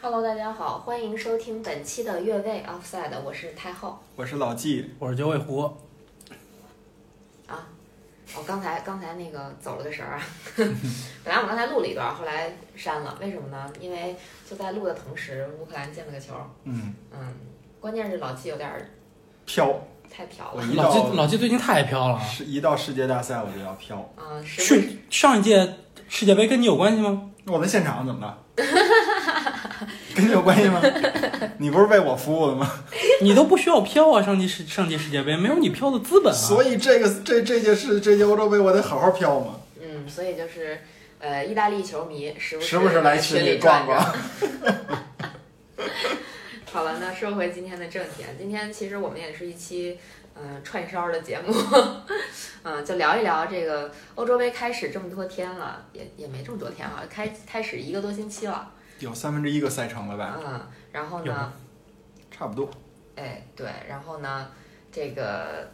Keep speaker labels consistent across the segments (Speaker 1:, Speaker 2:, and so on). Speaker 1: Hello，大家好，欢迎收听本期的越位 Offside，我是太后
Speaker 2: 我是老纪，
Speaker 3: 我是九尾狐，
Speaker 1: 啊。我、刚才刚才那个走了个神儿啊， 本来我们刚才录了一段，后来删了，为什么呢？因为就在录的同时，乌克兰进了个球，
Speaker 2: 嗯，
Speaker 1: 嗯，关键是老纪有点儿
Speaker 2: 飘，
Speaker 1: 太飘
Speaker 2: 我
Speaker 1: 了，
Speaker 2: 一
Speaker 3: 老
Speaker 2: 到
Speaker 3: 季老季最近太飘了，
Speaker 2: 是一到世界大赛我就要飘。
Speaker 1: 嗯，是
Speaker 3: 去上一届世界杯跟你有关系吗？
Speaker 2: 我们现场怎么 了？跟你有关系 吗？你不是为我服务的吗？
Speaker 3: 你都不需要飘啊，上届世上届世界杯没有你飘的资本 啊。
Speaker 2: 所以这个这这届是这届欧洲杯，我得好好飘嘛，
Speaker 1: 嗯，所以就是呃，意大利球迷时不
Speaker 2: 时不时来
Speaker 1: 来
Speaker 2: 群
Speaker 1: 里
Speaker 2: 里
Speaker 1: 转
Speaker 2: 逛
Speaker 1: 转。
Speaker 2: 逛。
Speaker 1: 好了，那说回今天的正题，啊，今天其实我们也是一期嗯、呃串烧的节目， 嗯，就聊一聊这个欧洲杯开始这么多天了，也也没这么多天啊，开开始一个多星期了，
Speaker 2: 有三分之一个赛程了吧？
Speaker 1: 嗯，然后
Speaker 3: 有
Speaker 1: 呢，
Speaker 2: 差不多。
Speaker 1: 哎对，然后呢，这个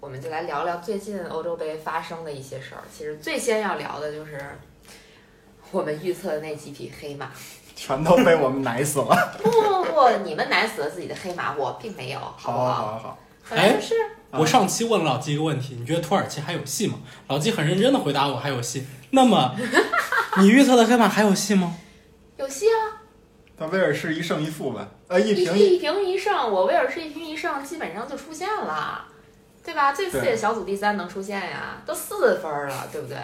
Speaker 1: 我们就来聊聊最近欧洲杯发生的一些事儿。其实最先要聊的就是我们预测的那几匹黑马。
Speaker 2: 全都被我们奶死了。
Speaker 1: 不不不，你们奶死了自己的黑马，我并没有，好
Speaker 2: 好啊
Speaker 1: 不
Speaker 2: 好好哎好，
Speaker 1: 本来就是
Speaker 3: 我上期问了老季一个问题，你觉得土耳其还有戏吗？老季很认真的回答我还有戏。那么你预测的黑马还有戏吗？
Speaker 1: 有戏啊，
Speaker 2: 但威尔士一胜一负吧，呃，一
Speaker 1: 一
Speaker 2: 平一。
Speaker 1: 平一胜，我威尔士一平一胜，基本上就出现了，对吧？最次
Speaker 2: 对
Speaker 1: 也小组第三能出现呀，都四分儿了，对不对？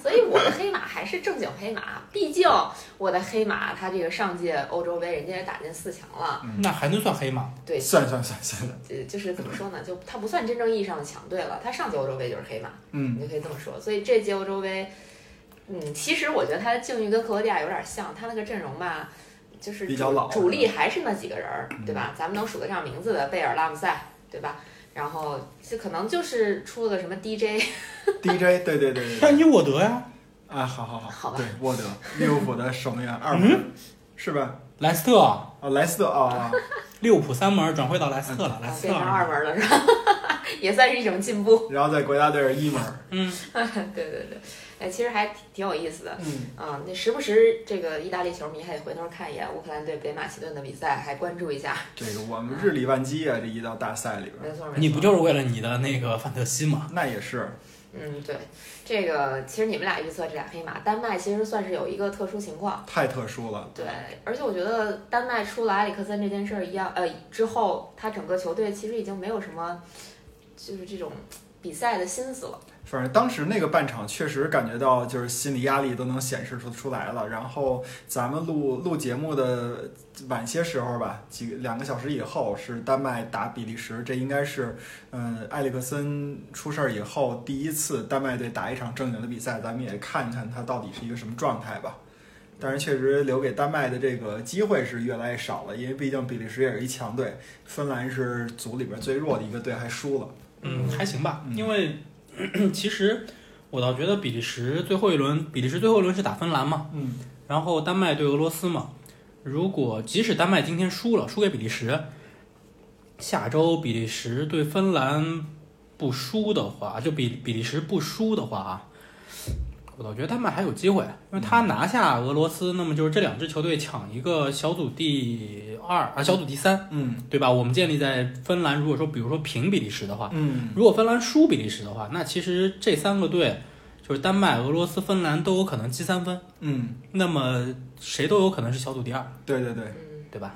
Speaker 1: 所以我的黑马还是正经黑马，毕竟我的黑马他这个上届欧洲杯人家也打进四强了，
Speaker 2: 嗯
Speaker 3: 那还能算黑马吗？
Speaker 1: 对，
Speaker 2: 算算算算算，
Speaker 1: 呃就是怎么说呢，就他不算真正意义上的强队了，他上届欧洲杯就是黑马。
Speaker 2: 嗯
Speaker 1: 你，就可以这么说。所以这届欧洲杯，嗯，其实我觉得他的境遇跟克罗地亚有点像，他那个阵容吧，就是
Speaker 2: 比较
Speaker 1: 主
Speaker 2: 老
Speaker 1: 主力还是那几个人儿，
Speaker 2: 嗯
Speaker 1: 对吧？咱们能数得上名字的贝尔、拉姆塞，对吧？然后这可能就是出了个什么 DJ，
Speaker 2: DJ，对嗯对对对 对，
Speaker 3: 但你沃德呀，
Speaker 2: 啊，好好
Speaker 1: 好
Speaker 2: 好，嗯
Speaker 1: 吧
Speaker 2: 对，沃德，利物浦的守门员二门，是吧？
Speaker 3: 莱斯特，
Speaker 2: 啊，莱斯特啊，啊
Speaker 3: 利物浦三门转会到莱斯特了，莱
Speaker 1: 啊
Speaker 3: 斯
Speaker 1: 变
Speaker 3: 特
Speaker 1: 成二
Speaker 3: 二门。
Speaker 1: 门了是吧？ 也算是一种进步。
Speaker 2: 然后在国家队是一门，
Speaker 3: 嗯，
Speaker 1: 对对对，哎，其实还挺挺有意思的。
Speaker 2: 嗯，
Speaker 1: 啊、那时不时这个意大利球迷还得回头看一眼乌克兰对北马其顿的比赛，还关注一下。
Speaker 2: 这个我们日理万机啊，这一到大赛里边
Speaker 1: 没
Speaker 2: 儿，
Speaker 1: 错，没错。
Speaker 3: 你不就是为了你的那个范特西吗？
Speaker 2: 那也是，
Speaker 1: 嗯，对，这个其实你们俩预测这俩黑马，丹麦其实算是有一个特殊情况。
Speaker 2: 太特殊了，
Speaker 1: 对，而且我觉得丹麦出了埃里克森这件事儿一样，呃，之后他整个球队其实已经没有什么，就是这种比赛的心思了。
Speaker 2: 反正当时那个半场确实感觉到就是心理压力都能显示出出来了。然后咱们录录节目的晚些时候吧，几个两个小时以后是丹麦打比利时，这应该是嗯埃里克森出事儿以后第一次丹麦队打一场正经的比赛，咱们也看看他到底是一个什么状态吧。但是确实留给丹麦的这个机会是越来越少了，因为毕竟比利时也是一强队，芬兰是组里边最弱的一个队，还输了。
Speaker 3: 嗯，还行吧，
Speaker 2: 嗯
Speaker 3: 因为 其实我倒觉得比利时最后一轮，比利时最后一轮是打芬兰嘛，
Speaker 2: 嗯，
Speaker 3: 然后丹麦对俄罗斯嘛。如果即使丹麦今天输了，输给比利时，下周比利时对芬兰不输的话，就比比利时不输的话啊，我倒觉得丹麦还有机会，因为他拿下俄罗斯，那么就是这两支球队抢一个小组第二啊，小组第三，
Speaker 2: 嗯
Speaker 3: 对吧？我们建立在芬兰，如果说比如说平比利时的话，
Speaker 2: 嗯。
Speaker 3: 如果芬兰输比利时的话，那其实这三个队就是丹麦、俄罗斯、芬兰都有可能积三分，
Speaker 2: 嗯
Speaker 3: 那么谁都有可能是小组第二，
Speaker 2: 对对对，
Speaker 1: 嗯，
Speaker 3: 对吧？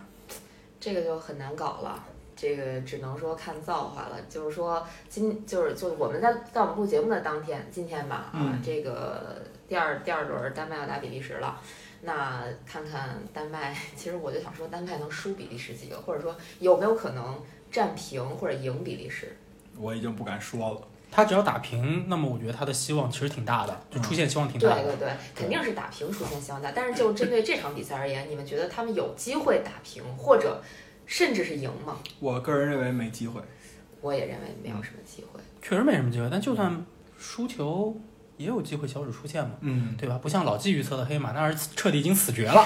Speaker 1: 这个就很难搞了。这个只能说看造化了，就是说今就是就我们在在我们录节目的当天，今天吧，啊，
Speaker 2: 嗯
Speaker 1: 这个第二第二轮丹麦要打比利时了，那看看丹麦，其实我就想说丹麦能输比利时几个，或者说有没有可能战平或者赢比利时？
Speaker 2: 我已经不敢说了。
Speaker 3: 他只要打平，那么我觉得他的希望其实挺大的，就出现希望挺
Speaker 1: 对
Speaker 3: 大的。
Speaker 1: 嗯对对，肯定是打平出现希望大，但是就针对这场比赛而言，你们觉得他们有机会打平或者甚至是赢吗？
Speaker 2: 我个人认为没机会。
Speaker 1: 我也认为没有什么机会。
Speaker 3: 确实没什么机会，但就算输球也有机会小组出线嘛，
Speaker 2: 嗯，
Speaker 3: 对吧？不像老季预测的黑马，那是彻底已经死绝了，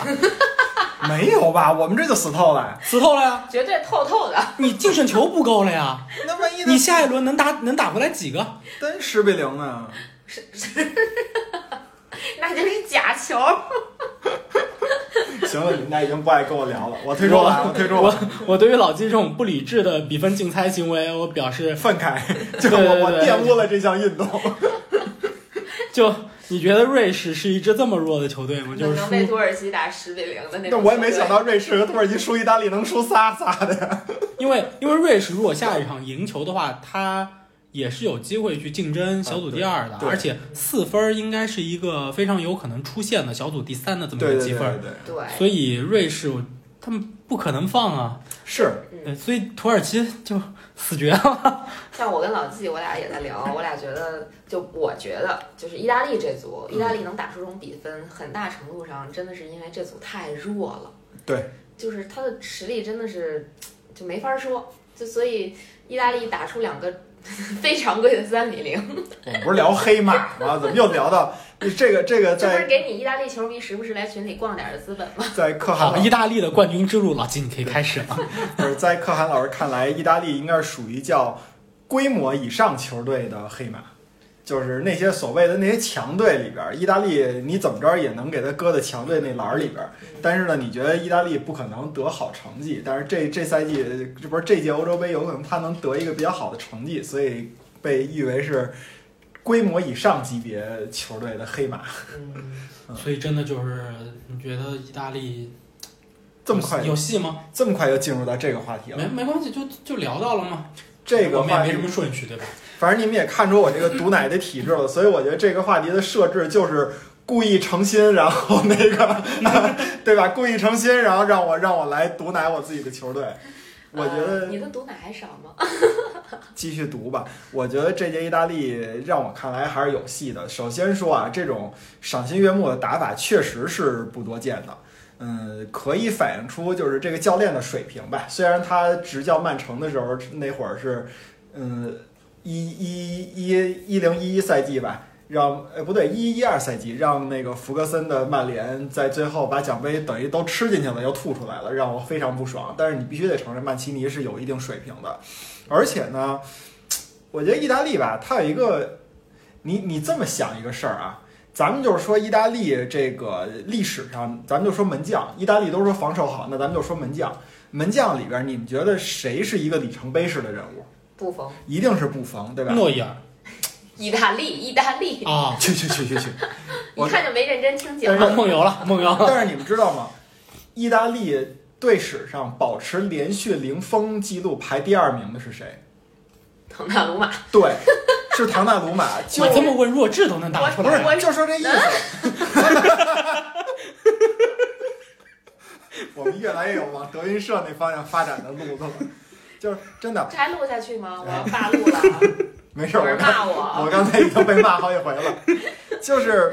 Speaker 2: 没有吧？我们这就死透了。
Speaker 3: 死透了呀！
Speaker 1: 绝对透透的，
Speaker 3: 你净胜球不够了 呀！
Speaker 2: 那万一
Speaker 3: 你下一轮能打能打回来几个？
Speaker 2: 单十比零呢？
Speaker 1: 那就是假球。
Speaker 2: 行了，你们俩已经不爱跟我聊了，我退出了，我退出了，
Speaker 3: 我对于老季这种不理智的比分竞猜行为，我表示
Speaker 2: 愤慨，就
Speaker 3: 对对对
Speaker 2: 我我玷污了这项运动。
Speaker 3: 就你觉得瑞士是一支这么弱的球队吗？就是
Speaker 1: 能
Speaker 3: 输
Speaker 1: 被土耳其打十比零的那种球队。
Speaker 2: 那我也没想到瑞士和土耳其输意大利能输仨仨的，
Speaker 3: 因为因为瑞士如果下一场赢球的话，他也是有机会去竞争小组第二的，
Speaker 2: 啊对对
Speaker 3: 而且四分儿应该是一个非常有可能出现的小组第三的这么一
Speaker 2: 对
Speaker 3: 个
Speaker 2: 对
Speaker 3: 积
Speaker 2: 对
Speaker 3: 分儿，
Speaker 2: 对对，
Speaker 1: 对，
Speaker 3: 所以瑞士我他们不可能放啊，
Speaker 2: 是
Speaker 3: 对，所以土耳其就死绝了。
Speaker 1: 像我跟老纪，我俩也在聊，我俩觉得，就我觉得，就是意大利这组，意
Speaker 2: 嗯
Speaker 1: 大利能打出这种比分，很大程度上真的是因为这组太弱了。
Speaker 2: 对，
Speaker 1: 就是他的实力真的是就没法说，就所以意大利打出两个 非常规的三比零，
Speaker 2: 我们不是聊黑马吗？怎么又聊到这个这个
Speaker 1: 这不是
Speaker 2: 在
Speaker 1: 给你意大利球迷时不时来群里逛点儿的资本吗？
Speaker 2: 在可汗
Speaker 3: 好，
Speaker 2: 老
Speaker 3: 意大利的冠军之路，老金你可以开始了。
Speaker 2: 不是在可汗老师看来，意大利应该是属于叫规模以上球队的黑马，就是那些所谓的那些强队里边儿，意大利你怎么着也能给他搁到强队那栏儿里边儿。但是呢，你觉得意大利不可能得好成绩，但是这这赛季这不是这届欧洲杯有可能他能得一个比较好的成绩，所以被誉为是规模以上级别球队的黑马。
Speaker 1: 嗯，
Speaker 3: 所以真的就是你觉得意大利
Speaker 2: 这么快
Speaker 3: 有戏吗？
Speaker 2: 这么快就进入到这个话题了
Speaker 3: 没，没关系，就就聊到了嘛。
Speaker 2: 这个
Speaker 3: 我们也
Speaker 2: 话
Speaker 3: 没
Speaker 2: 题
Speaker 3: 什么顺序，对吧？
Speaker 2: 反正你们也看出我这个毒奶的体质了，所以我觉得这个话题的设置就是故意诚心，然后那个，对吧？故意诚心，然后让我让我来毒奶我自己的球队。我觉
Speaker 1: 呃
Speaker 2: 得
Speaker 1: 你的毒奶还少吗？
Speaker 2: 继续毒吧。我觉得这届意大利让我看来还是有戏的。首先说啊，这种赏心悦目的打法确实是不多见的。嗯，可以反映出就是这个教练的水平吧。虽然他执教曼城的时候那会儿是，嗯，一一一一零一一赛季吧，让呃不对一一二赛季让那个福格森的曼联在最后把奖杯等于都吃进去了，又吐出来了，让我非常不爽。但是你必须得承认，曼奇尼是有一定水平的，而且呢，我觉得意大利吧，它有一个，你你这么想一个事儿啊。咱们就是说，意大利这个历史上，咱们就说门将，意大利都说防守好，那咱们就说门将。门将里边，你们觉得谁是一个里程碑式的人物？
Speaker 1: 不疯，
Speaker 2: 一定是布冯，对吧？
Speaker 3: 诺伊尔
Speaker 1: 意大利，意大利，
Speaker 3: 啊，
Speaker 2: 哦去去去去去！
Speaker 1: 一
Speaker 2: 我
Speaker 1: 看就没认真听
Speaker 2: 但
Speaker 1: 讲。
Speaker 3: 梦游了，梦游了。
Speaker 2: 但是你们知道吗？意大利队史上保持连续零封记录排第二名的是谁？
Speaker 1: 唐纳鲁马，
Speaker 2: 对，是唐纳鲁马。就
Speaker 3: 我这么问，弱智都能答出
Speaker 2: 不
Speaker 3: 来。
Speaker 2: 是，就说这意思。 我们越来越有往德云社那方向发展的路子了，就是真的
Speaker 1: 这还录下去吗？我要罢录 了啊，
Speaker 2: 没事。
Speaker 1: 有
Speaker 2: 我
Speaker 1: 人
Speaker 2: 看
Speaker 1: 骂我。
Speaker 2: 我刚才已经被骂好几回了， 就是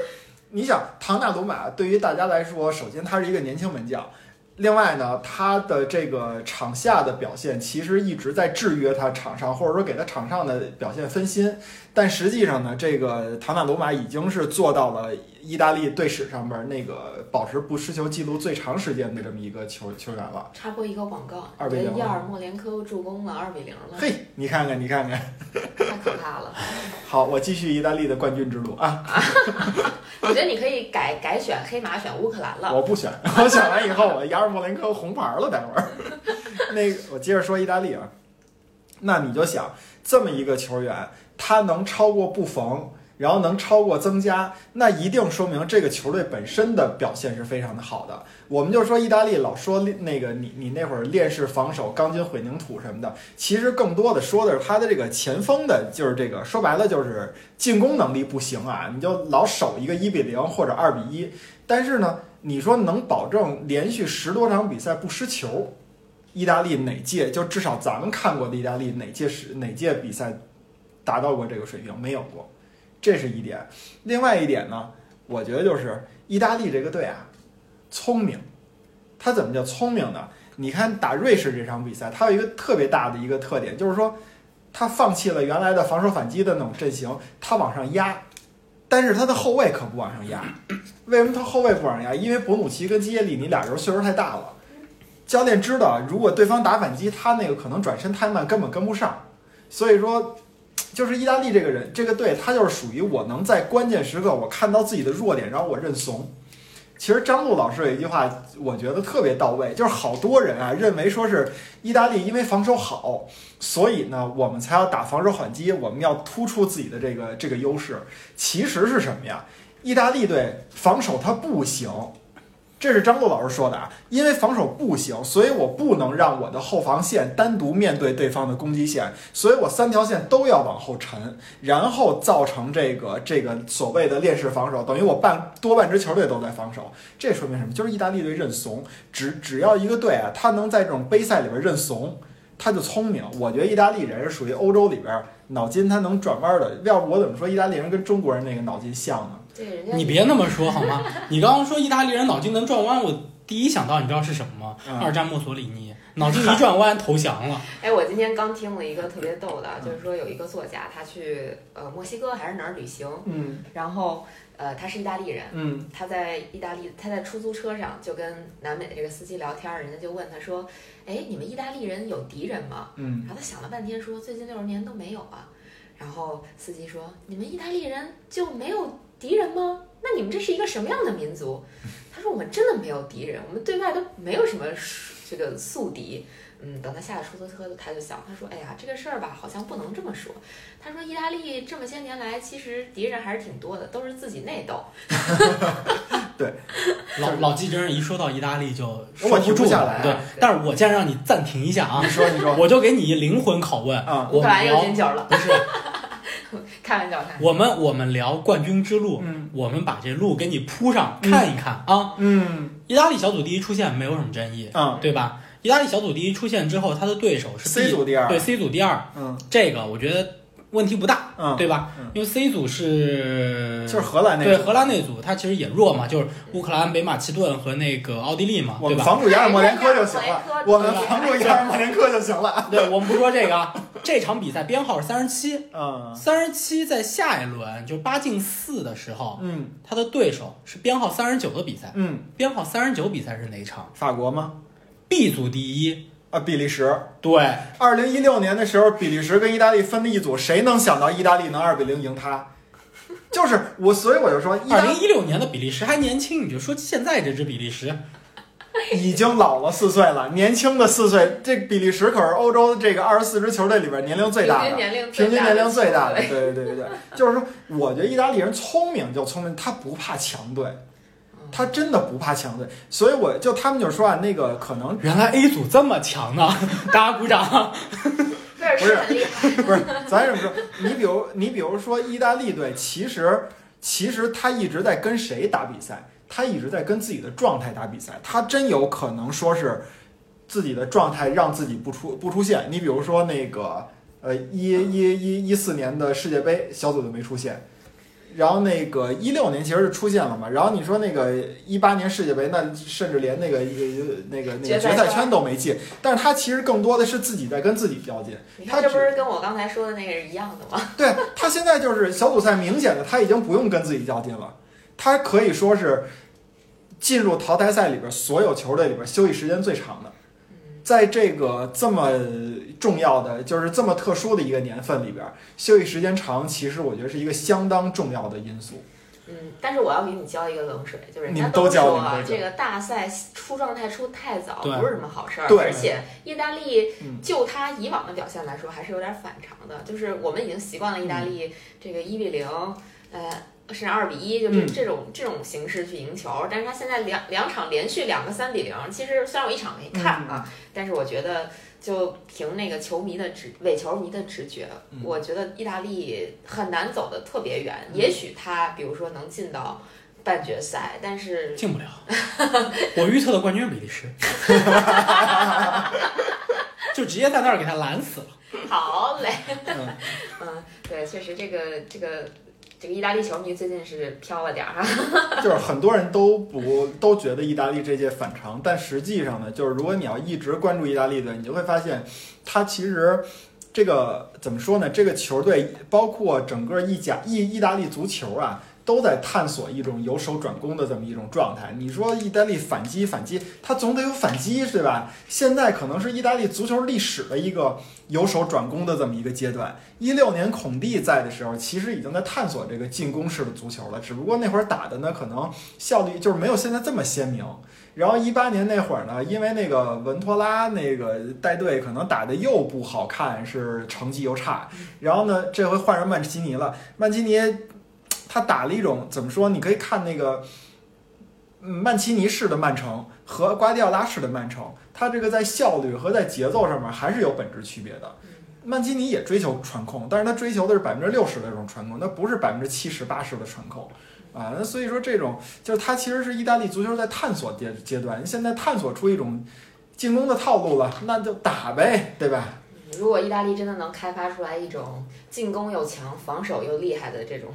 Speaker 2: 你想唐纳鲁马对于大家来说，首先他是一个年轻门将，另外呢，他的这个场下的表现其实一直在制约他场上，或者说给他场上的表现分心。但实际上呢，这个唐纳鲁马已经是做到了意大利队史上面那个保持不失球记录最长时间的这么一个球球员了。
Speaker 1: 插播一个广告，
Speaker 2: 2比0
Speaker 1: 伊尔莫连科又助攻了二比零了，
Speaker 2: 嘿，你看看，你看看，
Speaker 1: 太可怕了！
Speaker 2: 好，我继续意大利的冠军之路啊！
Speaker 1: 我觉得你可以改改选黑马，选乌克兰了。
Speaker 2: 我 不选，我选完以后，我亚尔莫连科红牌了。待会儿， 那个我接着说意大利啊，那你就想这么一个球员，他能超过布冯，然后能超过增加，那一定说明这个球队本身的表现是非常的好的。我们就说意大利老说那个你你那会儿练式防守、钢筋混凝土什么的，其实更多的说的是他的这个前锋的，就是这个说白了就是进攻能力不行啊，你就老守一个一比零或者二比一，但是呢。你说能保证连续十多场比赛不失球，意大利哪届就至少咱们看过的意大利哪届是哪届比赛达到过这个水平？没有过，这是一点。另外一点呢，我觉得就是意大利这个队啊，聪明。他怎么叫聪明呢？你看打瑞士这场比赛，他有一个特别大的一个特点，就是说他放弃了原来的防守反击的那种阵型，他往上压，但是他的后卫可不往上压。为什么他后卫不往上压？因为博努奇跟基耶利尼俩人岁数太大了，教练知道如果对方打反击，他那个可能转身太慢，根本跟不上。所以说，就是意大利这个人这个队，他就是属于我能在关键时刻我看到自己的弱点，然后我认怂。其实张璐老师有一句话，我觉得特别到位，就是好多人啊认为说是意大利因为防守好，所以呢我们才要打防守反击，我们要突出自己的这个这个优势。其实是什么呀？意大利队防守他不行，这是张璐老师说的啊，因为防守不行，所以我不能让我的后防线单独面对对方的攻击线，所以我三条线都要往后沉，然后造成这个这个所谓的劣势防守，等于我半多半支球队都在防守，这说明什么？就是意大利队认怂，只只要一个队啊，他能在这种杯赛里边认怂。他就聪明，我觉得意大利人是属于欧洲里边脑筋他能转弯的，要不我怎么说意大利人跟中国人那个脑筋像呢？
Speaker 1: 对，人家
Speaker 3: 你别那么说好吗？你刚刚说意大利人脑筋能转弯，我第一想到你知道是什么吗？
Speaker 2: 嗯
Speaker 3: 二战墨索里 尼脑筋一转弯投降了。
Speaker 1: 哎，我今天刚听了一个特别逗的，就是说有一个作家，他去呃墨西哥还是哪儿旅行，
Speaker 2: 嗯
Speaker 1: 然后呃他是意大利人，
Speaker 2: 嗯
Speaker 1: 他在意大利，他在出租车上就跟南美这个司机聊天儿，人家就问他说：“哎，你们意大利人有敌人吗？”
Speaker 2: 嗯，
Speaker 1: 然后他想了半天说：“最近六十年都没有啊。”然后司机说：“你们意大利人就没有敌人吗？那你们这是一个什么样的民族？”他说：“我们真的没有敌人，我们对外都没有什么这个宿敌。”嗯，等他下了出租车，他就想，他说：“哎呀，这个事儿吧，好像不能这么说。”他说：“意大利这么些年来，其实敌人还是挺多的，都是自己内斗。”
Speaker 3: 老老记者一说到意大利就
Speaker 2: 我
Speaker 3: 说
Speaker 2: 停不
Speaker 3: 住
Speaker 2: 下
Speaker 3: 了
Speaker 2: 来，
Speaker 3: 对。但是我先让你暂停一下啊
Speaker 2: 你，说你说
Speaker 3: 我就给你灵魂拷问。
Speaker 2: 啊，
Speaker 1: 乌
Speaker 3: 我
Speaker 1: 克兰
Speaker 3: 们
Speaker 1: 又
Speaker 3: 聊
Speaker 1: 进球了，
Speaker 3: 不是
Speaker 1: 开玩笑，开玩笑。
Speaker 3: 我们我们聊冠军之路，
Speaker 2: 嗯
Speaker 3: 我们把这路给你铺上
Speaker 2: 嗯
Speaker 3: 看一看啊。
Speaker 2: 嗯
Speaker 3: 意大利小组第一出线没有什么争议，
Speaker 2: 啊
Speaker 3: 对吧？意大利小组第一出线之后，他的对手是
Speaker 2: C
Speaker 3: 第
Speaker 2: 组第二，
Speaker 3: 对 C 组第二，
Speaker 2: 嗯
Speaker 3: 这个我觉得问题不大，
Speaker 2: 嗯，
Speaker 3: 对吧
Speaker 2: 嗯？
Speaker 3: 因为 C 组是
Speaker 2: 就是荷兰那
Speaker 3: 对
Speaker 2: 个，
Speaker 3: 荷兰那组，它其实也弱嘛，就是乌克兰、北马其顿和那个奥地利嘛，
Speaker 2: 我
Speaker 3: 对
Speaker 2: 们
Speaker 3: 吧？
Speaker 2: 防住雅尔莫连科就行了，我们防住雅尔莫连科就行了。
Speaker 3: 对，我们不说这个啊，这场比赛编号是三十七，
Speaker 2: 嗯
Speaker 3: 三十七在下一轮就八进四的时候，
Speaker 2: 嗯
Speaker 3: 他的对手是编号三十九的比赛，
Speaker 2: 嗯，
Speaker 3: 编号三十九比赛是哪一场
Speaker 2: 法国吗？
Speaker 3: ？B 组第一，
Speaker 2: 啊，比利时。
Speaker 3: 对，
Speaker 2: 二零一六年的时候，比利时跟意大利分了一组，谁能想到意大利能二比零赢他？就是我，所以我就说，意
Speaker 3: 二
Speaker 2: 大
Speaker 3: 零
Speaker 2: 利
Speaker 3: 一六年的比利时还年轻，你就说现在这支比利时，
Speaker 2: 已经老了四岁了，年轻的四岁。这比利时可是欧洲这个二十四支球队里边年龄最大的
Speaker 1: 平均。年龄
Speaker 2: 平均年龄最大的，
Speaker 1: 的
Speaker 2: 对对对对对，就是说，我觉得意大利人聪明就聪明，他不怕强队，他真的不怕强队，所以我就他们就说啊，那个可能
Speaker 3: 原来 A 组这么强呢，大家鼓掌。
Speaker 1: 队伍，
Speaker 2: 不是
Speaker 1: 是很厉害，
Speaker 2: 不是， 咱这么说，你比如你比如说意大利队，其实其实他一直在跟谁打比赛？他一直在跟自己的状态打比赛，他真有可能说是自己的状态让自己不出不出现。你比如说那个呃一一一一四年的世界杯小组就没出现。然后那个一六年其实是出现了嘛，然后你说那个一八年世界杯，那甚至连那个那个那个
Speaker 1: 决
Speaker 2: 决
Speaker 1: 赛
Speaker 2: 赛
Speaker 1: 圈
Speaker 2: 圈都没进，但是他其实更多的是自己在跟自己较劲。
Speaker 1: 你看这不是跟我刚才说的那个是一样的 吗？
Speaker 2: 对他现在就是小组赛，明显的他已经不用跟自己较劲了，他可以说是进入淘汰赛里边所有球队里边休息时间最长的。在这个这么重要的，就是这么特殊的一个年份里边，休息时间长，其实我觉得是一个相当重要的因素。
Speaker 1: 嗯，但是我要给你浇一个冷水，就是人
Speaker 2: 你
Speaker 1: 家
Speaker 2: 们都浇
Speaker 1: 说
Speaker 2: 你
Speaker 1: 啊
Speaker 2: 们，都浇
Speaker 1: 这个大赛出状态出太早，
Speaker 3: 对
Speaker 1: 不是什么好事儿。
Speaker 2: 对
Speaker 1: 而且意大利
Speaker 2: 嗯
Speaker 1: 就他以往的表现来说，还是有点反常的。就是我们已经习惯了意大
Speaker 2: 嗯
Speaker 1: 利这个一比零，呃，甚至二比一，就是
Speaker 2: 嗯
Speaker 1: 这种这种形式去赢球。但是他现在两两场连续两个三比零，其实虽然我一场没看啊，
Speaker 2: 嗯
Speaker 1: 但是我觉得，就凭那个球迷的直伪球迷的直觉，
Speaker 2: 嗯
Speaker 1: 我觉得意大利很难走得特别远。也许他比如说能进到半决赛，但是
Speaker 3: 进不了。我预测的冠军是比利时，就直接在那儿给他拦死了。
Speaker 1: 好嘞，
Speaker 2: 嗯
Speaker 1: 嗯，对，确实这个这个这个意大利球迷最近是飘了点儿哈。
Speaker 2: 就是很多人都不都觉得意大利这届反常，但实际上呢，就是如果你要一直关注意大利的，你就会发现，它其实这个怎么说呢？这个球队包括整个意甲意意大利足球啊，都在探索一种由守转攻的这么一种状态。你说意大利反击反击，它总得有反击，对吧？现在可能是意大利足球历史的一个由守转攻的这么一个阶段。一六年孔蒂在的时候，其实已经在探索这个进攻式的足球了，只不过那会儿打的呢，可能效率就是没有现在这么鲜明。然后一八年那会儿呢，因为那个文托拉那个带队可能打的又不好看，是成绩又差。然后呢，这回换上曼奇尼了，曼奇尼他打了一种怎么说？你可以看那个，嗯，曼奇尼式的曼城和瓜迪奥拉式的曼城，他这个在效率和在节奏上面还是有本质区别的。曼基尼也追求传控，但是他追求的是百分之六十的这种传控，那不是百分之七十八十的传控啊。那所以说，这种就是他其实是意大利足球在探索阶阶段，现在探索出一种进攻的套路了，那就打呗，对吧？
Speaker 1: 如果意大利真的能开发出来一种进攻又强、防守又厉害的这种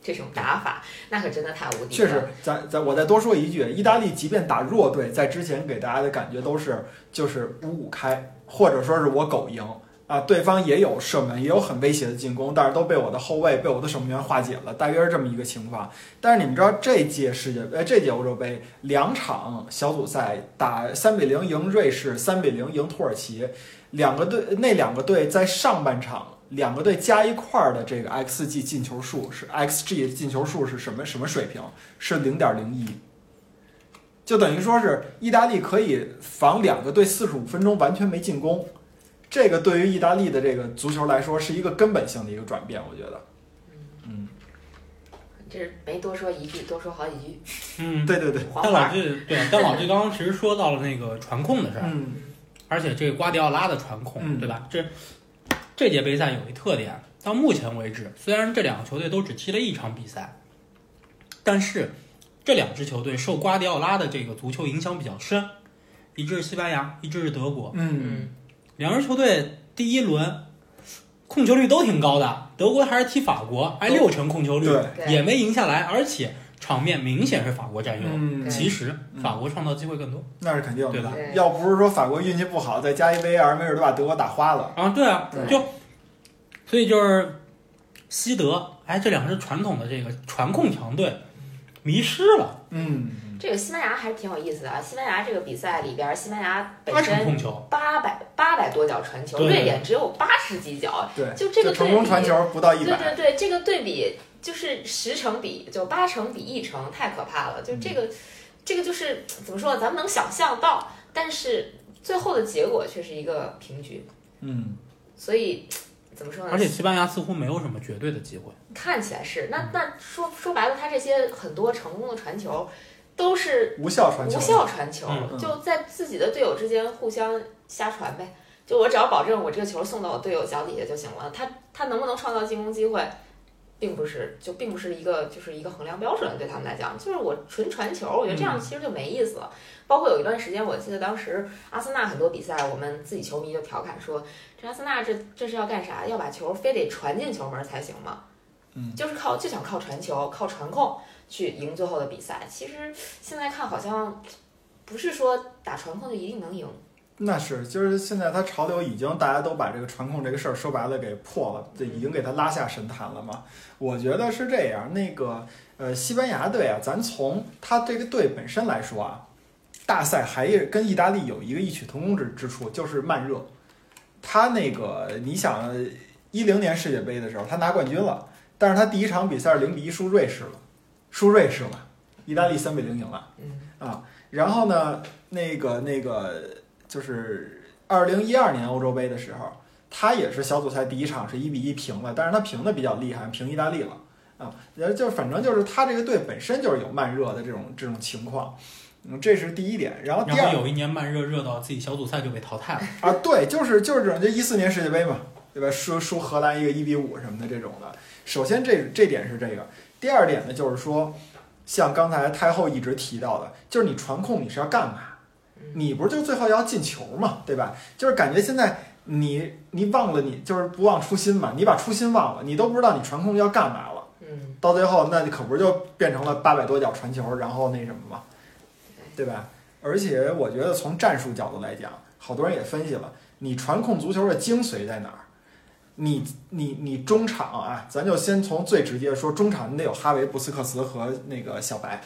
Speaker 1: 这种打法，那可真的太无敌了。
Speaker 2: 确实，咱咱我再多说一句，意大利即便打弱队，在之前给大家的感觉都是就是五五开，或者说是我狗赢。啊，对方也有射门，也有很威胁的进攻，但是都被我的后卫、被我的守门员化解了，大约是这么一个情况。但是你们知道这届世界呃这届欧洲杯两场小组赛打三比零赢瑞士，三比零赢土耳其，两个队那两个队在上半场两个队加一块儿的这个 xg 进球数是 xg 进球数是什么什么水平？是零点零一。就等于说是意大利可以防两个队四十五分钟完全没进攻。这个对于意大利的这个足球来说是一个根本性的一个转变，我觉得。嗯，
Speaker 1: 这是没多说一句，多说好几句。
Speaker 3: 嗯，
Speaker 2: 对对对，
Speaker 1: 黄
Speaker 3: 但老
Speaker 1: 牌，
Speaker 3: 季对，但老季刚刚其实说到了那个传控的事儿，
Speaker 2: 嗯
Speaker 3: 而且这个瓜迪奥拉的传控，
Speaker 2: 嗯
Speaker 3: 对吧？这这届杯赛有一特点，到目前为止，虽然这两个球队都只踢了一场比赛，但是这两支球队受瓜迪奥拉的这个足球影响比较深，一支是西班牙，一支是德国，
Speaker 2: 嗯，
Speaker 1: 嗯，
Speaker 3: 两支球队第一轮控球率都挺高的，德国还是踢法国，还六成控球率，
Speaker 2: 对，
Speaker 1: 对，
Speaker 3: 也没赢下来，而且场面明显是法国占优。
Speaker 2: 嗯，
Speaker 1: 对
Speaker 3: 其实
Speaker 2: 嗯
Speaker 3: 法国创造机会更多。
Speaker 2: 那是肯定
Speaker 3: 对
Speaker 2: 的
Speaker 3: 吧。
Speaker 1: 嗯对
Speaker 2: 要不是说法国运气不好，再加一 VR，没准都把德国打花了。
Speaker 3: 啊，对啊，
Speaker 1: 对
Speaker 3: 就所以就是西德，哎，这两支传统的这个传控强队迷失了，
Speaker 2: 嗯，
Speaker 1: 这个西班牙还是挺有意思的啊。西班牙这个比赛里边，西班牙
Speaker 3: 八
Speaker 1: 本
Speaker 3: 成
Speaker 1: 身
Speaker 3: 控球，
Speaker 1: 八百八百多脚传球，
Speaker 3: 对
Speaker 1: 瑞典只有八十几脚，
Speaker 2: 对，
Speaker 1: 就这个
Speaker 2: 成
Speaker 1: 对
Speaker 2: 功
Speaker 1: 比
Speaker 2: 传球不到一
Speaker 1: 对对
Speaker 2: 百，
Speaker 1: 对，这个对比就是十成比，就八成比一成，太可怕了。就这个，
Speaker 3: 嗯
Speaker 1: 这个就是怎么说，咱们能想象到，但是最后的结果却是一个平局。
Speaker 2: 嗯，
Speaker 1: 所以怎么说呢？
Speaker 3: 而且嗯西班牙似乎没有什么绝对的机会。
Speaker 1: 看起来是那那说说白了，他这些很多成功的传球都是
Speaker 2: 无效传球，
Speaker 1: 无效传球，
Speaker 3: 嗯
Speaker 2: 嗯
Speaker 1: 就在自己的队友之间互相瞎传呗。就我只要保证我这个球送到我队友脚底下就行了。他他能不能创造进攻机会，并不是就并不是一个就是一个衡量标准对他们来讲，就是我纯传球，我觉得这样其实就没意思了。包括有一段时间，我记得当时阿森纳很多比赛，我们自己球迷就调侃说，这阿森纳这这是要干啥？要把球非得传进球门才行吗？
Speaker 2: 嗯，
Speaker 1: 就是靠就想靠传球、靠传控去赢最后的比赛。其实现在看好像不是说打传控就一定能赢，
Speaker 2: 那是，就是现在它潮流已经大家都把这个传控这个事儿说白了给破了，这已经给它拉下神坛了嘛。我觉得是这样，那个呃，西班牙队啊，咱从他这个队本身来说啊，大赛还是跟意大利有一个异曲同工之之处，就是慢热。他那个你想，一零年世界杯的时候他拿冠军了，但是他第一场比赛零比一输瑞士了，输瑞士了，意大利三比零赢了。啊
Speaker 1: 嗯
Speaker 2: 然后呢，那个那个就是二零一二年欧洲杯的时候，他也是小组赛第一场是一比一平了，但是他平的比较厉害，平意大利了啊。然后就反正就是他这个队本身就是有慢热的这种这种情况，嗯，这是第一点。然后第
Speaker 3: 然
Speaker 2: 二
Speaker 3: 后有一年慢热热到自己小组赛就被淘汰了，
Speaker 2: 啊，对，就是就是这种，就一四年世界杯嘛，对吧？输输荷兰一个一比五什么的这种的。首先这这点是这个，第二点呢就是说，像刚才太后一直提到的，就是你传控你是要干嘛？你不是就最后要进球嘛，对吧？就是感觉现在你你忘了你就是不忘初心嘛，你把初心忘了，你都不知道你传控要干嘛了，
Speaker 1: 嗯，
Speaker 2: 到最后那你可不是就变成了八百多脚传球，然后那什么嘛，对吧？而且我觉得从战术角度来讲，好多人也分析了，你传控足球的精髓在哪儿？你你你中场啊，咱就先从最直接的说，中场你得有哈维、布斯克茨和那个小白。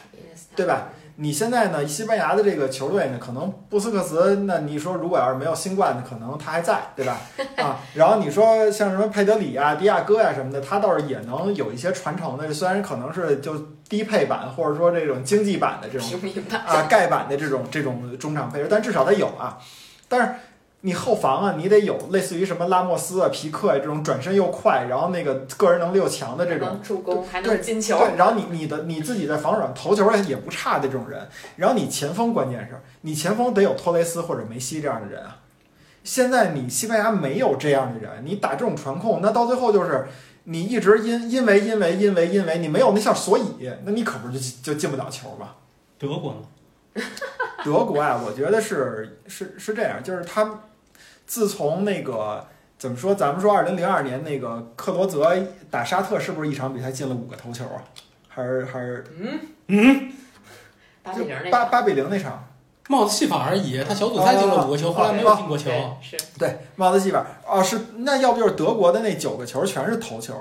Speaker 2: 对吧？你现在呢，西班牙的这个球队呢，可能布斯克茨，那你说如果要是没有新冠，可能他还在，对吧？啊，然后你说像什么佩德里啊、迪亚哥呀、什么的，他倒是也能有一些传承的，虽然可能是就低配版或者说这种经济版的这种
Speaker 1: 平民吧，
Speaker 2: 啊盖版的这种这种中场配置，但至少他有啊。但是你后防啊，你得有类似于什么拉莫斯啊、皮克啊这种转身又快，然后那个个人能力又强的这种
Speaker 1: 能助攻还
Speaker 2: 对
Speaker 1: 能进球，
Speaker 2: 对，然后你你的你自己在防守上头球也不差的这种人，然后你前锋关键是，你前锋得有托雷斯或者梅西这样的人啊。现在你西班牙没有这样的人，你打这种传控，那到最后就是你一直因因为因为因为因为你没有那项所以，那你可不是就就进不了球吗？
Speaker 3: 德国呢？
Speaker 2: 德国啊，我觉得是是是这样，就是他自从那个怎么说，咱们说二零零二年那个克罗泽打沙特，是不是一场比赛进了五个头球啊？还是还是
Speaker 1: 八比零那
Speaker 2: 八
Speaker 1: 场
Speaker 2: 八比零那场，
Speaker 3: 帽子戏法而已，他小组赛进了五个球，
Speaker 2: 啊
Speaker 3: 后来没有进过球。
Speaker 1: 对是
Speaker 2: 对，帽子戏法哦，是那要不就是德国的那九个球全是头球，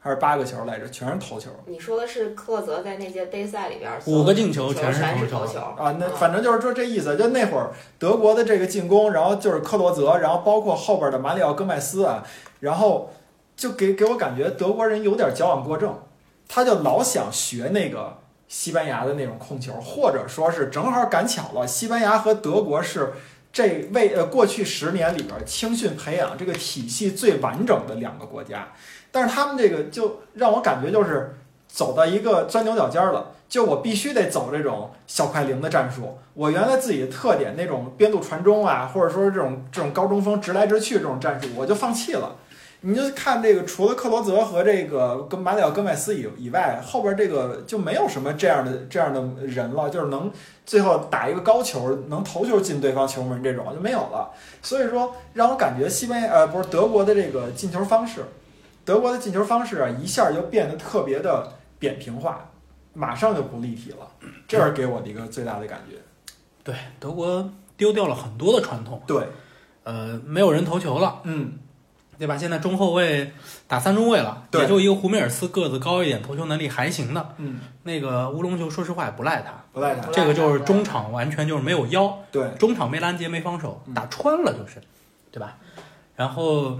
Speaker 2: 还是八个球来着？全是头球
Speaker 1: 你说的是克洛泽在那届杯赛里边儿
Speaker 3: 五个进球
Speaker 1: 全
Speaker 3: 全是头
Speaker 1: 头
Speaker 3: 球
Speaker 1: 球
Speaker 2: 啊！那反正就是说这意思，就那会儿德国的这个进攻，然后就是克罗泽，然后包括后边的马里奥戈麦斯啊，然后就给给我感觉德国人有点矫枉过正，他就老想学那个。西班牙的那种控球，或者说是正好赶巧了，西班牙和德国是这为呃过去十年里边青训培养这个体系最完整的两个国家，但是他们这个就让我感觉就是走到一个钻牛角尖儿了，就我必须得走这种小快灵的战术。我原来自己的特点那种边路传中啊，或者说这种这种高中锋直来直去这种战术，我就放弃了。你就看这个，除了克罗泽和这个跟马里奥戈麦斯以以外，后边这个就没有什么这样的这样的人了，就是能最后打一个高球能头球进对方球门这种就没有了。所以说，让我感觉西班牙呃不是德国的这个进球方式，德国的进球方式啊一下就变得特别的扁平化，马上就不立体了，这是给我的一个最大的感觉。
Speaker 3: 对，德国丢掉了很多的传统，
Speaker 2: 对，
Speaker 3: 呃，没有人投球了，
Speaker 2: 嗯，
Speaker 3: 对吧？现在中后卫打三中卫了，
Speaker 2: 对
Speaker 3: 也就一个胡梅尔斯个子高一点，投球能力还行的。
Speaker 2: 嗯，
Speaker 3: 那个乌龙球，说实话也不赖他，
Speaker 2: 不赖他。
Speaker 3: 这个就是中场完全就是没有腰，
Speaker 2: 对，
Speaker 3: 中场没拦截没防守
Speaker 2: 嗯，
Speaker 3: 打穿了就是，对吧？然后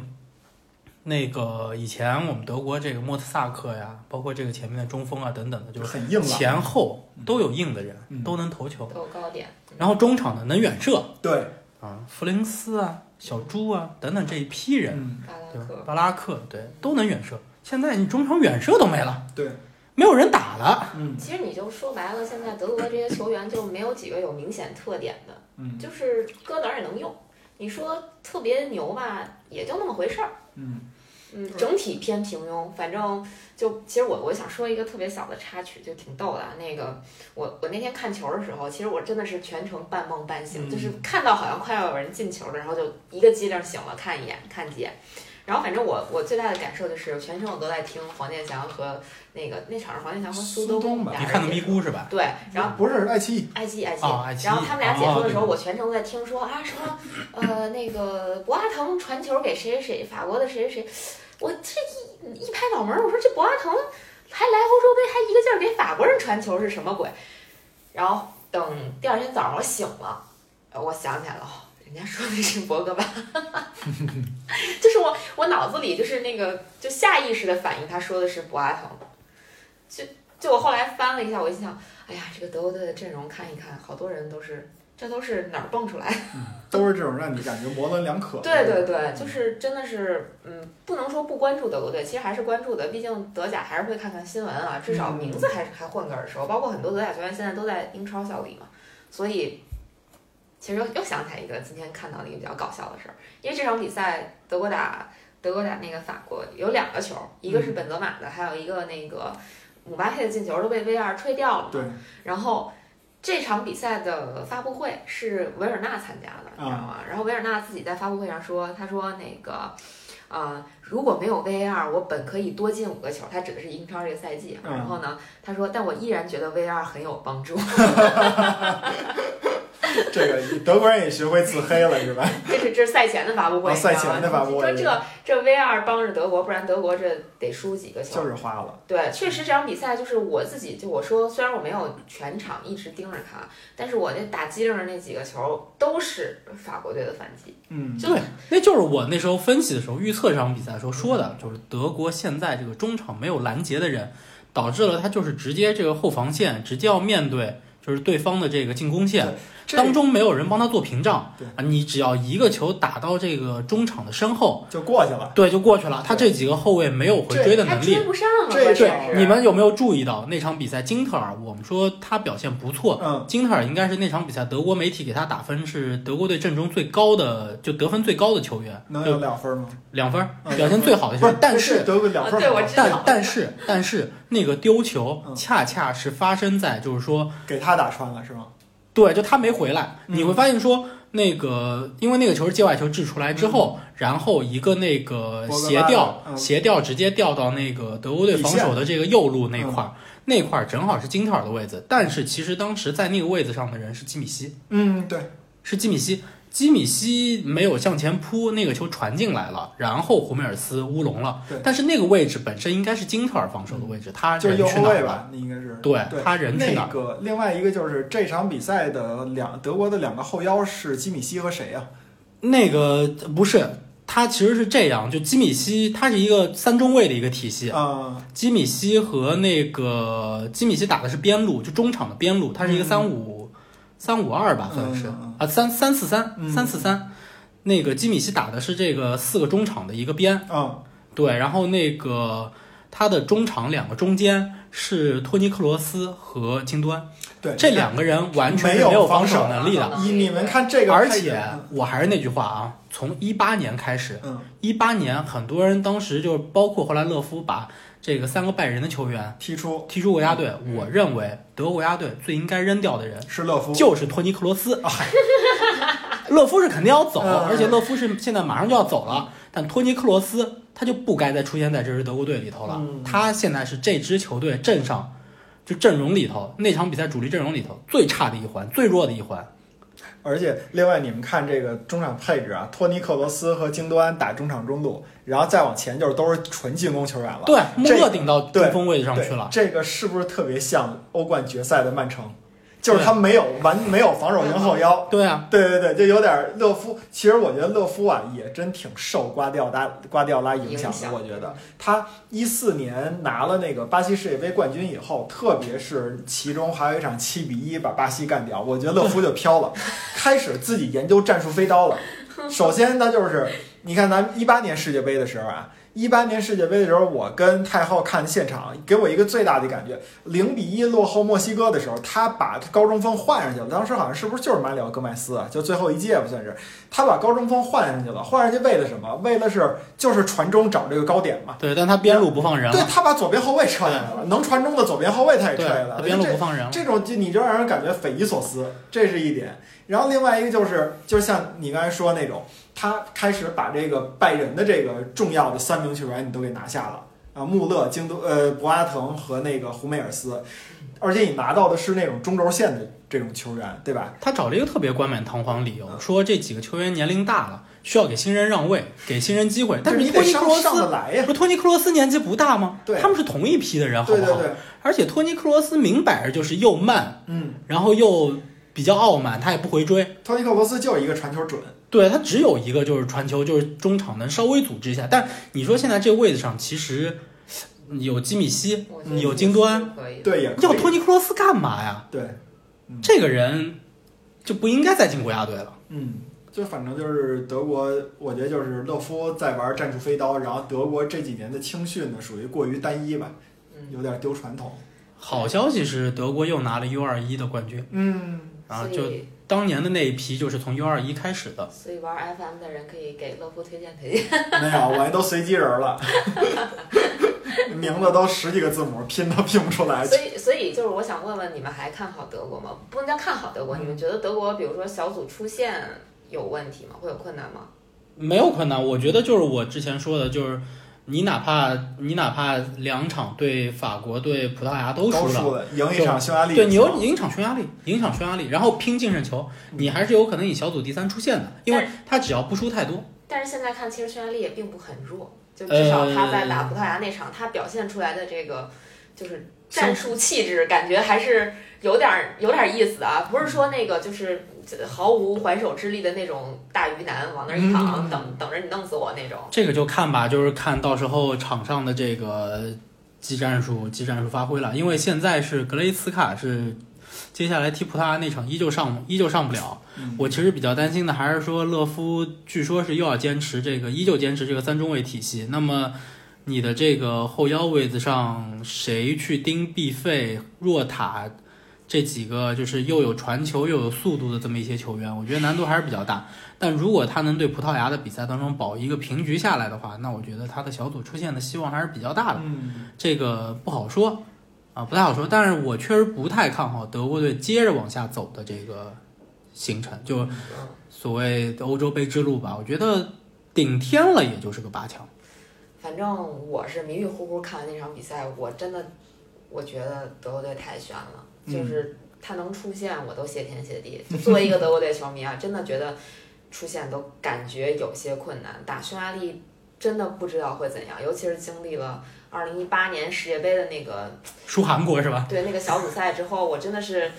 Speaker 3: 那个以前我们德国这个莫特萨克呀，包括这个前面的中锋啊等等的，就是
Speaker 2: 很硬朗。
Speaker 3: 前后都有硬的人，
Speaker 2: 嗯
Speaker 3: 都能投球。
Speaker 1: 都有高点，嗯
Speaker 3: 然后中场呢能远射
Speaker 2: 对，
Speaker 3: 啊，弗林斯啊、小猪啊等等这一批人，
Speaker 2: 嗯，
Speaker 1: 巴拉
Speaker 3: 对吧
Speaker 1: 克？
Speaker 3: 巴拉克对都能远射。现在你中场远射都没了，
Speaker 2: 对，
Speaker 3: 没有人打了。
Speaker 2: 嗯
Speaker 1: 其实你就说白了，现在德国这些球员就没有几个有明显特点的，
Speaker 2: 嗯
Speaker 1: 就是搁哪儿也能用。你说特别牛吧，也就那么回事儿。
Speaker 2: 嗯，
Speaker 1: 嗯，整体偏平庸。反正就其实我我想说一个特别小的插曲，就挺逗的啊。那个我我那天看球的时候，其实我真的是全程半梦半醒，
Speaker 2: 嗯
Speaker 1: 就是看到好像快要有人进球了，然后就一个机灵醒了，看一眼看几眼。然后反正我我最大的感受就是，全程我都在听黄健翔和那个那场是黄健翔和苏
Speaker 2: 苏东吧
Speaker 1: 俩
Speaker 3: 你
Speaker 1: 人
Speaker 3: 看的咪
Speaker 1: 进
Speaker 3: 咕是吧？
Speaker 1: 对，然后。
Speaker 2: 啊不是爱奇艺，
Speaker 1: 爱奇艺，爱奇
Speaker 3: 哦爱
Speaker 1: 艺。
Speaker 3: 奇艺
Speaker 1: 然后他们俩解说的时候，
Speaker 3: 哦对对
Speaker 1: 我全程都在听说啊什么，呃，那个博阿滕传球给谁谁谁，法国的谁谁谁，我这一一拍脑门儿，我说这博阿滕还来欧洲杯，还一个劲儿给法国人传球是什么鬼？然后等第二天早上我醒了，呃我想起来了，哦人家说的是博格 巴，就是我我脑子里就是那个就下意识的反应，他说的是博阿滕。就就我后来翻了一下，我一想，哎呀，这个德国队的阵容看一看，好多人都是，这都是哪儿蹦出来的？
Speaker 2: 都是这种让你感觉模棱两可。
Speaker 1: 对对对，就是真的是，嗯，不能说不关注德国队，其实还是关注的，毕竟德甲还是会看看新闻啊，至少名字还是还混个耳熟，包括很多德甲球员现在都在英超效力嘛，所以。其实又又想起来一个今天看到的一个比较搞笑的事儿，因为这场比赛德国打德国打那个法国有两个球，一个是本泽马的，还有一个那个姆巴佩的进球都被 VR 吹掉了嘛。
Speaker 2: 对，
Speaker 1: 然后这场比赛的发布会是维尔纳参加的，你知道吗？
Speaker 2: 啊
Speaker 1: 然后维尔纳自己在发布会上说，他说那个。呃，如果没有 VAR，我本可以多进五个球。他指的是英超这个赛季啊。
Speaker 2: 嗯
Speaker 1: 然后呢，他说，但我依然觉得 VAR 很有帮助。
Speaker 2: 这个德国人也学会自黑了是吧？
Speaker 1: 这是这是赛前的发布会，
Speaker 2: 啊
Speaker 1: 你知道吗
Speaker 2: 赛前的发布会
Speaker 1: 你说这这 V 二帮着德国，不然德国这得输几个球。
Speaker 2: 就是花了。
Speaker 1: 对，确实这场比赛就是我自己就我说，虽然我没有全场一直盯着看，但是我那打机灵的那几个球都是法国队的反击，
Speaker 2: 嗯，
Speaker 1: 就
Speaker 3: 对，那就是我那时候分析的时候预测这场比赛的时候说的，就是德国现在这个中场没有拦截的人，导致了他就是直接这个后防线直接要面对就是对方的这个进攻线，
Speaker 2: 这
Speaker 3: 当中没有人帮他做屏障
Speaker 2: 对
Speaker 3: 啊，你只要一个球打到这个中场的身后，
Speaker 2: 就过去了。
Speaker 3: 对，就过去了。他这几个后卫没有回追的
Speaker 1: 还
Speaker 3: 能力
Speaker 1: 追。不上啊！
Speaker 2: 这
Speaker 1: 关
Speaker 2: 对
Speaker 1: 键是
Speaker 3: 你们有没有注意到那场比赛金特尔？我们说他表现不错，
Speaker 2: 嗯，
Speaker 3: 金特尔应该是那场比赛德国媒体给他打分是德国队阵中最高的，就得分最高的球员，
Speaker 2: 能有
Speaker 3: 就
Speaker 2: 两分吗？
Speaker 3: 两分儿，
Speaker 2: 嗯
Speaker 3: 表现最好的球
Speaker 2: 不
Speaker 3: 员
Speaker 2: 是。，
Speaker 3: 但
Speaker 2: 这
Speaker 3: 呃是，
Speaker 2: 德国两分
Speaker 1: 啊对
Speaker 2: 好
Speaker 1: 我
Speaker 2: 了
Speaker 1: 知道
Speaker 3: 但但是但是那个丢球
Speaker 2: 嗯
Speaker 3: 恰恰是发生在就是说，
Speaker 2: 给他打穿了是吗？
Speaker 3: 对，就他没回来，
Speaker 2: 嗯
Speaker 3: 你会发现说。那个，因为那个球是界外球掷出来之后，然后一个那个
Speaker 2: 嗯博格巴
Speaker 3: 斜吊，
Speaker 2: 嗯
Speaker 3: 斜吊直接掉到那个德国队防守的这个右路那
Speaker 2: 嗯
Speaker 3: 块儿，那块儿正好是金特尔的位置，但是其实当时在那个位置上的人是基米希，
Speaker 2: 嗯，对，
Speaker 3: 是基米希，基米希没有向前扑，那个球传进来了，然后胡梅尔斯乌龙了
Speaker 2: 对。
Speaker 3: 但是那个位置本身应该是金特尔防守的位置，他
Speaker 2: 就是右
Speaker 3: 人去
Speaker 2: 后
Speaker 3: 哪儿
Speaker 2: 卫
Speaker 3: 了？
Speaker 2: 吧，那应该是。
Speaker 3: 对
Speaker 2: 对，
Speaker 3: 他人去哪
Speaker 2: 那
Speaker 3: 儿？
Speaker 2: 个另外一个就是这场比赛的两德国的两个后腰是基米希和谁啊呀、
Speaker 3: 那个不是，他其实是这样，就基米希，他是一个三中卫的一个体系。
Speaker 2: 啊？
Speaker 3: 基米希和那个基米希打的是边路，就中场的边路，他是一个
Speaker 2: 嗯
Speaker 3: 三五三五二吧，算是
Speaker 2: 嗯嗯
Speaker 3: 啊三三四三
Speaker 2: 嗯
Speaker 3: 三四三。那个基米希打的是这个四个中场的一个边。
Speaker 2: 嗯嗯
Speaker 3: 对，然后那个他的中场两个中间是托尼克罗斯和金端，
Speaker 2: 对，
Speaker 3: 这两个人完全是
Speaker 2: 没有
Speaker 3: 没有防
Speaker 2: 防守
Speaker 3: 守能力的。
Speaker 2: 你你们看这个
Speaker 3: 而
Speaker 2: 太远
Speaker 3: 且
Speaker 2: 了，
Speaker 3: 我还是那句话啊，从一八年开始，
Speaker 2: 嗯，
Speaker 3: 一八年很多人当时就是包括后来勒夫把这个三个拜仁的球员
Speaker 2: 踢出
Speaker 3: 踢出国家队，
Speaker 1: 嗯
Speaker 3: 我认为德国国家队最应该扔掉的人
Speaker 2: 是勒夫，
Speaker 3: 就是托尼克罗斯。 勒夫是肯定要走，
Speaker 2: 哦嗯
Speaker 3: 而且勒夫是现在马上就要走了，但托尼克罗斯他就不该再出现在这支德国队里头了。
Speaker 2: 嗯
Speaker 3: 他现在是这支球队阵上就阵容里头那场比赛主力阵容里头最差的一环，最弱的一环。
Speaker 2: 而且另外你们看这个中场配置啊，托尼克罗斯和京多安打中场中路，然后再往前就是都是纯进攻球员了。
Speaker 3: 对，穆
Speaker 2: 这
Speaker 3: 勒顶到
Speaker 2: 对
Speaker 3: 中锋位置上
Speaker 2: 对
Speaker 3: 去了。
Speaker 2: 这个是不是特别像欧冠决赛的曼城？就是他没有完没有防守型后腰。
Speaker 3: 对啊，
Speaker 2: 对对对，就有点勒夫。其实我觉得勒夫啊，也真挺受瓜迪奥拉瓜迪奥拉影响
Speaker 1: 影响
Speaker 2: 的。我觉得他一四年拿了那个巴西世界杯冠军以后，特别是其中还有一场七比一把巴西干掉，我觉得勒夫就 飘了，开始自己研究战术飞刀了。首先，他就是你看咱一八年世界杯的时候啊，一八年世界杯的时候，我跟太后看现场，给我一个最大的感觉，零比一落后墨西哥的时候，他把高中锋换上去了。当时好像是不是就是马里奥·戈麦斯啊？就最后一届吧，算是他把高中锋换上去了。换上去为了什么？为了是就是传中找这个高点嘛。
Speaker 3: 对，但他边路不放人
Speaker 2: 对
Speaker 3: 了，
Speaker 2: 他把左边后卫撤下来了，能传中的左边后卫他也撤
Speaker 3: 对，
Speaker 2: 下来
Speaker 3: 他
Speaker 2: 了。
Speaker 3: 边路
Speaker 2: 这
Speaker 3: 不放人了。
Speaker 2: 这种就你就让人感觉匪夷所思，这是一点。然后另外一个就是，就是像你刚才说那种，他开始把这个拜仁的这个重要的三名球员你都给拿下了啊，穆勒、京都呃博阿滕和那个胡梅尔斯，而且你拿到的是那种中轴线的这种球员，对吧？
Speaker 3: 他找了一个特别冠冕堂皇理由，
Speaker 2: 嗯
Speaker 3: 说这几个球员年龄大了，需要给新人让位，给新人机会。但
Speaker 2: 就是你
Speaker 3: 托
Speaker 2: 得
Speaker 3: 尼克
Speaker 2: 上
Speaker 3: 罗斯
Speaker 2: 上得来呀。
Speaker 3: 不是托尼克罗斯年纪不大吗？
Speaker 2: 对
Speaker 3: 他们是同一批的人，好
Speaker 2: 对
Speaker 3: 不好？
Speaker 2: 对对，
Speaker 3: 而且托尼克罗斯明摆着就是又慢，
Speaker 2: 嗯，
Speaker 3: 然后又比较傲慢，他也不回追。
Speaker 2: 托尼克罗斯就是一个传球准，
Speaker 3: 对他只有一个就是传球，就是中场能稍微组织一下。但你说现在这个位置上，其实有基米希，
Speaker 1: 我觉得
Speaker 3: 有京啊端
Speaker 1: 可以的，
Speaker 2: 对也可以
Speaker 3: 要托尼克罗斯干嘛呀？
Speaker 2: 对，
Speaker 3: 这个人就不应该再进国家队了。
Speaker 2: 嗯，就反正就是德国，我觉得就是勒夫在玩战术飞刀，然后德国这几年的青训呢，属于过于单一吧，
Speaker 1: 嗯，
Speaker 2: 有点丢传统。
Speaker 3: 好消息是，德国又拿了 U 二一的冠军
Speaker 2: 嗯，
Speaker 3: 啊！
Speaker 1: 所
Speaker 3: 就
Speaker 1: 以
Speaker 3: 当年的那一批就是从 U 二一开始的。
Speaker 1: 所以玩 FM 的人可以给乐福推荐推荐。
Speaker 2: 没有，我还都随机人了，名字都十几个字母拼都拼不出
Speaker 3: 哎
Speaker 2: 来。
Speaker 1: 所以，所以就是我想问问你们，还看好德国吗？不能叫看好德国，
Speaker 3: 嗯
Speaker 1: 你们觉得德国，比如说小组出线有问题吗？会有困难吗？
Speaker 3: 没有困难，我觉得就是我之前说的，就是你哪怕你哪怕两场对法国、对葡萄牙都输了，
Speaker 2: 了，赢一场匈牙利，
Speaker 3: 对，你有赢一场匈牙利，赢一场匈牙利，然后拼净胜球，你还是有可能以小组第三出现的，因为他只要不输太多，
Speaker 1: 但是现在看，其实匈牙利也并不很弱，就至少他在
Speaker 3: 呃
Speaker 1: 打葡萄牙那场，他表现出来的这个就是战术气质，感觉还是有点儿有点儿意思啊，不是说那个就是毫无还手之力的那种大鱼腩往那儿一躺，
Speaker 3: 嗯
Speaker 1: 等等着你弄死我那种。
Speaker 3: 这个就看吧，就是看到时候场上的这个技战术技战术发挥了，因为现在是格雷茨卡是接下来踢葡萄牙那场依旧上依旧上不了，
Speaker 2: 嗯
Speaker 3: 我其实比较担心的还是说勒夫，据说是又要坚持这个，依旧坚持这个三中卫体系。那么你的这个后腰位子上，谁去盯毕费、若塔这几个，就是又有传球又有速度的这么一些球员，我觉得难度还是比较大。但如果他能对葡萄牙的比赛当中保一个平局下来的话，那我觉得他的小组出现的希望还是比较大的。
Speaker 2: 嗯，
Speaker 3: 这个不好说啊，不太好说。但是我确实不太看好德国队接着往下走的这个行程，就所谓的欧洲杯之路吧。我觉得顶天了也就是个八强。
Speaker 1: 反正我是迷迷糊糊看完那场比赛，我真的我觉得德国队太悬了，
Speaker 2: 嗯
Speaker 1: 就是他能出现，我都谢天谢地。就作为一个德国队球迷啊，真的觉得出现都感觉有些困难，打匈牙利真的不知道会怎样，尤其是经历了二零一八年世界杯的那个
Speaker 3: 输韩国是吧？
Speaker 1: 对那个小组赛之后，我真的是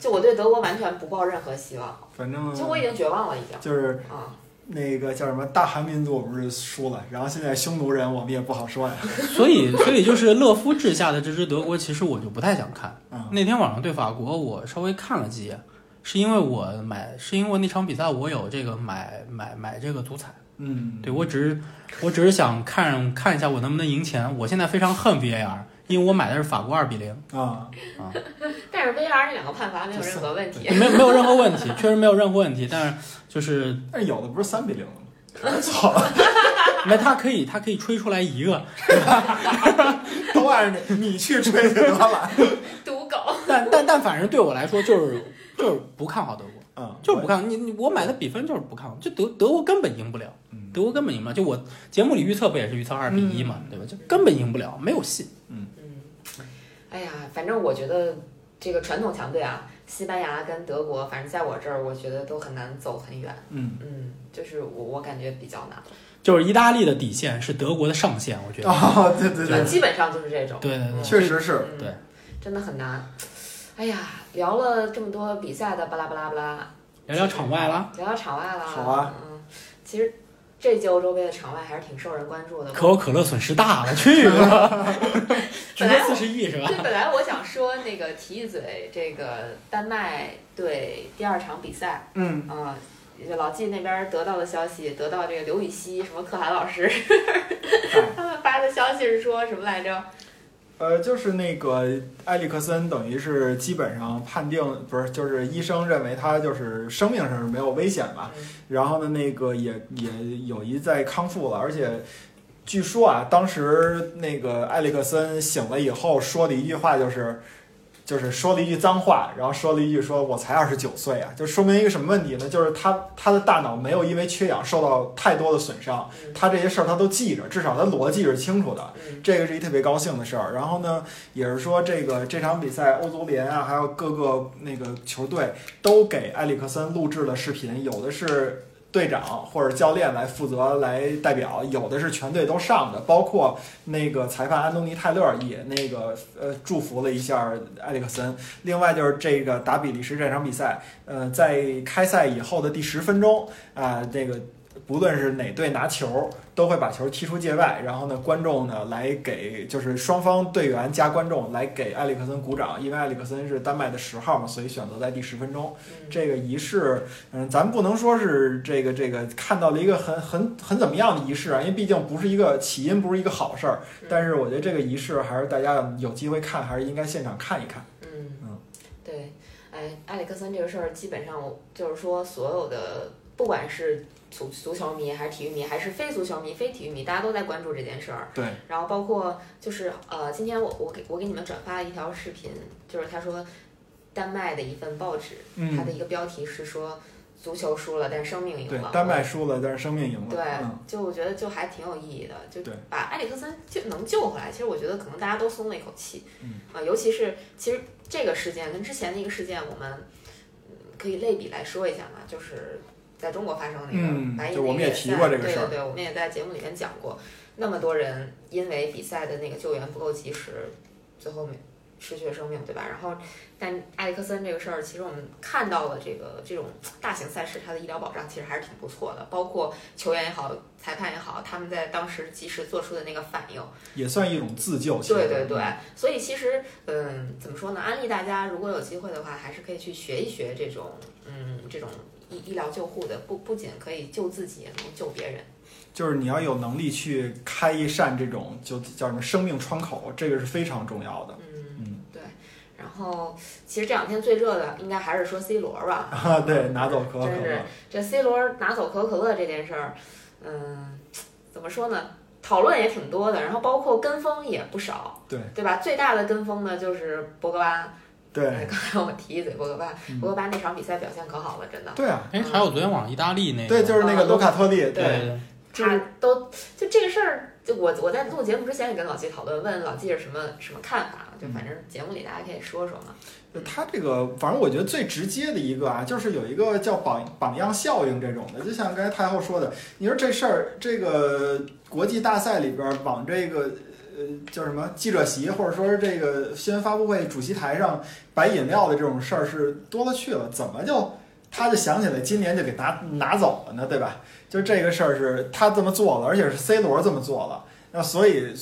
Speaker 1: 就我对德国完全不抱任何希望，
Speaker 2: 反正
Speaker 1: 就我已经绝望了，已经
Speaker 2: 就是
Speaker 1: 啊，
Speaker 2: 那个叫什么大韩民族，我们是输了，然后现在匈奴人我们也不好说呀。
Speaker 3: 所以，所以就是勒夫治下的这支德国，其实我就不太想看。
Speaker 2: 嗯
Speaker 3: 那天晚上对法国，我稍微看了几眼，是因为我买，是因为那场比赛我有这个买买买这个足彩。
Speaker 2: 嗯，
Speaker 3: 对我只是我只是想看看一下我能不能赢钱。我现在非常恨 VAR，因为我买的是法国二比零，
Speaker 2: 啊，
Speaker 1: 但是 VR 那两个判罚没有任何问题。
Speaker 3: 没有没有任何问题，确实没有任何问题。但是就是
Speaker 2: 但是有的不是三比零了吗？操，
Speaker 3: 那他可以他可以吹出来一个，
Speaker 2: 都按着你你去吹去得 了。
Speaker 1: 赌狗，
Speaker 3: 但但但反正对我来说就是就是不看好德国，
Speaker 2: 嗯，
Speaker 3: 就是不看你你我买的比分就是不看好，就德德国根本赢不了，
Speaker 2: 嗯
Speaker 3: 德国根本赢不了。就我节目里预测不也是预测二比一嘛，对吧？就根本赢不了，没有戏。
Speaker 1: 嗯，哎呀，反正我觉得这个传统强队啊，西班牙跟德国，反正在我这儿，我觉得都很难走很远。
Speaker 2: 嗯，
Speaker 1: 嗯，就是我我感觉比较难，
Speaker 3: 就是意大利的底线是德国的上限，我觉得。
Speaker 2: 啊，对对
Speaker 1: 就
Speaker 2: 对，
Speaker 1: 基本上就是这种。
Speaker 3: 对对对，
Speaker 2: 确实是。
Speaker 1: 嗯，
Speaker 3: 对，
Speaker 1: 真的很难。哎呀，聊了这么多比赛的巴拉巴拉巴拉，
Speaker 3: 聊聊场外啦。
Speaker 1: 聊聊场外了。
Speaker 2: 好啊，
Speaker 1: 嗯，其实这届欧洲杯的场外还是挺受人关注的。
Speaker 3: 可口可乐损失大了，去吧，直
Speaker 1: 本来
Speaker 3: 接
Speaker 1: 我
Speaker 3: 四十亿是吧？
Speaker 1: 对，本来我想说那个提一嘴，这个丹麦对第二场比赛，
Speaker 2: 嗯，
Speaker 1: 啊，就老纪那边得到的消息，得到这个刘禹锡什么可汗老师，
Speaker 2: 嗯
Speaker 1: 他们发的消息是说什么来着？
Speaker 2: 呃，就是那个埃里克森，等于是基本上判定不是，就是医生认为他就是生命上是没有危险吧。然后呢，那个也也有一在康复了，而且据说啊，当时那个埃里克森醒了以后说的一句话就是，就是说了一句脏话，然后说了一句说“我才二十九岁啊”，就说明一个什么问题呢？就是他他的大脑没有因为缺氧受到太多的损伤，
Speaker 1: 嗯
Speaker 2: 他这些事儿他都记着，至少他逻辑是清楚的。
Speaker 1: 嗯
Speaker 2: 这个是一特别高兴的事儿。然后呢，也是说这个这场比赛，欧足联啊，还有各个那个球队都给埃里克森录制了视频，有的是。队长或者教练来负责来代表，有的是全队都上的，包括那个裁判安东尼泰勒也那个呃祝福了一下埃里克森。另外就是这个打比利时这场比赛，呃，在开赛以后的第十分钟啊、这个不论是哪队拿球，都会把球踢出界外，然后呢，观众呢来给就是双方队员加观众来给埃里克森鼓掌，因为埃里克森是丹麦的十号嘛，所以选择在第十分钟
Speaker 1: 嗯
Speaker 2: 这个仪式，嗯，咱不能说是这个这个看到了一个很很很怎么样的仪式啊，因为毕竟不是一个起因，不是一个好事儿，但是我觉得这个仪式还是大家有机会看，还是应该现场看一看。
Speaker 1: 嗯
Speaker 2: 嗯，
Speaker 1: 对，哎，埃里克森这个事儿，基本上我就是说，所有的不管是足足球迷还是体育迷，还是非足球迷、非体育迷，大家都在关注这件事儿。
Speaker 2: 对，
Speaker 1: 然后包括就是呃，今天我我给我给你们转发了一条视频，就是他说丹麦的一份报纸，它
Speaker 2: 嗯
Speaker 1: 的一个标题是说，足球输了，但生命赢
Speaker 2: 对
Speaker 1: 了。，
Speaker 2: 丹麦输了，但是生命赢了。
Speaker 1: 对
Speaker 2: 嗯，，
Speaker 1: 就我觉得就还挺有意义的，就
Speaker 2: 对
Speaker 1: 把埃里克森就能救回来。其实我觉得可能大家都松了一口气，
Speaker 2: 嗯
Speaker 1: 啊、尤其是其实这个事件跟之前的一个事件，我们嗯可以类比来说一下嘛，就是在中国发生的那
Speaker 2: 嗯
Speaker 1: 个白银
Speaker 2: 就我们
Speaker 1: 那
Speaker 2: 也
Speaker 1: 个
Speaker 2: 提
Speaker 1: 赛
Speaker 2: 过这个事儿
Speaker 1: 对对对，我们也在节目里面讲过，那么多人因为比赛的那个救援不够及时，最后没失去了生命，对吧？然后，但埃里克森这个事儿，其实我们看到了这个这种大型赛事，它的医疗保障其实还是挺不错的，包括球员也好，裁判也好，他们在当时及时做出的那个反应。
Speaker 2: 也算一种自救。其实
Speaker 1: 对对对，所以其实，嗯，怎么说呢？安利大家，如果有机会的话，还是可以去学一学这种，嗯，这种医医疗救护的，不不仅可以救自己，也能救别人。
Speaker 2: 就是你要有能力去开一扇这种就叫什么生命窗口，这个是非常重要的。嗯
Speaker 1: 嗯，对。然后，其实这两天最热的应该还是说 C 罗吧。
Speaker 2: 啊，对，拿走可口可
Speaker 1: 真是
Speaker 2: 乐，
Speaker 1: 这 C 罗拿走可口可乐这件事儿，嗯，怎么说呢？讨论也挺多的，然后包括跟风也不少，
Speaker 2: 对
Speaker 1: 对吧？最大的跟风呢就是博格巴，
Speaker 2: 对
Speaker 1: 哎刚才我提一嘴博格巴，
Speaker 2: 嗯
Speaker 1: 博格巴那场比赛表现可好了，真的，
Speaker 2: 对啊，
Speaker 3: 哎，还有昨天晚上意大利那个，
Speaker 2: 对，就是那个卢卡托利，
Speaker 3: 对
Speaker 2: 对，
Speaker 3: 对
Speaker 1: 他都就这个事儿，就我我在录节目之前也跟老季讨论，问老季是什么什么看法，就反正节目里大家可以说说嘛。
Speaker 2: 就他这个，反正我觉得最直接的一个啊，就是有一个叫榜榜样效应这种的，就像刚才太后说的，你说这事儿，这个国际大赛里边儿往这个呃叫什么记者席，或者说是这个新闻发布会主席台上摆饮料的这种事儿是多了去了，怎么就他就想起来今年就给拿拿走了呢，对吧？就这个事儿是他这么做了，而且是 C 罗这么做了，那所以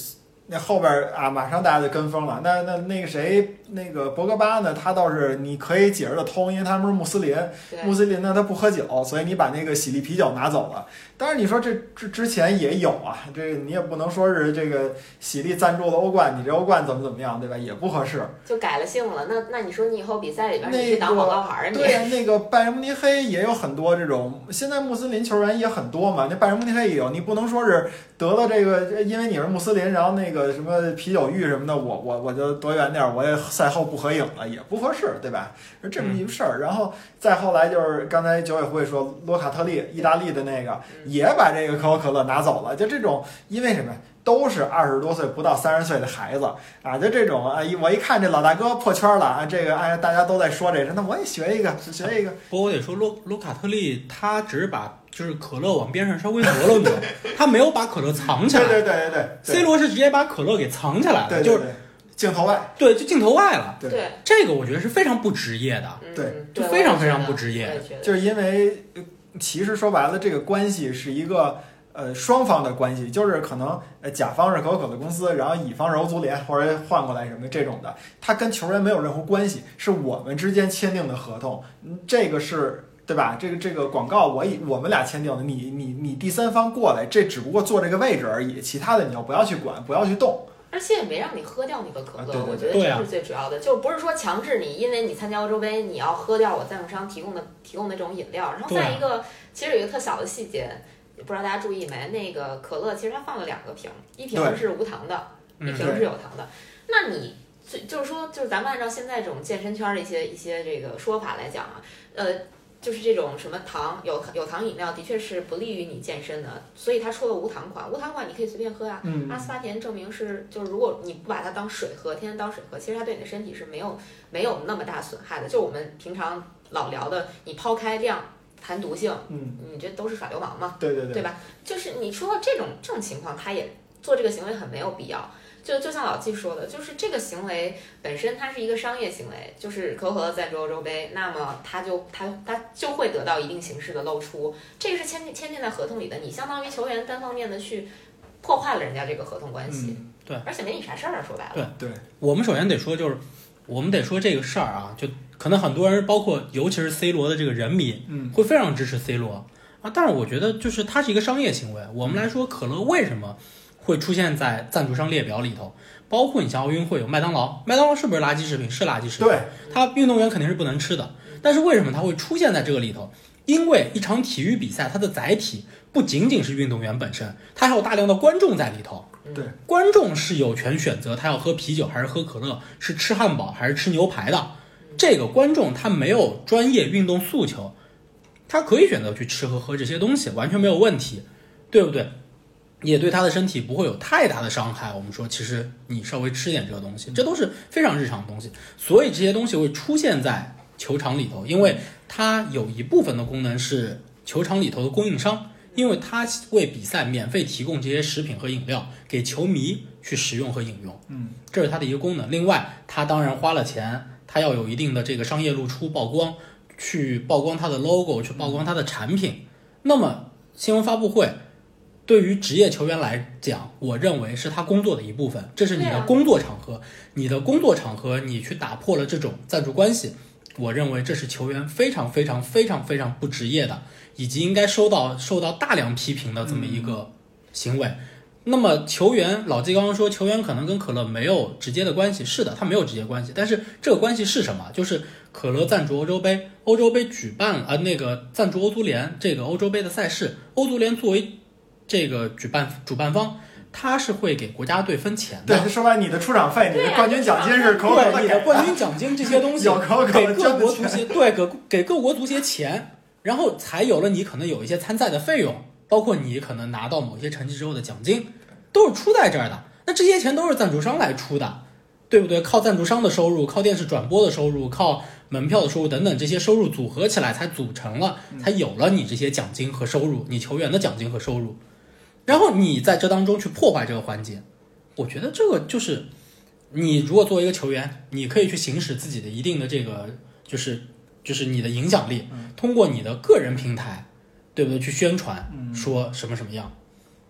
Speaker 2: 那后边儿啊，马上大家就跟风了。那那那个谁，那个博格巴呢？他倒是你可以解释得通，因为他们是穆斯林，
Speaker 1: 对，
Speaker 2: 穆斯林呢他不喝酒，所以你把那个喜力啤酒拿走了。但是你说这之之前也有啊，这你也不能说是这个喜力赞助了欧冠，你这欧冠怎么怎么样，对吧？也不合适。
Speaker 1: 就改了姓了。那那你说你以后比赛里边
Speaker 2: 那
Speaker 1: 你去当
Speaker 2: 个
Speaker 1: 广告牌儿，你
Speaker 2: 对呀，啊那个拜仁慕尼黑也有很多这种，现在穆斯林球员也很多嘛。那拜仁慕尼黑也有，你不能说是得了这个，因为你是穆斯林，然后那个什么啤酒浴什么的，我我我就躲远点儿，我也赛后不合影了，也不合适，对吧？是这么
Speaker 1: 嗯
Speaker 2: 一个事儿。然后再后来就是刚才九委会说，罗卡特利，意大利的那个
Speaker 1: 嗯
Speaker 2: 也把这个可口可乐拿走了，就这种，因为什么？都是二十多岁不到三十岁的孩子啊，就这种啊，一我一看这老大哥破圈了啊，这个哎大家都在说这事，那我也学一个，学一个。
Speaker 3: 不过我得说，洛洛卡特利他只是把就是可乐往边上稍微挪了挪， 他没有把可乐藏起
Speaker 2: 对
Speaker 3: 来。
Speaker 2: 对对对对
Speaker 3: C 罗是直接把可乐给藏起来
Speaker 2: 对对
Speaker 3: 了，就是
Speaker 2: 对镜头外，
Speaker 3: 对，就镜头外了。
Speaker 2: 对
Speaker 1: 对，
Speaker 3: 这个我觉得是非常不职业的。
Speaker 1: 嗯
Speaker 2: 对
Speaker 1: 对，
Speaker 3: 就
Speaker 1: 我
Speaker 3: 非常
Speaker 1: 也
Speaker 3: 非
Speaker 1: 觉
Speaker 3: 常
Speaker 1: 得
Speaker 3: 不职业
Speaker 1: 我也觉得
Speaker 2: 就是因为呃其实说白了，这个关系是一个呃双方的关系，就是可能呃甲方是可口可乐公司，然后乙方是欧足联或者换过来什么这种的，它跟球员没有任何关系，是我们之间签订的合同，嗯这个是。对吧？这个这个广告我以我们俩签订的，你你你第三方过来，这只不过坐这个位置而已，其他的你就不要去管，不要去动。
Speaker 1: 而且也没让你喝掉那个可乐，
Speaker 2: 啊对对对
Speaker 1: 我觉得
Speaker 3: 对啊
Speaker 1: 这是最主要的，就不是说强制你，因为你参加欧洲杯，你要喝掉我赞助商提供的提供的这种饮料。然后
Speaker 3: 对啊
Speaker 1: 再一个，其实有一个特小的细节，也不知道大家注意没？那个可乐其实它放了两个瓶，一
Speaker 2: 对
Speaker 1: 瓶是无糖的，一
Speaker 3: 嗯，
Speaker 1: 瓶是有糖的。那你最就是说，就是咱们按照现在这种健身圈的一些一些这个说法来讲啊，呃，就是这种什么糖有有糖饮料的确是不利于你健身的，所以它出了无糖款，无糖款你可以随便喝啊。
Speaker 2: 嗯
Speaker 1: 阿斯巴甜证明是，就是如果你不把它当水喝，天天当水喝，其实它对你的身体是没有没有那么大损害的。就我们平常老聊的，你抛开量谈毒性，
Speaker 2: 嗯，
Speaker 1: 你这都是耍流氓嘛，
Speaker 2: 对对对
Speaker 1: 对吧？就是你说到这种这种情况，他也做这个行为很没有必要。就就像老季说的，就是这个行为本身它是一个商业行为，就是可口可乐赞助欧洲杯，那么它就它它就会得到一定形式的露出，这个是签订签订在合同里的，你相当于球员单方面的去破坏了人家这个合同关系。
Speaker 2: 嗯
Speaker 1: 而且没你啥事儿啊，说白了。
Speaker 3: 我们首先得说，就是我们得说这个事儿啊，就可能很多人，包括尤其是 C 罗的这个人迷，
Speaker 2: 嗯，
Speaker 3: 会非常支持 C 罗啊。但是我觉得，就是它是一个商业行为。我们来说，可乐为什么会出现在赞助商列表里头？包括你像奥运会有麦当劳，麦当劳是不是垃圾食品？是垃圾食品。
Speaker 2: 对，
Speaker 3: 它运动员肯定是不能吃的。但是为什么它会出现在这个里头？因为一场体育比赛，它的载体不仅仅是运动员本身，它还有大量的观众在里头。
Speaker 2: 对，
Speaker 3: 观众是有权选择他要喝啤酒还是喝可乐，是吃汉堡还是吃牛排的。这个观众他没有专业运动诉求，他可以选择去吃和喝这些东西，完全没有问题，对不对？也对他的身体不会有太大的伤害。我们说，其实你稍微吃点这个东西，这都是非常日常的东西。所以这些东西会出现在球场里头，因为它有一部分的功能是球场里头的供应商，因为它为比赛免费提供这些食品和饮料给球迷去食用和饮用。
Speaker 2: 嗯，
Speaker 3: 这是它的一个功能。另外，它当然花了钱，它要有一定的这个商业露出曝光，去曝光它的 logo，去曝光它的产品。那么新闻发布会对于职业球员来讲，我认为是他工作的一部分，这是你
Speaker 1: 对
Speaker 3: 的
Speaker 1: 啊
Speaker 3: 工作场合，你的工作场合你去打破了这种赞助关系，我认为这是球员非常非常非常非常不职业的，以及应该受到受到大量批评的这么一个行为。那么球员，老季刚刚说球员可能跟可乐没有直接的关系，是的，他没有直接关系，但是这个关系是什么？就是可乐赞助欧洲杯，欧洲杯举办啊、呃那个赞助欧足联这个欧洲杯的赛事，欧足联作为这个举办主办方，他是会给国家队分钱的
Speaker 2: 对，，就说白了，你的出场费、你
Speaker 1: 对
Speaker 2: 的
Speaker 1: 啊
Speaker 2: 冠军奖金是可口可
Speaker 3: 对
Speaker 2: 乐
Speaker 3: 你的
Speaker 2: 给
Speaker 3: 冠军奖金这些东西
Speaker 2: 有可口可
Speaker 3: 给
Speaker 2: 乐
Speaker 3: 各
Speaker 2: 赚
Speaker 3: 国
Speaker 2: 的
Speaker 3: 足
Speaker 2: 钱。
Speaker 3: 协对给给各国足协钱，然后才有了你可能有一些参赛的费用，包括你可能拿到某些成绩之后的奖金，都是出在这儿的。那这些钱都是赞助商来出的，对不对？靠赞助商的收入，靠电视转播的收入，靠门票的收入等等这些收入组合起来，才组成了，才有了你这些奖金和收入，你球员的奖金和收入。然后你在这当中去破坏这个环节，我觉得这个就是你如果作为一个球员，你可以去行使自己的一定的这个，就是就是你的影响力，通过你的个人平台，对不对？去宣传
Speaker 2: 嗯
Speaker 3: 说什么什么样，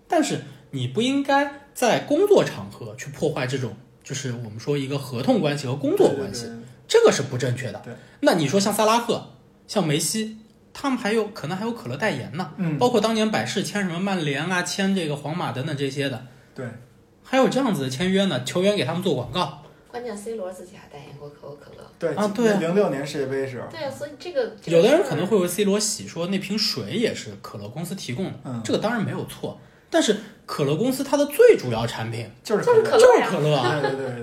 Speaker 3: 但是你不应该在工作场合去破坏这种，就是我们说一个合同关系和工作关系。
Speaker 2: 对对对
Speaker 3: 这个是不正确的
Speaker 2: 对。
Speaker 3: 那你说像萨拉赫、像梅西，他们还有可能还有可乐代言呢，
Speaker 2: 嗯，
Speaker 3: 包括当年百事签什么曼联啊、签这个皇马等等这些的，
Speaker 2: 对，
Speaker 3: 还有这样子的签约呢，球员给他们做广告，
Speaker 1: 关键 C 罗自己还代言过可口可乐。
Speaker 2: 对
Speaker 3: 啊对啊
Speaker 2: 零六年世界杯时候，
Speaker 1: 对啊，所以这个、这个、
Speaker 3: 有的人可能会为 C 罗洗说那瓶水也是可乐公司提供的，
Speaker 2: 嗯
Speaker 3: 这个当然没有错，但是可乐公司它的最主要产品
Speaker 2: 就是
Speaker 1: 就是可
Speaker 3: 就
Speaker 1: 乐
Speaker 3: 是
Speaker 1: 呀
Speaker 3: 可乐 啊，
Speaker 2: 对对对对对，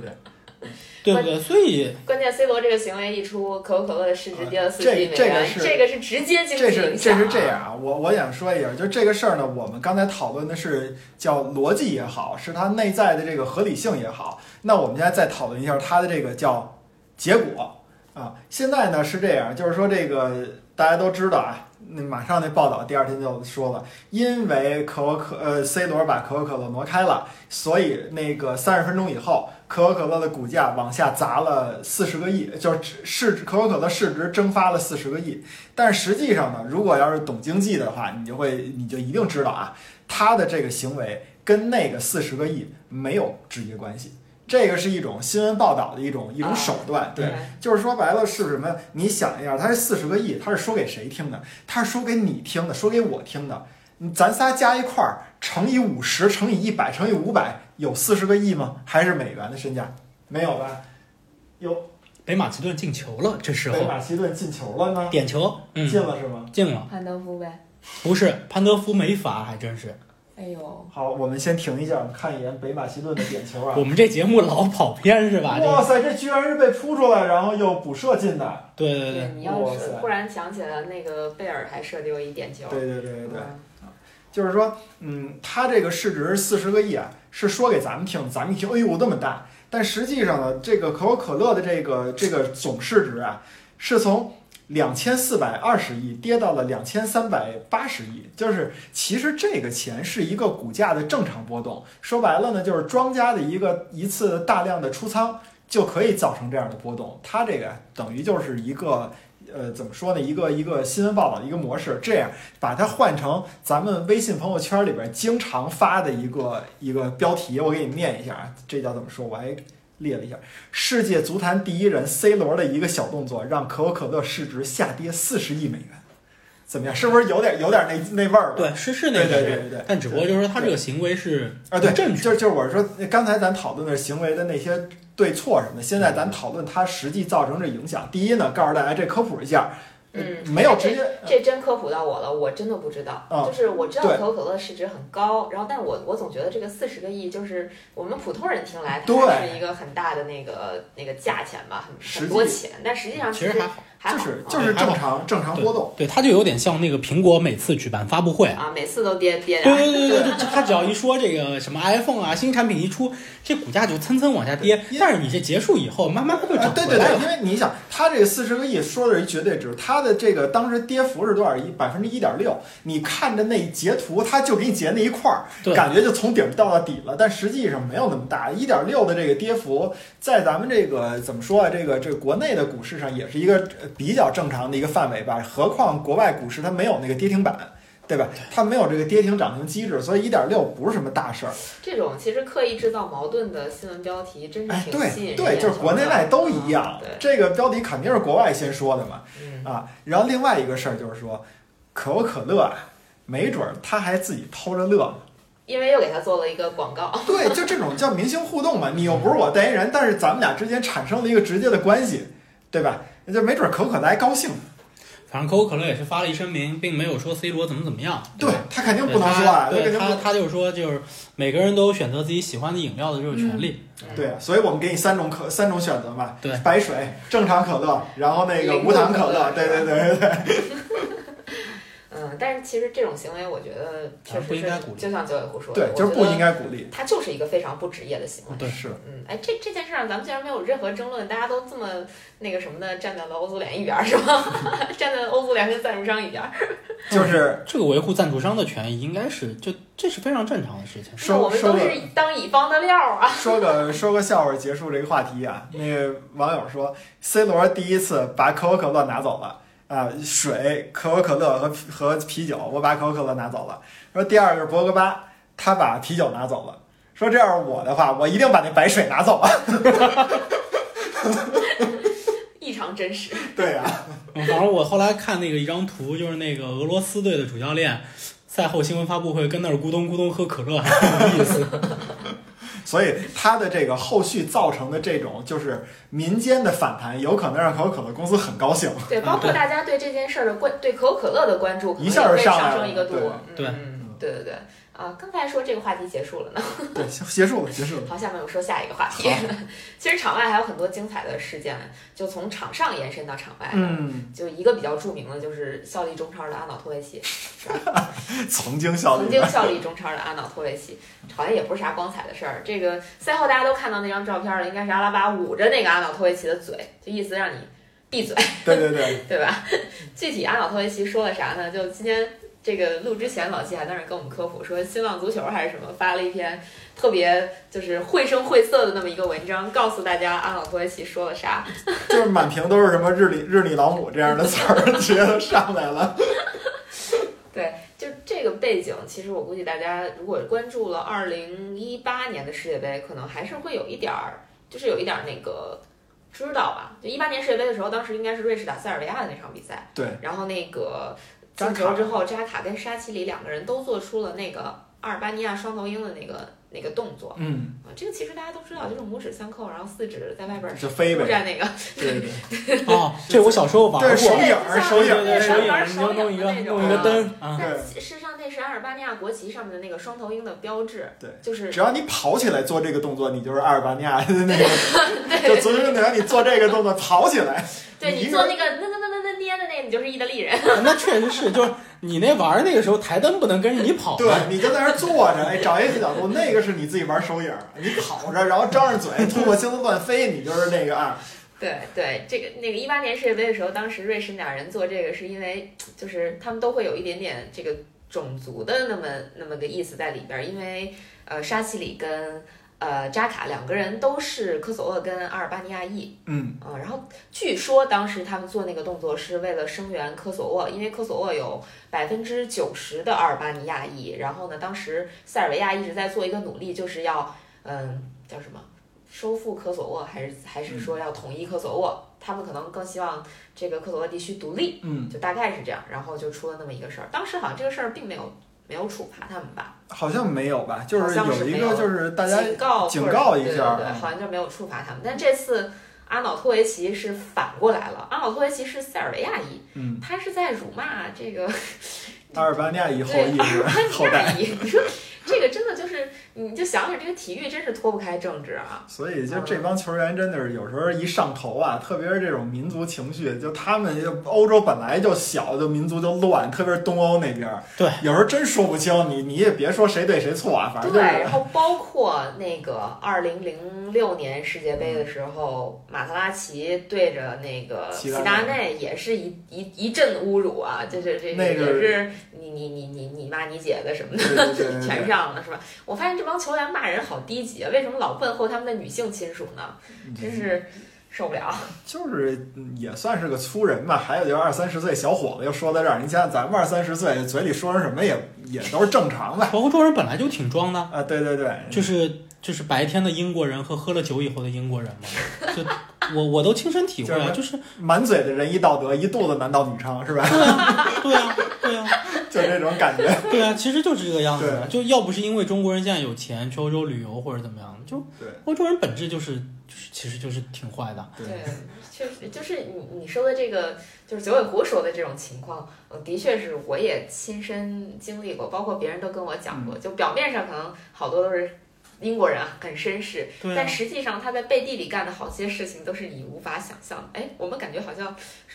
Speaker 3: 对不对？所以
Speaker 1: 关键 C 罗这个行为一出，可口可乐的市值跌了四十亿美元，
Speaker 2: 呃这这个是
Speaker 1: 个是直接经
Speaker 2: 这
Speaker 1: 济
Speaker 2: 是
Speaker 1: 影
Speaker 2: 这
Speaker 1: 响啊。
Speaker 2: 是这样啊，我我想说一下，就这个事儿呢，我们刚才讨论的是叫逻辑也好，是它内在的这个合理性也好，那我们现在再讨论一下它的这个叫结果啊。现在呢是这样，就是说这个大家都知道啊，那马上那报道第二天就说了，因为可口可呃 C 罗把可口可乐挪开了，所以那个三十分钟以后，可口可乐的股价往下砸了四十个亿，就是市可口可乐市值蒸发了四十个亿。但是实际上呢，如果要是懂经济的话，你就会你就一定知道啊，他的这个行为跟那个四十个亿没有直接关系。这个是一种新闻报道的一种一种手段，对，就是说白了是什么？你想一下，他是四十个亿，他是说给谁听的？他是说给你听的，说给我听的。你咱仨加一块儿，乘以五十，乘以一百，乘以五百，有四十个亿吗？还是美元的身价？没有吧？有
Speaker 3: 北马其顿进球了，这时
Speaker 2: 北
Speaker 3: 候
Speaker 2: 马其顿进球了呢，
Speaker 3: 点球，嗯，
Speaker 2: 进了是吗？
Speaker 3: 进了，
Speaker 1: 潘德夫呗，
Speaker 3: 不是潘德夫没罚，还真是。
Speaker 1: 哎呦，
Speaker 2: 好，我们先停一下，我们看一眼北马其顿的点球啊
Speaker 3: 我。们这节目老跑偏是吧？这
Speaker 2: 哇
Speaker 3: 个
Speaker 2: 塞，这居然是被扑出来，然后又补射进的。
Speaker 3: 对对
Speaker 1: 对
Speaker 3: 对，，
Speaker 1: 你要
Speaker 2: 哇
Speaker 1: 是
Speaker 2: 塞
Speaker 1: 忽然想起来那个贝尔还射丢一点球，
Speaker 2: 对对对对对，
Speaker 1: 嗯
Speaker 2: 就是说，嗯，它这个市值四十个亿啊，是说给咱们听，咱们一听，哎呦，那么大。但实际上呢，这个可口可乐的这个这个总市值啊，是从两千四百二十亿跌到了两千三百八十亿，就是其实这个钱是一个股价的正常波动。说白了呢，就是庄家的一个一次大量的出仓就可以造成这样的波动。它这个等于就是一个。呃，怎么说呢？一个一个新闻报道的一个模式，这样把它换成咱们微信朋友圈里边经常发的一个一个标题，我给你们念一下啊，这叫怎么说？我还列了一下，世界足坛第一人 C 罗的一个小动作，让可口可乐市值下跌四十亿美元，怎么样？是不是有点有点那那味儿了？
Speaker 3: 对是是那
Speaker 2: 对
Speaker 3: 个
Speaker 2: 对
Speaker 3: 是
Speaker 2: 对对，
Speaker 3: 但只不过就是说他这个行为是
Speaker 2: 啊，对，
Speaker 3: 正确
Speaker 2: 就是就是我是说，刚才咱讨论的是行为的那些
Speaker 3: 嗯
Speaker 2: 对错什么的，现在咱讨论它实际造成这影响。第一呢，告诉大家这科普一下，
Speaker 1: 嗯，
Speaker 2: 呃没有直接
Speaker 1: 这真科普到我了，我真的不知道。
Speaker 2: 啊
Speaker 1: 就是我知道
Speaker 2: 对
Speaker 1: 可口可乐市值很高，然后但我我总觉得这个四十个亿，就是我们普通人听来，它
Speaker 2: 对
Speaker 1: 还是一个很大的那个那个价钱吧，很
Speaker 2: 实
Speaker 1: 很
Speaker 2: 际
Speaker 1: 多钱。但实际上
Speaker 3: 其
Speaker 1: 实
Speaker 3: 实还好。
Speaker 1: 还好，
Speaker 2: 就是
Speaker 1: 啊
Speaker 2: 就是
Speaker 3: 还
Speaker 2: 正
Speaker 3: 好
Speaker 2: 常正常
Speaker 3: 对
Speaker 2: 波动。
Speaker 3: 对，它就有点像那个苹果每次举办发布会，
Speaker 1: 啊，每次都跌跌
Speaker 3: 对
Speaker 1: 啊。
Speaker 3: 对对对对，他只要一说这个什么 iPhone 啊，新产品一出，这股价就蹭蹭往下跌。但是你这结束以后，慢慢它就
Speaker 2: 啊，
Speaker 3: 涨
Speaker 2: 对
Speaker 3: 回
Speaker 2: 对对，
Speaker 3: 来了。
Speaker 2: 因为你想，它这四十个亿说的是一绝对值，它的这个当时跌幅是多少？一百分之一点六。你看着那一截图，它就给你截那一块儿，
Speaker 3: 对
Speaker 2: 感觉就从顶掉到底了，但实际上没有那么大。一点六的这个跌幅，在咱们这个怎么说啊？这个这个国内的股市上也是一个呃比较正常的一个范围吧。何况国外股市它没有那个跌停板。对吧？它没有这个跌停涨停机制，所以一点六不是什么大事儿。
Speaker 1: 这种其实刻意制造矛盾的新闻标题，真
Speaker 2: 哎
Speaker 1: 是，挺吸引人
Speaker 2: 对对，
Speaker 1: 眼
Speaker 2: 就是
Speaker 1: 球
Speaker 2: 国内
Speaker 1: 的
Speaker 2: 外都一样
Speaker 1: 啊。对，
Speaker 2: 这个标题肯定是国外先说的嘛。
Speaker 1: 嗯，
Speaker 2: 啊，然后另外一个事儿就是说，可口可乐啊，没准儿他还自己偷着 乐。
Speaker 1: 因为又给他做了一个广告。
Speaker 2: 对，就这种叫明星互动嘛，你又不是我代言人，但是咱们俩之间产生了一个直接的关系，对吧？就没准儿可口可乐还高兴，
Speaker 3: 反正可口可乐也是发了一声明，并没有说 C 罗怎么怎么样。
Speaker 2: 对他肯定
Speaker 3: 对
Speaker 2: 不能说啊，他肯
Speaker 3: 他对
Speaker 2: 定不
Speaker 3: 他他就是说，就是每个人都有选择自己喜欢的饮料的这个权利。
Speaker 2: 对，啊所以我们给你三种可三种选择嘛，
Speaker 3: 对
Speaker 2: 白水、正常可乐，然后那个
Speaker 1: 零
Speaker 2: 无糖
Speaker 1: 度
Speaker 2: 可
Speaker 1: 可
Speaker 2: 乐，
Speaker 1: 乐
Speaker 2: 对
Speaker 1: 是
Speaker 2: 对
Speaker 1: 吧
Speaker 2: 对对对，
Speaker 1: 嗯，但是其实这种行为，我觉得确
Speaker 3: 啊不
Speaker 1: 实
Speaker 3: 应
Speaker 1: 是
Speaker 3: 该鼓励
Speaker 1: 就像九尾狐说的，
Speaker 2: 对，就是不应
Speaker 1: 该，
Speaker 2: 该鼓励，
Speaker 1: 它就是一个非常不职业的行为。
Speaker 3: 对
Speaker 2: 是。
Speaker 1: 嗯，哎，这这件事儿咱们竟然没有任何争论，大家都这么那个什么的，站在了欧足联一边儿是吗？ 站在了欧足联跟赞助商一边儿。
Speaker 2: 就是
Speaker 3: 这个维护赞助商的权益应该是，就这是非常正常的事情。
Speaker 1: 那我
Speaker 2: 收
Speaker 1: 们
Speaker 2: 收
Speaker 1: 都
Speaker 2: 个
Speaker 1: 是当乙方的料儿啊。
Speaker 2: 说个说个笑话结束这个话题啊，那个网友说，C 罗第一次把可口可乐拿走了啊，水、可口可乐和和啤酒，我把可口可乐拿走了。说第二个是博格巴，他把啤酒拿走了。说这要是我的话，我一定把那白水拿走啊。
Speaker 1: 异常真实，
Speaker 2: 对啊，
Speaker 3: 嗯反正我后来看那个一张图，就是那个俄罗斯队的主教练赛后新闻发布会跟那儿咕咚咕咚喝可乐，还挺有意思。
Speaker 2: 所以他的这个后续造成的这种就是民间的反弹，有可能让可口可乐公司很高兴。
Speaker 1: 对，包括
Speaker 3: 对
Speaker 1: 大家对这件事儿的关，对可口可乐的关注，可能
Speaker 2: 一下就
Speaker 1: 也会
Speaker 2: 上来
Speaker 1: 上
Speaker 2: 了
Speaker 1: 升一个度。
Speaker 2: 对
Speaker 1: 嗯
Speaker 3: 对
Speaker 1: 嗯，对对对，啊，刚才说这个话题结束了呢。
Speaker 2: 对，结束了，结束了。
Speaker 1: 好，下面我说下一个话题
Speaker 2: 好。
Speaker 1: 其实场外还有很多精彩的事件，就从场上延伸到场外。，
Speaker 2: 嗯，
Speaker 1: 就一个比较著名的就是效力中超的阿瑙托维奇，
Speaker 2: 曾经效
Speaker 1: 曾
Speaker 2: 力
Speaker 1: 经效力中超的阿瑙托维奇，好像也不是啥光彩的事儿。这个赛后大家都看到那张照片了，应该是阿拉巴捂着那个阿瑙托维奇的嘴，就意思让你闭嘴，
Speaker 2: 对对对，
Speaker 1: 对吧？ 具体阿瑙托维奇说了啥呢？就今天。这个录之前，老季还在那儿跟我们科普说，新浪足球还是什么发了一篇特别就是绘声绘色的那么一个文章，告诉大家阿瑙托维奇说了啥。
Speaker 2: 就是满屏都是什么日里日里老母这样的词儿， 直接就上来了。
Speaker 1: 就这个背景，其实我估计大家如果关注了二零一八年的世界杯，可能还是会有一点儿，就是有一点儿那个知道吧。就一八年世界杯的时候，当时应该是瑞士打塞尔维亚的那场比赛，
Speaker 2: 对，
Speaker 1: 然后那个
Speaker 2: 扎
Speaker 1: 进
Speaker 2: 卡
Speaker 1: 球之后，扎卡跟沙奇里两个人都做出了那个阿尔巴尼亚双头鹰的那个那个动作
Speaker 2: 嗯，
Speaker 1: 啊，这个其实大家都知道，就是拇指相扣，然后四指在外边儿
Speaker 2: 就飞
Speaker 1: 助
Speaker 2: 呗。
Speaker 1: 战那个，
Speaker 2: 对对，
Speaker 3: 哦，这我小时候玩
Speaker 2: 对手
Speaker 3: 过。
Speaker 2: 影
Speaker 1: 对
Speaker 2: 儿，手影
Speaker 3: 对对，
Speaker 2: 儿，
Speaker 3: 手
Speaker 1: 对
Speaker 3: 影儿，你就弄一个弄一个灯啊，
Speaker 1: 但
Speaker 2: 对
Speaker 1: 事实上那是阿尔巴尼亚国旗上面的那个双头鹰的标志，
Speaker 2: 对
Speaker 1: 就是
Speaker 2: 只要你跑起来做这个动作，你就是阿尔巴尼亚的那个。就
Speaker 1: 对
Speaker 2: 足球运动员，你做这个动作跑起来，
Speaker 1: 对
Speaker 2: 你
Speaker 1: 你
Speaker 2: 一
Speaker 1: 做
Speaker 2: 个
Speaker 1: 那个那那那那那捏的那个，你就是意大利人。
Speaker 3: 那确实是，就是你那玩儿那个时候台灯不能跟着你跑
Speaker 2: 对
Speaker 3: 嘛，，
Speaker 2: 你就在那儿坐着，哎，找一个角度，那个是你自己玩手影儿，你跑着，然后张着嘴，吐沫星子乱飞，你就是那个 啊，
Speaker 1: 对对，这个那个一八年世界杯的时候，当时瑞士俩人做这个是因为就是他们都会有一点点这个种族的那么那么个意思在里边儿，因为呃沙奇里跟。呃，扎卡两个人都是科索沃跟阿尔巴尼亚裔
Speaker 2: 嗯，
Speaker 1: 啊、然后据说当时他们做那个动作是为了声援科索沃，因为科索沃有百分之九十的阿尔巴尼亚裔，然后呢，当时塞尔维亚一直在做一个努力，就是要嗯叫什么收复科索沃，还是还是说要统一科索沃？他们可能更希望这个科索沃地区独立，
Speaker 2: 嗯，
Speaker 1: 就大概是这样。然后就出了那么一个事儿，当时好像这个事儿并没有没有处罚他们吧，
Speaker 2: 好像没有吧？就
Speaker 1: 好
Speaker 2: 是
Speaker 1: 像
Speaker 2: 有
Speaker 1: 是
Speaker 2: 一
Speaker 1: 没
Speaker 2: 个
Speaker 1: 有
Speaker 2: 就是大家
Speaker 1: 警告
Speaker 2: 警
Speaker 1: 或者
Speaker 2: 告一
Speaker 1: 对
Speaker 2: 下嗯
Speaker 1: 对对，好像就没有处罚他们。但这次。阿瑙托维奇是反过来了，阿瑙托维奇是塞尔维亚裔，
Speaker 2: 嗯，
Speaker 1: 他是在辱骂这 个
Speaker 2: 阿尔巴尼亚以后
Speaker 1: 对
Speaker 2: 一
Speaker 1: 阿
Speaker 2: 直
Speaker 1: 尔
Speaker 2: 后
Speaker 1: 巴
Speaker 2: 代，
Speaker 1: 尼亚裔。你 说这个真的就是，你就想想这个体育真是脱不开政治啊。
Speaker 2: 所以就这帮球员真的是有时候一上头啊，特别是这种民族情绪，就他们就欧洲本来就小，就民族就乱，特别是东欧那边儿，
Speaker 3: 对，
Speaker 2: 有时候真说不清，你你也别说谁对谁错啊，反正就
Speaker 1: 对，
Speaker 2: 是
Speaker 1: 然后包括那个二零零六年世界杯的时候，马特拉齐对着那个
Speaker 2: 齐
Speaker 1: 齐
Speaker 2: 达内
Speaker 1: 达内也是一一一阵侮辱啊，就是这
Speaker 2: 那个
Speaker 1: 也是你你你你你骂你姐的什么
Speaker 2: 对对
Speaker 1: 的，
Speaker 2: 对嗯对对
Speaker 1: 全上了是吧？我发现这帮球员骂人好低级啊，为什么老问候他们的女性亲属呢？真是受不了。
Speaker 2: 就是也算是个粗人吧，还有就是二三十岁小伙子又说到这儿，你想想咱们二三十岁嘴里说成什么也也都是正常的
Speaker 3: 欧洲人本来就挺装的，
Speaker 2: 啊，对对对，
Speaker 3: 就是就是白天的英国人和喝了酒以后的英国人嘛，就我我都亲身体会啊，就是
Speaker 2: 满嘴的仁义道德，一肚子男盗女娼是吧？
Speaker 3: 对啊对啊
Speaker 2: 就这种感觉。
Speaker 3: 对啊，其实就是这个样子的，就要不是因为中国人现在有钱去欧洲旅游或者怎么样，就
Speaker 2: 对！
Speaker 3: 欧洲人本质就是就是其实就是挺坏的，
Speaker 1: 对，确实就是你你说的这个，就是九尾狐说的这种情况，呃，的确是我也亲身经历过，包括别人都跟我讲过，就表面上可能好多都是英国人啊，很绅士，
Speaker 3: 对啊
Speaker 1: 但实际上他在背地里干的好些事情都是你无法想象的。哎，我们感觉好像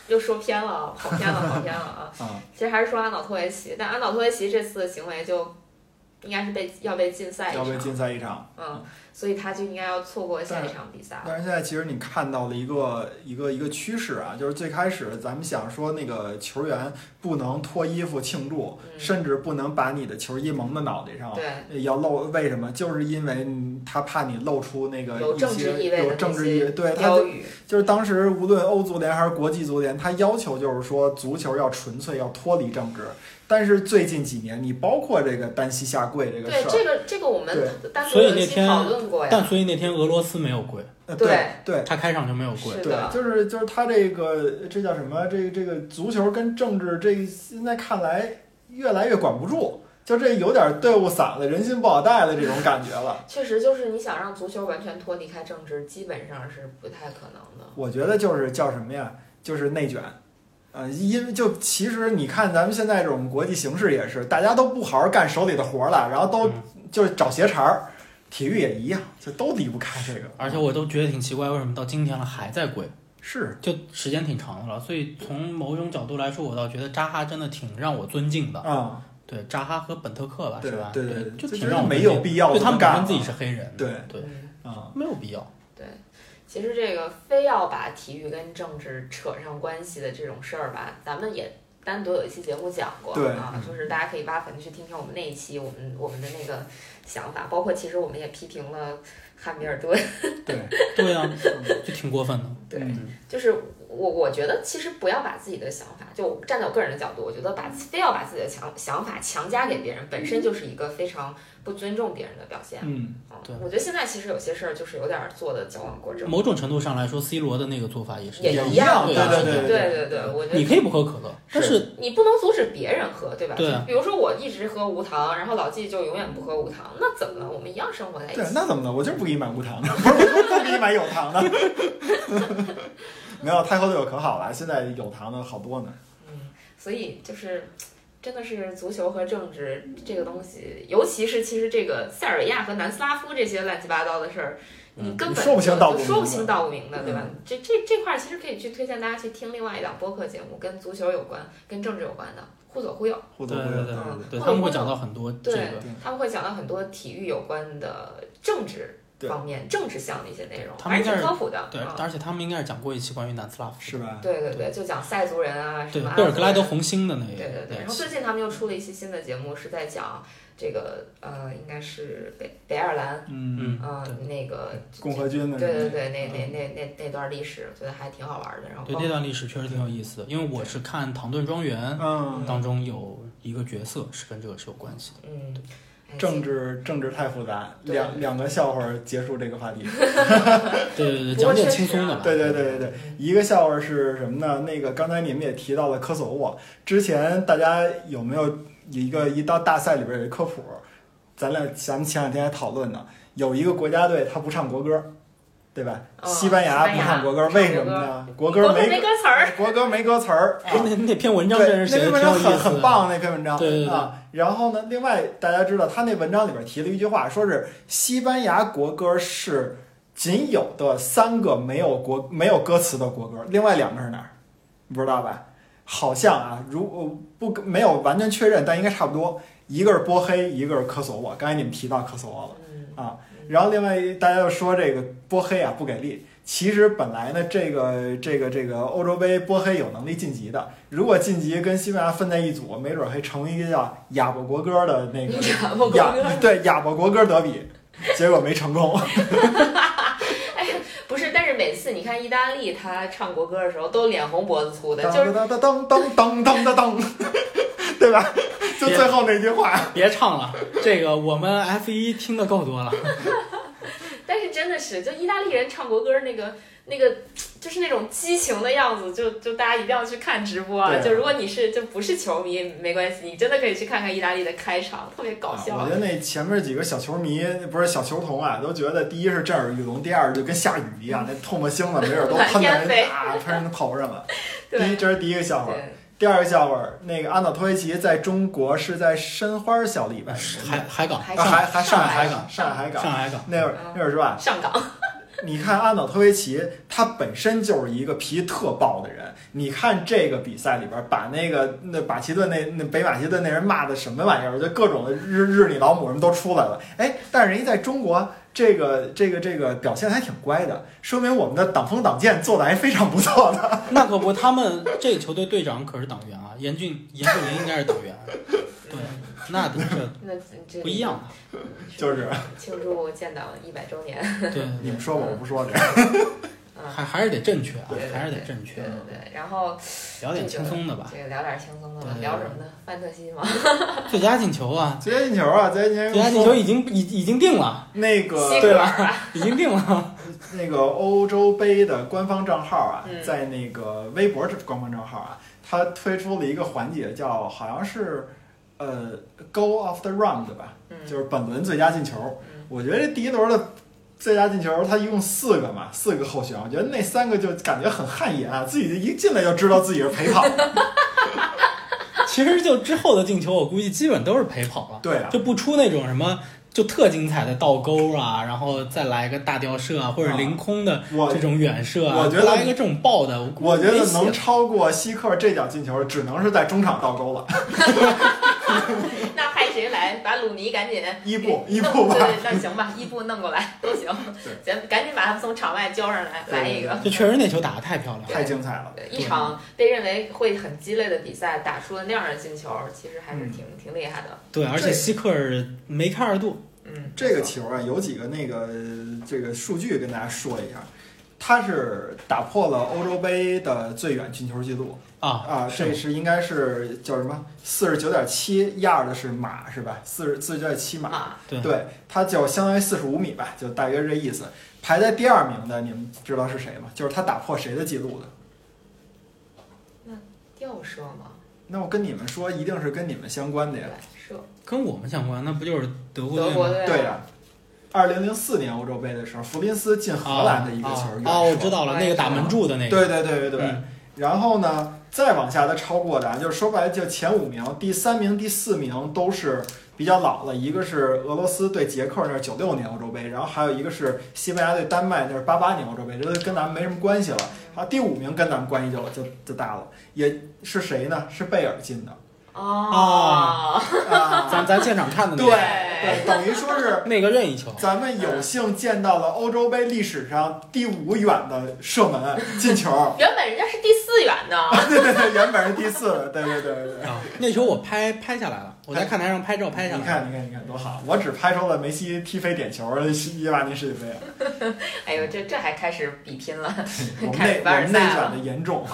Speaker 1: 又说偏了啊，跑偏了，跑偏了啊
Speaker 2: 啊
Speaker 1: 其实还是说阿瑙托维奇，但阿瑙托维奇这次的行为就应该是被要被禁赛一
Speaker 2: 要
Speaker 1: 场
Speaker 2: 被，禁赛一场。
Speaker 1: 嗯，所以他就应该要错过下一场比赛了。
Speaker 2: 但是现在其实你看到了一个一个一个趋势啊，就是最开始咱们想说那个球员不能脱衣服庆祝，
Speaker 1: 嗯
Speaker 2: 甚至不能把你的球衣蒙到脑袋上。
Speaker 1: 对。
Speaker 2: 要露为什么？就是因为他怕你露出那个
Speaker 1: 有
Speaker 2: 一
Speaker 1: 政
Speaker 2: 些
Speaker 1: 治意味的
Speaker 2: 有政治意味，对他
Speaker 1: 标
Speaker 2: 就
Speaker 1: 语，
Speaker 2: 就是当时无论欧足联还是国际足联，他要求就是说足球要纯粹要脱离政治。但是最近几年，你包括这个单膝下跪这个
Speaker 1: 对
Speaker 2: 事儿，
Speaker 1: 这个这个我们单独
Speaker 3: 所以
Speaker 1: 有
Speaker 3: 那
Speaker 1: 一期
Speaker 3: 天
Speaker 1: 讨论过呀
Speaker 3: 但，所以那天俄罗斯没有跪，
Speaker 2: 呃
Speaker 1: 对
Speaker 2: 对
Speaker 3: 他开场就没有跪，
Speaker 1: 是
Speaker 2: 对
Speaker 1: 的，
Speaker 2: 就是就是他这个这叫什么？这个这个足球跟政治这现在看来越来越管不住，就这有点队伍散了，人心不好带了这种感觉了。
Speaker 1: 确实就是你想让足球完全脱离开政治，基本上是不太可能的。
Speaker 2: 我觉得就是叫什么呀？就是内卷。呃，因为就其实你看咱们现在这种国际形势也是，大家都不好好干手里的活儿了，然后都
Speaker 3: 嗯
Speaker 2: 就是找鞋茬儿。体育也一样，就都离不开这个。
Speaker 3: 而且我都觉得挺奇怪，为什么到今天了还在跪？
Speaker 2: 是
Speaker 3: 就时间挺长的了，所以从某种角度来说，我倒觉得扎哈真的挺让我尊敬的。
Speaker 2: 啊、
Speaker 3: 对，扎哈和本特克吧，
Speaker 2: 嗯对
Speaker 3: 是吧？
Speaker 2: 对对
Speaker 3: 对
Speaker 2: 对，就
Speaker 3: 就挺
Speaker 2: 觉得
Speaker 3: 让我
Speaker 2: 没
Speaker 3: 尊敬
Speaker 2: 有必要
Speaker 3: 对他
Speaker 2: 这么
Speaker 3: 们本
Speaker 2: 干
Speaker 3: 身自己
Speaker 2: 了
Speaker 3: 是黑人，
Speaker 2: 对
Speaker 3: 对，
Speaker 1: 嗯，
Speaker 2: 啊、
Speaker 3: 没有必要。
Speaker 1: 对。其实这个非要把体育跟政治扯上关系的这种事儿吧，咱们也单独有一期节目讲过
Speaker 2: 对
Speaker 1: 啊
Speaker 3: 嗯，
Speaker 1: 就是大家可以挖坟去听听我们那一期，我们我们的那个想法，包括其实我们也批评了汉密尔顿。
Speaker 2: 对，
Speaker 3: 对呀、就挺过分的。
Speaker 1: 对
Speaker 3: 嗯
Speaker 1: 就是我我觉得其实不要把自己的想法，就我站在我个人的角度，我觉得把非要把自己的想想法强加给别人，本身就是一个非常不尊重别人的表现。
Speaker 2: 嗯，
Speaker 1: 嗯
Speaker 3: 对
Speaker 1: 我觉得现在其实有些事儿就是有点儿做的矫枉过正。
Speaker 3: 某种程度上来说，C 罗的那个做法也是
Speaker 1: 嗯也
Speaker 3: 这
Speaker 2: 一
Speaker 1: 一
Speaker 2: 样，
Speaker 1: 样
Speaker 2: 对
Speaker 3: 对
Speaker 2: 对
Speaker 1: 对对对，我觉
Speaker 3: 你
Speaker 1: 得
Speaker 3: 可以不喝可乐，但
Speaker 2: 是
Speaker 3: 是
Speaker 1: 你不能阻止别人喝，对吧？
Speaker 3: 对啊
Speaker 1: 比如说我一直喝无糖，然后老纪就永远不喝无糖，那怎么了？我们一样生活在一
Speaker 2: 对，
Speaker 1: 起。
Speaker 2: 那怎么了？我就是不给你买无糖的， 不是我就不给你买有糖的。 没有，太后队友可好了，现在有糖的好多呢。
Speaker 1: 嗯，所以就是。真的是足球和政治这个东西，尤其是其实这个塞尔维亚和南斯拉夫这些乱七八糟的事儿，你
Speaker 2: 嗯
Speaker 1: 根
Speaker 2: 你
Speaker 1: 本
Speaker 2: 说不清
Speaker 1: 就
Speaker 2: 道不
Speaker 1: 就说不
Speaker 2: 明嗯
Speaker 1: 清
Speaker 2: 白
Speaker 1: 道不明的，对吧？这这这块儿其实可以去推荐大家去听另外一档播客节目，跟足球有关、跟政治有关的，互左互右，
Speaker 2: 互
Speaker 3: 对
Speaker 2: 动
Speaker 3: 对
Speaker 2: 互动，
Speaker 3: 对
Speaker 2: 对
Speaker 3: 对，
Speaker 1: 或者
Speaker 3: 他们会讲到很多这
Speaker 1: 对
Speaker 3: 个，
Speaker 2: 嗯
Speaker 1: 他们会讲到很多体育有关的政治
Speaker 2: 对
Speaker 1: 方面、政治项的一些内容，
Speaker 3: 他们
Speaker 1: 还是
Speaker 3: 应
Speaker 1: 挺
Speaker 3: 该是
Speaker 1: 科普的。
Speaker 3: 对，
Speaker 1: 啊
Speaker 3: 而且他们应该是讲过一期关于南斯拉夫，
Speaker 2: 是？吧？
Speaker 1: 对对对，就讲塞族人啊，什
Speaker 3: 对，
Speaker 1: 么
Speaker 3: 贝尔格莱
Speaker 1: 阿
Speaker 3: 德
Speaker 1: 夫人
Speaker 3: 红星的那个，
Speaker 1: 对对对，然后最近他们又出了一期新的节目，是在讲这个呃，应该是北北爱尔兰，
Speaker 2: 嗯，
Speaker 3: 嗯，
Speaker 1: 呃，那个
Speaker 2: 共和军的
Speaker 1: 对
Speaker 2: 那
Speaker 1: 对
Speaker 2: 个，
Speaker 1: 对，那那那那那段历史，我觉得还挺好玩的。然后
Speaker 3: 对
Speaker 1: 包
Speaker 3: 那段历史确实挺有意思的，因为我是看《唐顿庄园》
Speaker 2: 嗯，
Speaker 3: 当中有一个角色是跟这个是有关系的。
Speaker 1: 嗯，哎
Speaker 2: 政治政治太复杂，
Speaker 1: 对
Speaker 2: 两两个笑话结束这个话题。
Speaker 3: 对对对，
Speaker 1: 不过
Speaker 3: 讲点
Speaker 1: 确
Speaker 3: 轻
Speaker 1: 实
Speaker 3: 松
Speaker 1: 啊
Speaker 3: 的吧。
Speaker 2: 对对对对对，
Speaker 1: 嗯
Speaker 2: 一个笑话是什么呢？那个刚才你们也提到了科索沃，之前大家有没有一个一到大赛里边有一科普？咱俩咱们前两天还讨论呢，有一个国家队他不唱国歌，对吧？
Speaker 1: 哦
Speaker 2: 西班牙
Speaker 1: 西班
Speaker 2: 不
Speaker 1: 牙
Speaker 2: 唱国歌，
Speaker 1: 不唱
Speaker 2: 为什
Speaker 1: 国
Speaker 2: 么
Speaker 1: 歌
Speaker 2: 呢？国
Speaker 1: 我
Speaker 2: 歌
Speaker 1: 们
Speaker 2: 没
Speaker 1: 没歌词 儿，
Speaker 2: 国歌没歌词儿，
Speaker 3: 哎，那那篇文章
Speaker 2: 对，
Speaker 3: 真
Speaker 2: 那
Speaker 3: 是写
Speaker 2: 篇文
Speaker 3: 的挺
Speaker 2: 章
Speaker 3: 有意思
Speaker 2: 很
Speaker 3: 的，
Speaker 2: 很棒，那篇文章
Speaker 3: 对对对
Speaker 2: 啊。然后呢，另外大家知道，他那文章里边提了一句话，说是西班牙国歌是仅有的三个没有国没有歌词的国歌，另外两个是哪儿？你不知道吧？好像啊，如呃不没有完全确认，但应该差不多。一个是波黑，一个是科索沃。刚才你们提到科索沃了。
Speaker 1: 嗯
Speaker 2: 啊，然后另外大家又说这个波黑啊不给力，其实本来呢这个这个这个欧洲杯波黑有能力晋级的，如果晋级跟西班牙分在一组，没准还成为一个叫哑巴国歌的那个
Speaker 1: 哑巴国
Speaker 2: 哑
Speaker 1: 歌。
Speaker 2: 对哑巴国歌德比，结果没成功。
Speaker 1: 不是，但是每次你看意大利他唱国歌的时候都脸红脖子粗的，
Speaker 2: 当
Speaker 1: 就是
Speaker 2: 当当当当当当当当，对吧？就最后那句话，
Speaker 3: 别唱了，这个我们 F 一听的够多了。
Speaker 1: 但是真的是，就意大利人唱国歌那个那个，就是那种激情的样子，就就大家一定要去看直播啊！
Speaker 2: 对啊
Speaker 1: 就如果你是就不是球迷，没关系，你真的可以去看看意大利的开场，特别搞笑。
Speaker 2: 啊我觉得那前面几个小球迷不是小球童啊，都觉得第一是震耳欲聋，第二就跟下雨一样，那唾沫星子没准都喷在
Speaker 1: 满天飞
Speaker 2: 人啊，喷人头上了。第一，
Speaker 1: 对
Speaker 2: 这是第一个笑话。
Speaker 1: 对，
Speaker 2: 第二个笑话，那个安瑙托维奇在中国是在申花效力吧？
Speaker 3: 海海港，
Speaker 1: 还
Speaker 2: 啊还还上海
Speaker 1: 海
Speaker 2: 海港，上海海
Speaker 3: 上
Speaker 2: 港。
Speaker 3: 海港，
Speaker 2: 那会儿
Speaker 1: 嗯
Speaker 2: 那会儿是吧？
Speaker 1: 上港，
Speaker 2: 你看安瑙托维奇，他本身就是一个脾气特暴的人。你看这个比赛里边，把那个那把其顿那那北马其顿那人骂的什么玩意儿，就各种的日日你老母什么都出来了。哎，但是人家在中国这个这个这个表现还挺乖的，说明我们的党风党建做的还非常不错的。
Speaker 3: 那可不，他们这球队队长可是党员啊，严俊严俊林应该是党员，啊对，那这
Speaker 1: 那这
Speaker 3: 不一样的，
Speaker 2: 就是
Speaker 1: 庆祝建党一百周年，
Speaker 3: 对，
Speaker 2: 你们说吧，我不说这。
Speaker 1: 嗯，
Speaker 3: 还还是得正确啊
Speaker 1: 对，
Speaker 3: 还是得正确
Speaker 1: 对，对
Speaker 2: 嗯
Speaker 1: 对。然后
Speaker 3: 聊点轻松的吧。
Speaker 1: 这个聊点轻松的吧，
Speaker 3: 对
Speaker 1: 聊什么呢？范特西吗？
Speaker 3: 最佳进球啊，
Speaker 2: 最佳进球啊，最佳
Speaker 3: 最佳进
Speaker 2: 进
Speaker 3: 球
Speaker 2: 球，
Speaker 3: 已经已已经定了，
Speaker 2: 那个
Speaker 1: 西
Speaker 3: 对
Speaker 1: 格
Speaker 3: 吧
Speaker 1: 尔啊，
Speaker 3: 已经定了。
Speaker 2: 那个欧洲杯的官方账号啊，
Speaker 1: 嗯
Speaker 2: 在那个微博这官方账号啊，它推出了一个环节叫好像是呃 Goal of the Round 吧，
Speaker 1: 嗯
Speaker 2: 就是本轮最佳进球
Speaker 1: 嗯。
Speaker 2: 我觉得这第一轮的最佳进球，它一共四个嘛，四个候选，我觉得那三个就感觉很汗颜啊，自己一进来就知道自己是陪跑。
Speaker 3: 其实就之后的进球，我估计基本都是陪跑了，
Speaker 2: 对啊，
Speaker 3: 就不出那种什么就特精彩的倒钩啊，然后再来个大吊射啊，或者凌空的
Speaker 2: 我
Speaker 3: 这种远射啊，
Speaker 2: 我觉得
Speaker 3: 多来一个这种爆的，估
Speaker 2: 我
Speaker 3: 计
Speaker 2: 觉得
Speaker 3: 没戏了
Speaker 2: 能超过希克这脚进球，只能是在中场倒钩了，
Speaker 1: 那派谁来？把鲁尼赶紧
Speaker 2: 伊布
Speaker 1: 弄
Speaker 2: 伊布吧
Speaker 1: 对，对，那行吧，伊 布弄过 来都行
Speaker 2: 对，
Speaker 1: 咱赶紧把他们从场外交上来，
Speaker 2: 对
Speaker 1: 来一个。
Speaker 3: 就确实那球打得太漂亮了。
Speaker 2: 太精彩了。
Speaker 1: 对一场被认为会很鸡肋的比赛，打出了那样的进球，其实还是挺、
Speaker 2: 嗯
Speaker 1: 挺厉害的。
Speaker 3: 对，而且希克尔梅开二度，
Speaker 1: 嗯，
Speaker 2: 这个球啊，有几个那个这个数据跟大家说一下，它是打破了欧洲杯的最远进球记录
Speaker 3: 啊
Speaker 2: 啊，
Speaker 3: 是
Speaker 2: 这是应该是叫什么？四十九点七，压着的是马是吧？四十四十九点七马，
Speaker 1: 啊，
Speaker 3: 对
Speaker 2: 对，它就相当于四十五米吧，就大约这意思。排在第二名的，你们知道是谁吗？就是他打破谁的记录的？
Speaker 1: 吊射嘛，
Speaker 2: 那我跟你们说，一定是跟你们相关的呀
Speaker 1: 对。，射
Speaker 3: 跟我们相关，那不就是德国
Speaker 1: 德
Speaker 3: 队
Speaker 1: 国
Speaker 3: 吗？
Speaker 1: 队啊
Speaker 2: 对呀、二零零四年欧洲杯的时候，弗林斯进荷兰的一个球
Speaker 3: 啊
Speaker 2: 远
Speaker 3: 啊啊我
Speaker 2: 射
Speaker 3: 知道了，那个打门柱的那个，
Speaker 2: 对对对对对。
Speaker 3: 嗯
Speaker 2: 然后呢，再往下的超过的啊，就是说白了，就前五名、第三名、第四名都是比较老了，一个是俄罗斯对捷克那是九六年欧洲杯，然后还有一个是西班牙对丹麦那是八八年欧洲杯，这都跟咱们没什么关系了。啊，第五名跟咱们关系就就就大了，也是谁呢？是贝尔进的
Speaker 1: 哦，
Speaker 2: 啊，
Speaker 3: 咱咱现场看的
Speaker 2: 对
Speaker 3: 那个，
Speaker 2: 对，等于说是
Speaker 3: 那个任意球，
Speaker 2: 咱们有幸见到了欧洲杯历史上第五远的射门进球，
Speaker 1: 原本人家是第四远 呢，
Speaker 2: 对对对，原本是第四的，对对对对。
Speaker 3: 啊， 那球我拍拍下来了，我在看台上拍照拍下
Speaker 2: 你
Speaker 3: 来了。
Speaker 2: 看，你看，你看，多好！我只拍出了梅西踢飞点球，一啊八年 世界杯。
Speaker 1: 哎呦，这这还开始比拼了，
Speaker 2: 我们
Speaker 1: 开始
Speaker 2: 内
Speaker 1: 凡
Speaker 2: 我
Speaker 1: 尔
Speaker 2: 们内
Speaker 1: 赛
Speaker 2: 卷
Speaker 1: 了
Speaker 2: 的严重，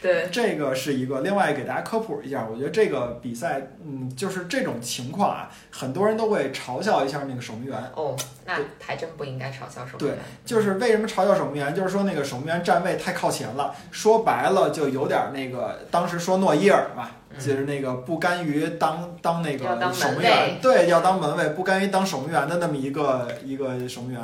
Speaker 1: 对，
Speaker 2: 这个是一个。另外给大家科普一下，我觉得这个比赛，嗯，就是这种情况啊，很多人都会嘲笑一下那个守门员。
Speaker 1: 哦，那还真不应该嘲笑守门员，
Speaker 2: 就是为什么嘲笑守门员，就是说那个守门员站位太靠前了，说白了就有点那个，当时说诺伊尔嘛，
Speaker 1: 嗯
Speaker 2: 就是那个不甘于当当那
Speaker 1: 要
Speaker 2: 个
Speaker 1: 当
Speaker 2: 守门
Speaker 1: 门卫
Speaker 2: 员，对，要当门卫，不甘于当守门员的那么一个一个守门员。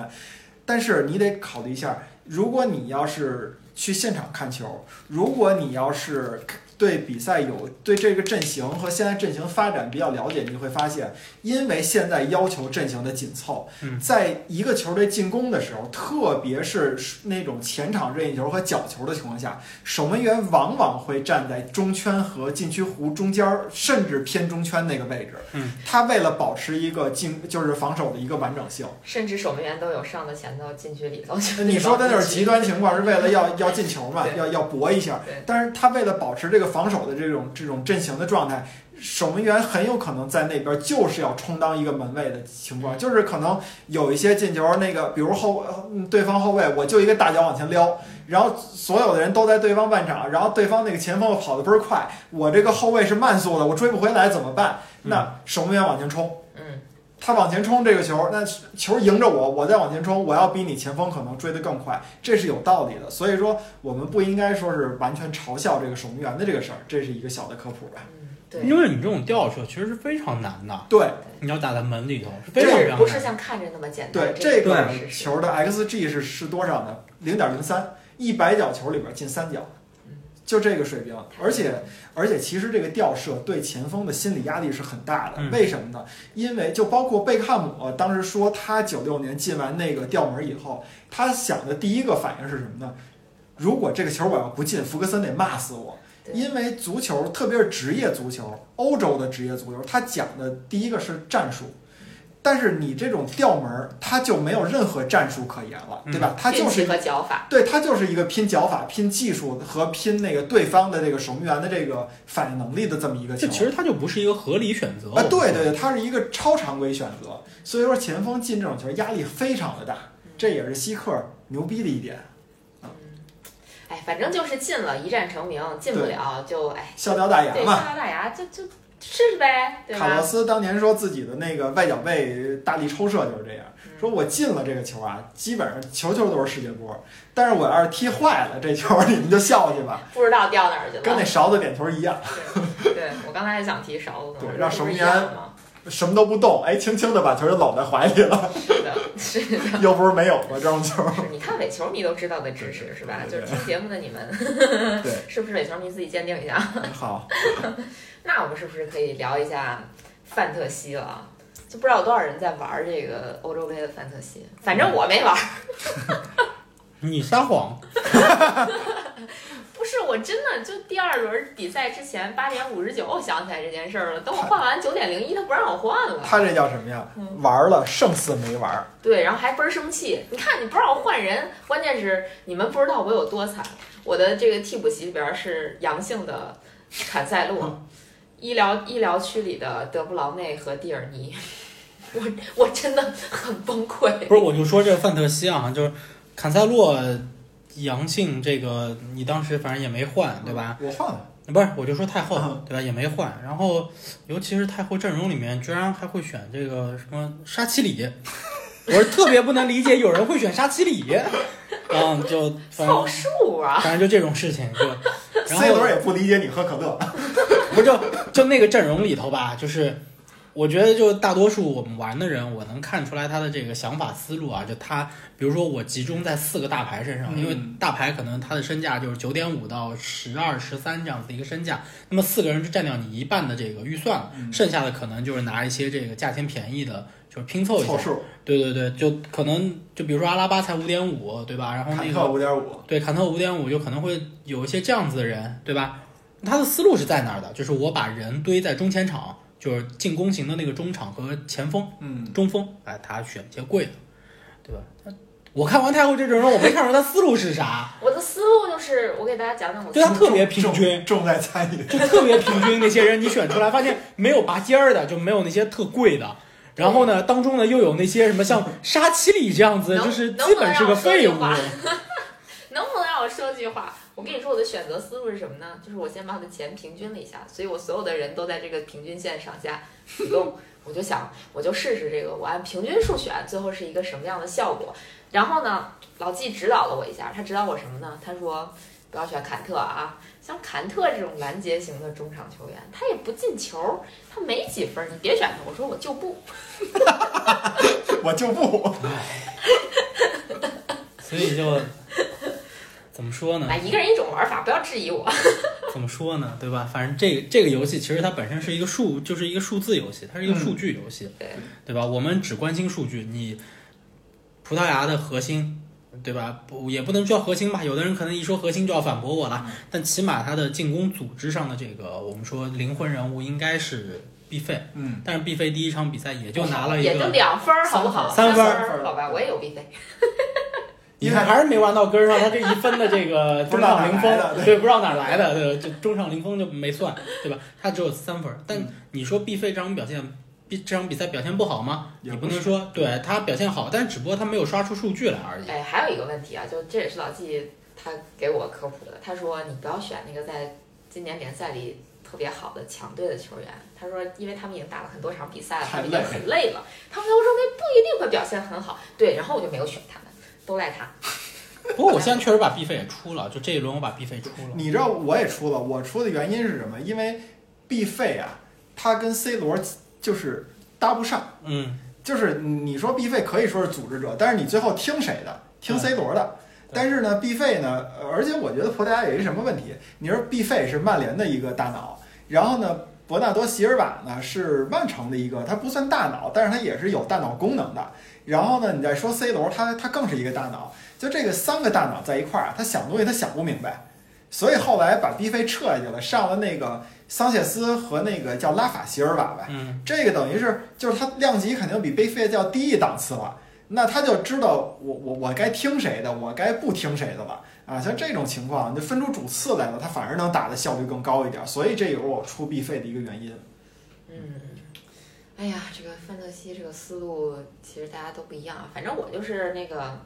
Speaker 2: 但是你得考虑一下，如果你要是去现场看球，如果你要是对比赛有对这个阵型和现在阵型发展比较了解，你会发现，因为现在要求阵型的紧凑
Speaker 3: 嗯，
Speaker 2: 在一个球队进攻的时候，特别是那种前场任意球和角球的情况下，守门员往往会站在中圈和禁区弧中间儿，甚至偏中圈那个位置。
Speaker 3: 嗯，
Speaker 2: 他为了保持一个进就是防守的一个完整性。
Speaker 1: 甚至守门员都有上到前头禁区里头去。
Speaker 2: 你说的那是极端情况，是为了要要进球嘛，
Speaker 1: 对
Speaker 2: 要要搏一下
Speaker 1: 对。
Speaker 2: 但是他为了保持这个防守的这种这种阵型的状态，守门员很有可能在那边就是要充当一个门卫的情
Speaker 1: 嗯
Speaker 2: 况，就是可能有一些进球，那个比如后嗯对方后卫，我就一个大脚往前撩。然后所有的人都在对方半场，然后对方那个前锋又跑得倍儿快，我这个后卫是慢速的，我追不回来怎么办？那守门员往前冲，
Speaker 1: 嗯，
Speaker 2: 他往前冲这个球，那球迎着我，我再往前冲，我要比你前锋可能追得更快，这是有道理的。所以说，我们不应该说是完全嘲笑这个守门员的这个事儿，这是一个小的科普吧。
Speaker 1: 嗯，对，
Speaker 3: 因为你这种吊射其实是非常难的，
Speaker 2: 对
Speaker 3: 你要打在门里头是非常非
Speaker 1: 是
Speaker 3: 常
Speaker 1: 不是
Speaker 3: 难。
Speaker 1: 像看着那么简单
Speaker 2: 对，？这个
Speaker 1: 是是
Speaker 2: 球的 xg 是是多少呢？零点零三，一百脚球里边进三脚
Speaker 1: 嗯，
Speaker 2: 就这个水平。
Speaker 1: 太
Speaker 2: 而且而且，其实这个吊射对前锋的心理压力是很大的。
Speaker 3: 嗯
Speaker 2: 为什么呢？因为就包括贝克汉姆当时说，他九六年进完那个吊门以后，他想的第一个反应是什么呢？如果这个球我要不进，福格森得骂死我。
Speaker 1: 对
Speaker 2: 因为足球，特别是职业足球，欧洲的职业足球，它讲的第一个是战术，但是你这种吊门儿，它就没有任何战术可言了，
Speaker 1: 嗯
Speaker 2: 对吧？它
Speaker 1: 运
Speaker 2: 就是
Speaker 1: 气和脚法，
Speaker 2: 对，它就是一个拼脚法、拼技术和拼那个对方的这个守门员的这个反应能力的这么一个
Speaker 3: 这
Speaker 2: 球。
Speaker 3: 其实它就不是一个合理选择
Speaker 2: 啊，对对，对，它是一个超常规选择，所以说前锋进这种球压力非常的大，这也是希克牛逼的一点。
Speaker 1: 哎，反正就是进了，一战成名，进不
Speaker 2: 对
Speaker 1: 了就哎，
Speaker 2: 笑掉大牙
Speaker 1: 对，
Speaker 2: 嘛
Speaker 1: 下，大牙就就试试呗，对
Speaker 2: 卡洛
Speaker 1: 吧？
Speaker 2: 斯当年说自己的那个外脚背大力抽射就是这样，
Speaker 1: 嗯
Speaker 2: 说我进了这个球啊，基本上球球都是世界波，但是我要是踢坏了这球， 你们就笑去吧，
Speaker 1: 不知道掉哪儿去了。
Speaker 2: 跟那勺子点球一样，
Speaker 1: 对，对我刚才还想提勺子呢，
Speaker 2: 对
Speaker 1: 这
Speaker 2: 让
Speaker 1: 不
Speaker 2: 守
Speaker 1: 是
Speaker 2: 门
Speaker 1: 一
Speaker 2: 员
Speaker 1: 样吗？
Speaker 2: 什么都不动，哎，轻轻的把球就搂在怀里了，
Speaker 1: 是的，是的。
Speaker 2: 又不是没有过这种球。
Speaker 1: 是你看伪球迷都知道的知识是吧？就是
Speaker 2: 对对
Speaker 1: 听节目的你们，
Speaker 2: 对
Speaker 1: 是不是伪球迷自己鉴定一下？
Speaker 2: 好，
Speaker 1: 那我们是不是可以聊一下范特西了啊？就不知道有多少人在玩这个欧洲杯的范特西，反正我没玩。
Speaker 3: 你撒谎，
Speaker 1: 不是，我真的就第二轮比赛之前八点五十九，我想起来这件事儿了。等我换完九点零一，他不让我换了。
Speaker 2: 他这叫什么呀？
Speaker 1: 嗯
Speaker 2: 玩了胜似没玩，
Speaker 1: 对，然后还倍儿生气。你看，你不让我换人，关键是你们不知道我有多惨。我的这个替补席里边是阳性的坎塞洛，医疗医疗区里的德布劳内和蒂尔尼。 我我真的很崩溃。
Speaker 3: 不是我就说这范特西啊，就是坎塞洛阳性这个，你当时反正也没换对吧？？
Speaker 2: 我换了，
Speaker 3: 不是，我就说太后
Speaker 2: 嗯
Speaker 3: 对吧？也没换，然后尤其是太后阵容里面，居然还会选这个什么沙奇里， 我是特别不能理解有人会选沙奇里， 嗯，就反
Speaker 1: 凑
Speaker 3: 正
Speaker 1: 数啊！
Speaker 3: 反正就这种事情 就，然
Speaker 2: C
Speaker 3: 后
Speaker 2: 罗也不理解你喝可乐，
Speaker 3: 不是就就那个阵容里头吧，就是我觉得就大多数我们玩的人，我能看出来他的这个想法思路啊，就他比如说我集中在四个大牌身上，
Speaker 2: 嗯
Speaker 3: 因为大牌可能它的身价就是九点五到十二、十三这样子的一个身价，那么四个人就占掉你一半的这个预算了，
Speaker 2: 嗯
Speaker 3: 剩下的可能就是拿一些这个价钱便宜的，就是拼凑一下
Speaker 2: 凑。数，
Speaker 3: 对对对，就可能就比如说阿拉巴才五点五，对吧？然后
Speaker 2: 坎
Speaker 3: 那
Speaker 2: 特
Speaker 3: 个
Speaker 2: 五点五，
Speaker 3: 对坎特五点五就可能会有一些这样子的人，对吧？他的思路是在哪儿的？就是我把人堆在中前场，就是进攻型的那个中场和前锋。
Speaker 2: 嗯，
Speaker 3: 中锋，哎，他选一些贵的，对吧？他我看完太后这阵容，我没看出他思路是啥，
Speaker 1: 我的思路就是，我给大家讲讲我
Speaker 3: 对他啊特别平
Speaker 2: 重
Speaker 3: 均，
Speaker 2: 重在参与。
Speaker 3: 就特别平均。那些人你选出来，发现没有拔尖儿的，就没有那些特贵的。然后呢，当中呢又有那些什么像沙奇里这样子，
Speaker 1: 能
Speaker 3: 就是
Speaker 1: 能
Speaker 3: 基
Speaker 1: 不能
Speaker 3: 本是
Speaker 1: 让
Speaker 3: 个
Speaker 1: 我说
Speaker 3: 废
Speaker 1: 句
Speaker 3: 物。
Speaker 1: 话能不能让我说句话？我跟你说，我的选择思路是什么呢？就是我先把我的钱平均了一下，所以我所有的人都在这个平均线上下浮动。我就想，我就试试这个，我按平均数选，最后是一个什么样的效果？然后呢，老纪指导了我一下，他指导我什么呢？他说不要选坎特啊，像坎特这种拦截型的中场球员，他也不进球，他没几分，你别选 他。我说我就不，
Speaker 2: 我就不，
Speaker 3: 所以就怎么说呢？
Speaker 1: 啊，一个人一种玩法，不要质疑我。
Speaker 3: 怎么说呢？对吧？反正这个这个游戏其实它本身是一个数，就是一个数字游戏，它是一个数据游戏，
Speaker 1: 嗯对
Speaker 3: 对吧？我们只关心数据，你葡萄牙的核心，对吧？不也不能叫核心吧，有的人可能一说核心就要反驳我
Speaker 1: 嗯
Speaker 3: 了，但起码它的进攻组织上的这个，我们说灵魂人物应该是必费，
Speaker 2: 嗯，
Speaker 3: 但是必费第一场比赛也就拿了一
Speaker 1: 也就
Speaker 3: 个。
Speaker 1: 两分儿，好不好？
Speaker 3: 三
Speaker 1: 分
Speaker 3: 分儿
Speaker 1: 儿，好吧，我也有必费。
Speaker 3: 你看还是没玩到根儿上，他这一分的这个
Speaker 2: 不
Speaker 3: 中
Speaker 2: 知道
Speaker 3: 场
Speaker 2: 哪
Speaker 3: 零
Speaker 2: 来的对
Speaker 3: 封，对，不知道哪儿来的，对，就中场零封就没算，对吧？他只有三分儿，
Speaker 2: 嗯
Speaker 3: 但你说毕费这场表现，毕这场比赛表现不好吗？
Speaker 2: 也
Speaker 3: 你
Speaker 2: 不
Speaker 3: 不能说对他表现好，但只不过他没有刷出数据来而已。
Speaker 1: 哎，还有一个问题啊，就这也是老纪他给我科普的。他说你不要选那个在今年联赛里特别好的强队的球员。他说，因为他们已经打了很多场比赛了，他
Speaker 2: 太
Speaker 1: 们已经
Speaker 2: 累
Speaker 1: 很累了，他们在欧洲杯不一定会表现很好。对，然后我就没有选他们，都赖他。
Speaker 3: 不过我现在确实把毕费也出了，就这一轮我把毕费出 了。
Speaker 2: 你知道我也出了，我出的原因是什么？因为 B 费啊，他跟 C 罗就是搭不上，
Speaker 3: 嗯，
Speaker 2: 就是你说 B 费可以说是组织者，但是你最后听谁的？听 C 罗的。
Speaker 3: 对
Speaker 2: 但是呢，B 费呢，呃而且我觉得葡萄牙有一什么问题？你说 B 费是曼联的一个大脑，然后呢，伯纳多席尔瓦呢是曼城的一个，他不算大脑，但是他也是有大脑功能的。然后呢，你再说 C 罗，他他更是一个大脑，就这个三个大脑在一块儿啊，他想东西他想不明白，所以后来把 B 费撤下去了，上了那个桑切斯和那个叫拉法席尔瓦吧，
Speaker 3: 嗯，
Speaker 2: 这个等于是就是他量级肯定比贝费要低一档次了，那他就知道我我我该听谁的，我该不听谁的了啊。像这种情况，你就分出主次来了，他反而能打的效率更高一点，所以这也是我出必费的一个原因。
Speaker 1: 嗯，哎呀，这个范特西这个思路其实大家都不一样啊。反正我就是那个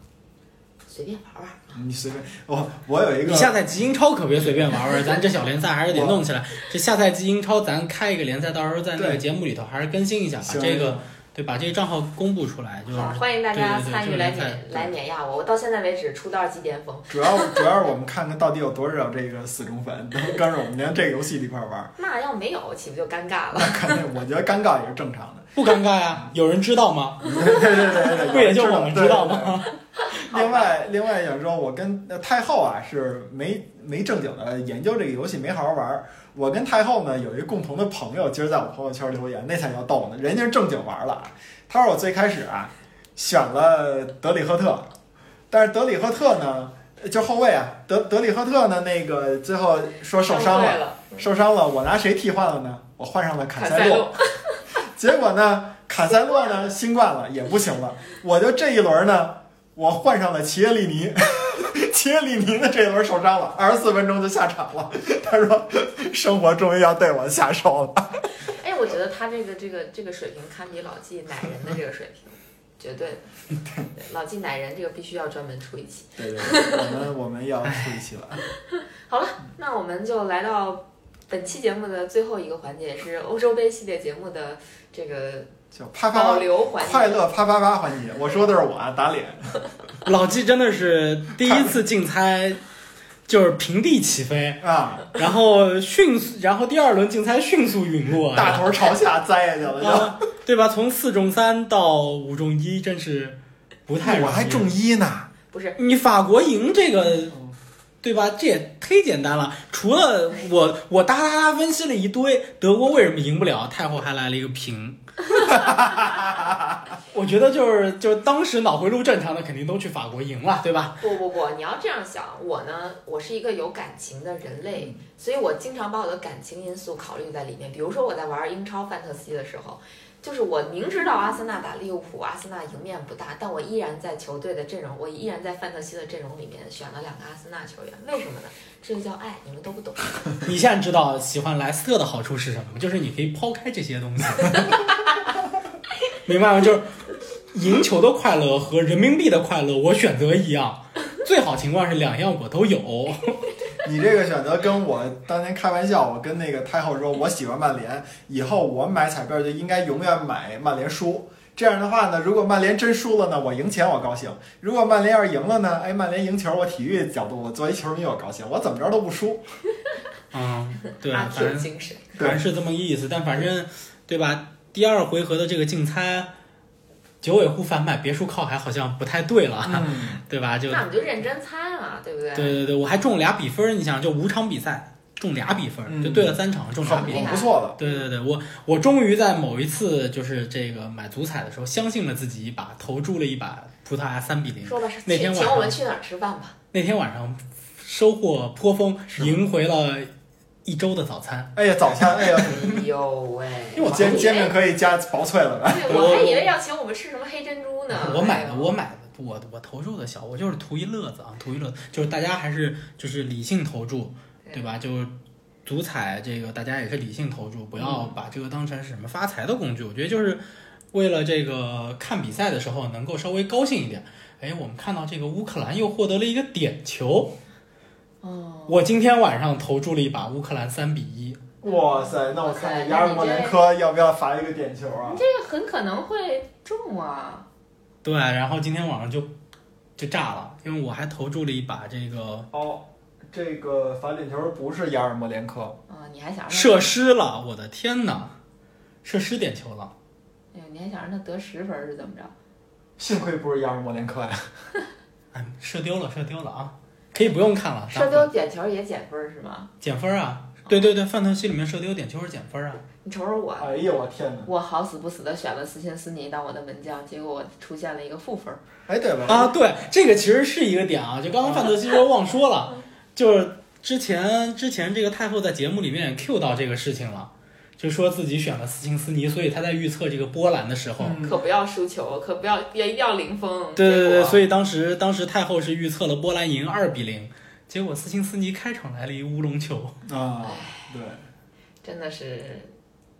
Speaker 1: 随便玩玩。
Speaker 2: 你随便，我我有一
Speaker 3: 你下
Speaker 2: 个，
Speaker 3: 赛季英超可别随便玩玩，咱这小联赛还是得 弄起来。这下赛季英超咱开一个联赛，到时候在那个
Speaker 2: 对
Speaker 3: 节目里头还是更新一下，把
Speaker 2: 行
Speaker 3: 这个对把这个账号公布出来，就是
Speaker 2: 嗯
Speaker 1: 好，欢迎大家
Speaker 3: 对对对
Speaker 1: 参
Speaker 3: 这
Speaker 1: 与
Speaker 3: 个
Speaker 1: 来
Speaker 3: 联赛
Speaker 1: 碾
Speaker 3: 对
Speaker 1: 来碾压我。我到现在为止出道即巅峰。
Speaker 2: 主要主要是我们看看到底有多少这个死忠粉能跟着我们连这个游戏里块玩儿，
Speaker 1: 那要没有，岂不就尴尬了？
Speaker 2: 那肯定我觉得尴尬也是正常的。
Speaker 3: 不尴尬呀？有人知道吗？
Speaker 2: 对对对对对，
Speaker 3: 不也就我们知道吗
Speaker 2: 对？对对另外，另外想说，我跟呃太后啊是没没正经的研究这个游戏，没好好玩儿。我跟太后呢有一共同的朋友，今儿在我朋友圈留言，那才叫逗呢，人家是正经玩儿了啊。他说我最开始啊选了德里赫特，但是德里赫特呢就后卫啊，德德里赫特呢那个最后说 受伤
Speaker 1: 崩
Speaker 2: 了
Speaker 1: 溃，了，
Speaker 2: 受伤了，我拿谁替换了呢？我换上了坎
Speaker 1: 坎
Speaker 2: 塞洛。
Speaker 1: 洛。
Speaker 2: 结果呢，卡塞洛呢新冠了，也不行了。我就这一轮呢，我换上了齐耶利尼， 齐耶利尼呢这一轮受伤了，二十四分钟就下场了。他说，生活终于要对我下手了。
Speaker 1: 哎，我觉得他这个这个这个水平堪比老纪奶人的这个水平，绝对的。对老纪奶人这个必须要专门出一期。
Speaker 2: 对对对，我们我们要出一期了。
Speaker 1: 那我们就来到本期节目的最后一个环节，是欧洲杯系列节目的这个
Speaker 2: 就啪啪
Speaker 1: 保
Speaker 2: 啪，
Speaker 1: 留环
Speaker 2: 快
Speaker 1: 节。
Speaker 2: 乐啪啪啪环节，我说的是我啊，打脸。
Speaker 3: 老纪真的是第一次竞猜，就是平地起飞，
Speaker 2: 啊，
Speaker 3: 然后迅速，然后第二轮竞猜迅速陨落，
Speaker 2: 大头朝下栽下去了，就
Speaker 3: 啊，对吧？从四中三到五中一，真是不太容易。
Speaker 2: 我还中一呢。
Speaker 1: 不是，
Speaker 3: 你法国赢这个，对吧？这也忒简单了。除了我，我哒哒哒分析了一堆，德国为什么赢不了？太后还来了一个平。 我觉得就是就是当时脑回路正常的，肯定都去法国赢了，对吧？
Speaker 1: 不不不，你要这样想，我呢，我是一个有感情的人类，
Speaker 3: 嗯
Speaker 1: 所以我经常把我的感情因素考虑在里面。比如说我在玩英超范特西的时候，就是我明知道阿森纳打利物浦，阿森纳赢面不大，但我依然在球队的阵容，我依然在范特西的阵容里面选了两个阿森纳球员，为什么呢？这就叫爱，你们都不懂。
Speaker 3: 你现在知道喜欢莱斯特的好处是什么？就是你可以抛开这些东西， 明白吗？就是赢球的快乐和人民币的快乐，我选择一样。最好情况是两样我都有。
Speaker 2: 你这个选择跟我当年开玩笑，我跟那个太后说，我喜欢曼联，以后我买彩票就应该永远买曼联输。这样的话呢，如果曼联真输了呢，我赢钱我高兴；如果曼联要是赢了呢，哎，曼联赢球，我体育角度，我作为球迷我高兴，我怎么着都不输。
Speaker 3: 嗯， 对，
Speaker 1: 阿
Speaker 3: 反
Speaker 1: 铁
Speaker 3: 正
Speaker 1: 啊精神。
Speaker 2: 对
Speaker 3: 反正是这么个意思，但反正对吧？第二回合的这个竞猜，九尾狐反买别墅靠海好像不太对了，
Speaker 2: 嗯，
Speaker 3: 对吧？就
Speaker 1: 那我们就认真猜嘛，对不对？
Speaker 3: 对对对，我还中俩比分儿，你想就五场比赛中俩比分儿，
Speaker 2: 嗯
Speaker 3: 就对了三场中俩
Speaker 2: 很
Speaker 3: 比
Speaker 1: 厉
Speaker 3: 分
Speaker 1: 害
Speaker 2: 很
Speaker 3: 儿。
Speaker 2: 不错的，
Speaker 3: 对对对，我我终于在某一次就是这个买足彩的时候，相信了自己一把，投注了一把葡萄牙三比零。
Speaker 1: 说吧，
Speaker 3: 那天
Speaker 1: 请
Speaker 3: 晚
Speaker 1: 请
Speaker 3: 上
Speaker 1: 我们去哪儿吃饭 吧？
Speaker 3: 那天晚上收获颇丰，
Speaker 2: 是吗
Speaker 3: 赢回了一周的早餐。
Speaker 2: 哎呀，早餐，哎呀，
Speaker 1: 哎呦喂！
Speaker 3: 因为我
Speaker 2: 煎
Speaker 1: 以为
Speaker 2: 煎饼可以加薄脆了，
Speaker 1: 哎对，我还以为要请我们吃什么黑珍珠呢。哎
Speaker 3: 我买的，我哎买的，我我投注的小，我就是图一乐子啊，图一乐子，就是大家还是就是理性投注，对吧？就是足彩这个大家也是理性投注，不要把这个当成是什么发财的工具。我觉得就是为了这个看比赛的时候能够稍微高兴一点。哎，我们看到这个乌克兰又获得了一个点球，
Speaker 1: 哦，
Speaker 3: 我今天晚上投注了一把乌克兰三比一。
Speaker 2: 哎哇塞，那我
Speaker 1: 哇塞哎
Speaker 2: 看看
Speaker 1: 那
Speaker 2: 雅尔
Speaker 1: 你
Speaker 2: 莫
Speaker 1: 这
Speaker 2: 连科要不要罚一个点球啊
Speaker 1: 你？这个很可能会中啊。
Speaker 3: 对，然后今天晚上就就炸了，因为我还投注了一把这个
Speaker 2: 哦，这个罚点球不是雅尔莫连科，
Speaker 1: 啊，你还想让他
Speaker 3: 射失了，我的天哪，射失点球了。
Speaker 1: 哎呦，你还想让他得十分是怎
Speaker 3: 啊
Speaker 1: 么着？
Speaker 2: 幸亏不是雅尔莫连科呀。
Speaker 3: 哎，射丢了，射丢了啊！可以不用看了，
Speaker 1: 射丢点球也减分是吗？
Speaker 3: 减分啊！对对对，范特西里面射丢点球是减分啊！
Speaker 1: 你瞅瞅我，
Speaker 2: 哎呀，我天哪！
Speaker 1: 我好死不死的选了斯琴斯尼当我的门将，结果我出现了一个负分。
Speaker 2: 哎，对了，
Speaker 3: 啊，对，这个其实是一个点啊，就刚刚范特西说忘说了，就是之前之前这个太后在节目里面也 Q 到这个事情了，就说自己选了斯琴斯尼，所以他在预测这个波兰的时候，
Speaker 2: 嗯
Speaker 1: 可不要输球，可不要也一定要零封。
Speaker 3: 对对
Speaker 1: 结
Speaker 3: 对，
Speaker 1: 果啊
Speaker 3: 所以当时当时太后是预测了波兰赢二比零，结果斯琴斯尼开场来了一乌龙球，
Speaker 2: 啊，对，
Speaker 1: 真的是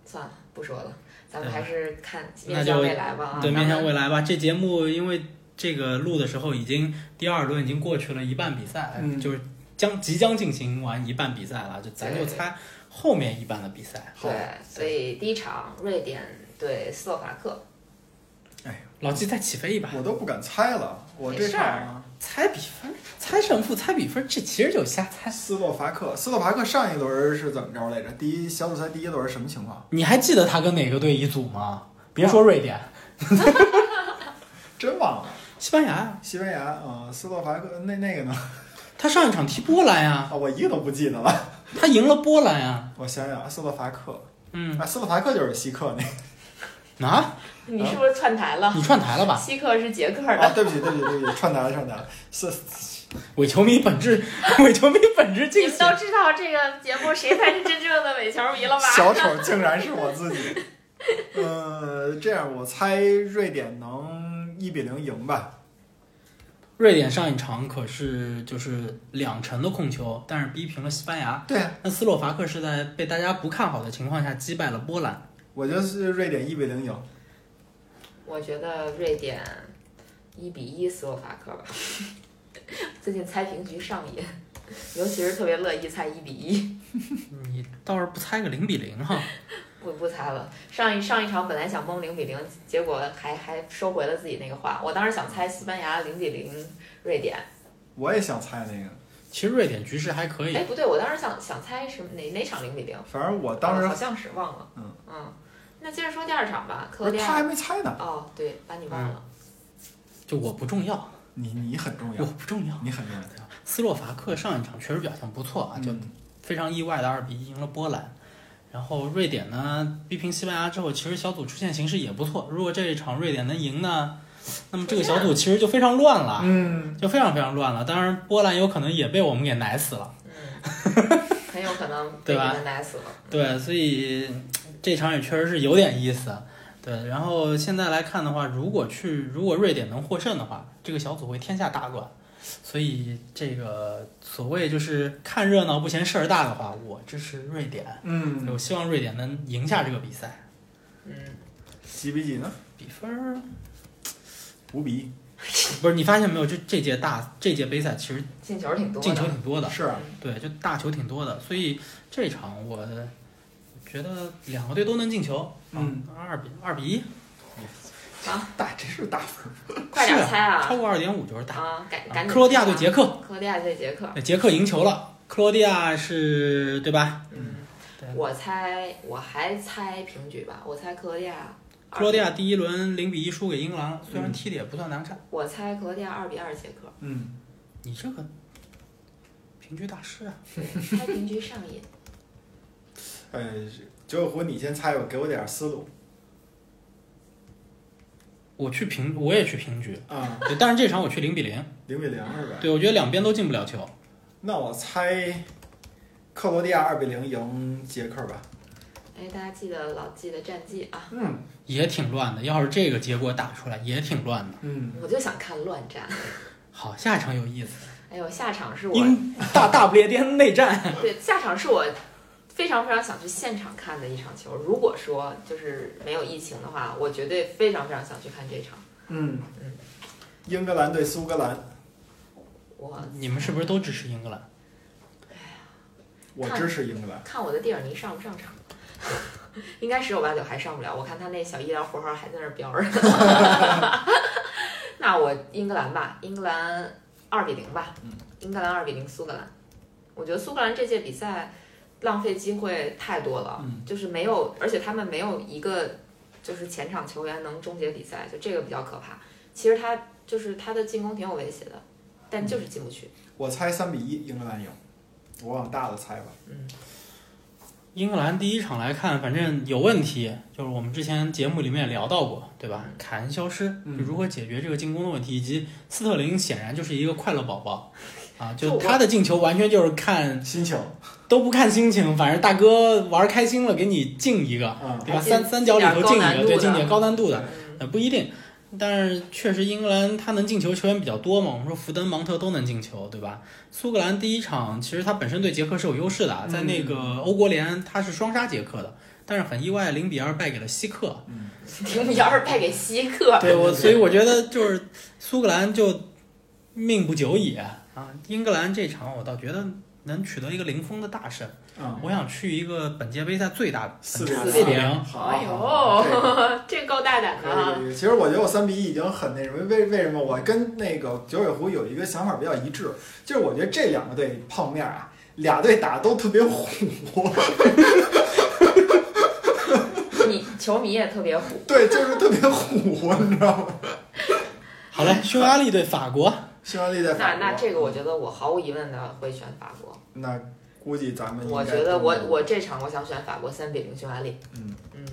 Speaker 1: 算了，不说了，咱们
Speaker 3: 对
Speaker 1: 还是看
Speaker 3: 那
Speaker 1: 面向
Speaker 3: 就
Speaker 1: 未来吧啊。
Speaker 3: 对，
Speaker 1: 咱们
Speaker 3: 面向未来吧。这节目因为这个录的时候已经第二轮已经过去了一半比赛，
Speaker 2: 嗯
Speaker 3: 就是将即将进行完一半比赛了，就咱就
Speaker 1: 对
Speaker 3: 猜后面一半的比赛。
Speaker 2: 好
Speaker 1: 对，所以第一场瑞典对斯洛伐
Speaker 3: 啊
Speaker 1: 克，
Speaker 3: 老季再起飞一把，
Speaker 2: 我都不敢猜了，我这场啊
Speaker 3: 猜比分，猜胜负，猜比分，这其实就是瞎猜。
Speaker 2: 斯洛伐克，斯洛伐克上一轮是怎么着来着？第一小组赛第一轮什么情况？
Speaker 3: 你还记得他跟哪个队一组吗？别说瑞典，
Speaker 2: 真忘了，
Speaker 3: 西班牙呀，
Speaker 2: 西班牙啊，斯洛伐克那那个呢？
Speaker 3: 他上一场踢波兰呀，
Speaker 2: 啊，我一个都不记得了。
Speaker 3: 他赢了波兰呀。
Speaker 2: 我想想，啊，斯洛伐克
Speaker 3: 嗯
Speaker 2: 啊，斯洛伐克就是西克那
Speaker 3: 啊，
Speaker 1: 你是不是串台了？
Speaker 3: 你串台了吧？
Speaker 1: 西克是捷克
Speaker 2: 个。啊，
Speaker 1: 的，
Speaker 2: 对不起，对不起，对不起，串台了，串台了。斯
Speaker 3: 伪球迷本质，伪球迷本质
Speaker 1: 你
Speaker 3: 进
Speaker 1: 们
Speaker 3: 行
Speaker 1: 都。知道这个节目谁才是真正的伪球迷了吧？
Speaker 2: 小丑竟然是我自己。呃，这样我猜瑞典能一比零赢吧？
Speaker 3: 瑞典上一场可是就是两成的控球，但是逼平了西班牙。
Speaker 2: 对啊，
Speaker 3: 那斯洛伐克是在被大家不看好的情况下击败了波兰。
Speaker 2: 我觉得是瑞典一比零赢。
Speaker 1: 我觉得瑞典一比一斯洛伐克吧。最近猜平局上瘾，尤其是特别乐意猜一比一。
Speaker 3: 你倒是不猜个零比零哈？
Speaker 1: 我不猜了，上一上一场本来想蒙零比零，结果还还收回了自己那个话。我当时想猜西班牙零比零瑞典，
Speaker 2: 我也想猜那个，
Speaker 3: 其实瑞典局势还可以
Speaker 1: 哎，不对，我当时想想猜什么哪哪场零比零，
Speaker 2: 反正我当
Speaker 1: 啊好
Speaker 2: 时
Speaker 1: 像是忘了。
Speaker 2: 嗯
Speaker 1: 那接着说第二场吧，克
Speaker 2: 不
Speaker 1: 罗
Speaker 2: 是
Speaker 1: 地
Speaker 2: 他还
Speaker 1: 亚。
Speaker 2: 没猜呢，
Speaker 1: 哦，对，把你忘了。
Speaker 3: 就我不重要，
Speaker 2: 你你很重
Speaker 3: 我
Speaker 2: 要，
Speaker 3: 不重要。
Speaker 2: 你很重要
Speaker 3: 斯洛伐克上一场确实表现不错啊，就
Speaker 2: 嗯
Speaker 3: 非常意外的二比一赢了波兰。然后瑞典呢逼平西班牙之后，其实小组出线形势也不错。如果这一场瑞典能赢呢，那么这个小组其实就非常乱了。啊
Speaker 2: 嗯，
Speaker 3: 就非常非常乱了。当然，波兰有可能也被我们给奶死了，
Speaker 1: 嗯，很有可能被
Speaker 3: 对
Speaker 1: 你
Speaker 3: 吧
Speaker 1: 们奶死了。
Speaker 3: 对，所以嗯这场也确实是有点意思。对，然后现在来看的话，如果去如果瑞典能获胜的话，这个小组会天下大乱。所以这个所谓就是看热闹不嫌事儿大的话，我支持瑞典。
Speaker 2: 嗯嗯，
Speaker 3: 我希望瑞典能赢下这个比赛，
Speaker 1: 嗯。
Speaker 2: 几比几呢？
Speaker 3: 比分儿
Speaker 2: 五比一。
Speaker 3: 不是你发现没有？这这届大这届杯赛其实
Speaker 1: 进球挺多的，
Speaker 3: 进球挺多的，
Speaker 2: 是啊，
Speaker 3: 对，就大球挺多的，所以这场我觉得两个队都能进球，
Speaker 2: 嗯
Speaker 3: 啊，二比二比一，
Speaker 2: 大这是大分儿。
Speaker 1: 快点
Speaker 3: 是啊
Speaker 1: 猜啊！
Speaker 3: 超过二点五就是大。
Speaker 1: 啊，赶赶
Speaker 3: 啊
Speaker 1: 紧！
Speaker 3: 克罗地亚对捷，克，
Speaker 1: 克罗地亚对捷克。
Speaker 3: 对捷克赢球了，克罗地亚是对吧？
Speaker 1: 嗯
Speaker 3: 对，
Speaker 1: 我猜，我还猜平局吧，我猜克罗地亚二
Speaker 3: 克罗地亚第一轮零比一输给英格兰，虽然踢的也不算难看。
Speaker 1: 我猜克罗地亚二比二捷克，
Speaker 2: 嗯，
Speaker 3: 你这个平局大师啊！
Speaker 1: 对，开平局上瘾。
Speaker 3: 嗯
Speaker 2: 哎，九尾狐，你先猜吧，给我点儿思路
Speaker 3: 我去平，我也去平局，
Speaker 2: 啊，
Speaker 3: 对但是这场我去零比零。
Speaker 2: 零比零是吧？
Speaker 3: 对，我觉得两边都进不了球。
Speaker 2: 那我猜克罗地亚二比零赢捷克吧。
Speaker 1: 哎，大家记得老记得战绩啊！
Speaker 2: 嗯
Speaker 3: 也挺乱的。要是这个结果打出来，也挺乱的。
Speaker 2: 嗯，
Speaker 1: 我就想看乱战。
Speaker 3: 好，下一场有意思，
Speaker 1: 哎呦，下场是我
Speaker 3: 英大大不列颠内战。
Speaker 1: 对下场是我非常非常想去现场看的一场球。如果说就是没有疫情的话，我绝对非常非常想去看这场。
Speaker 2: 嗯，英格兰对苏格兰，
Speaker 1: 我
Speaker 3: 你们是不是都支持英格兰？
Speaker 2: 我支持英格兰。
Speaker 1: 看我的蒂尔尼上不上场， 应该十有八九还上不了。我看他那小医疗符号还在那儿标着。 那我英格兰吧，英格兰二比零吧
Speaker 2: 嗯，
Speaker 1: 英格兰二比零苏格兰。我觉得苏格兰这届比赛浪费机会太多了，
Speaker 2: 嗯
Speaker 1: 就是没有，而且他们没有一个就是前场球员能终结比赛，就这个比较可怕。其实他就是他的进攻挺有威胁的，但就是进不去。
Speaker 2: 我猜三比一，英格兰赢。我往大了猜吧。
Speaker 3: 英格兰第一场来看，反正有问题，就是我们之前节目里面也聊到过，对吧？凯恩消失，
Speaker 2: 嗯
Speaker 3: 就如何解决这个进攻的问题，以及斯特林显然就是一个快乐宝宝，啊，
Speaker 1: 就
Speaker 3: 就
Speaker 1: 我
Speaker 3: 他的进球完全就是看
Speaker 2: 心情，
Speaker 3: 都不看心情，反正大哥玩开心了，给你进一个，
Speaker 2: 嗯，
Speaker 3: 对吧？
Speaker 1: 进
Speaker 3: 三三角里头
Speaker 1: 进点高
Speaker 3: 进一
Speaker 1: 难
Speaker 3: 个，
Speaker 1: 度
Speaker 3: 对，
Speaker 1: 的
Speaker 3: 进点高难度的，
Speaker 1: 嗯，
Speaker 3: 呃，不一定，但是确实英格兰他能进球球员比较多嘛。我们说福登、芒特都能进球，对吧？苏格兰第一场其实他本身对捷克是有优势的啊，在那个欧国联他是双杀捷克的，但是很意外零比二败给了西克。
Speaker 2: 嗯，
Speaker 1: 零比二败给希克。
Speaker 3: 对我，
Speaker 2: 对
Speaker 3: 所以我觉得 就是苏格兰就命不久矣啊。英格兰这场我倒觉得能取得一个零封的大胜，
Speaker 2: 嗯，
Speaker 3: 我想去一个本届杯赛最大的
Speaker 2: 四
Speaker 1: 比
Speaker 2: 比
Speaker 1: 零
Speaker 3: 四比零。
Speaker 2: 好，
Speaker 1: 哎
Speaker 2: 好这个
Speaker 1: 呦，这够大胆的
Speaker 2: 可
Speaker 1: 啊！
Speaker 2: 以，其实我觉得我三比一已经很那什么，为为什么我跟那个九尾狐有一个想法比较一致，就是我觉得这两个队碰面啊，俩队打都特别虎，
Speaker 1: 你球迷也特别虎，
Speaker 2: 对，就是特别虎，你知道吗？
Speaker 3: 好嘞，匈牙利对法国，
Speaker 2: 匈牙利在法
Speaker 1: 那
Speaker 2: 国，嗯
Speaker 1: 那这个我觉得我毫无疑问的会选法国。
Speaker 2: 那估计咱们应该
Speaker 1: 我觉得我我这场我想选法国三比零匈牙利。
Speaker 2: 嗯
Speaker 1: 嗯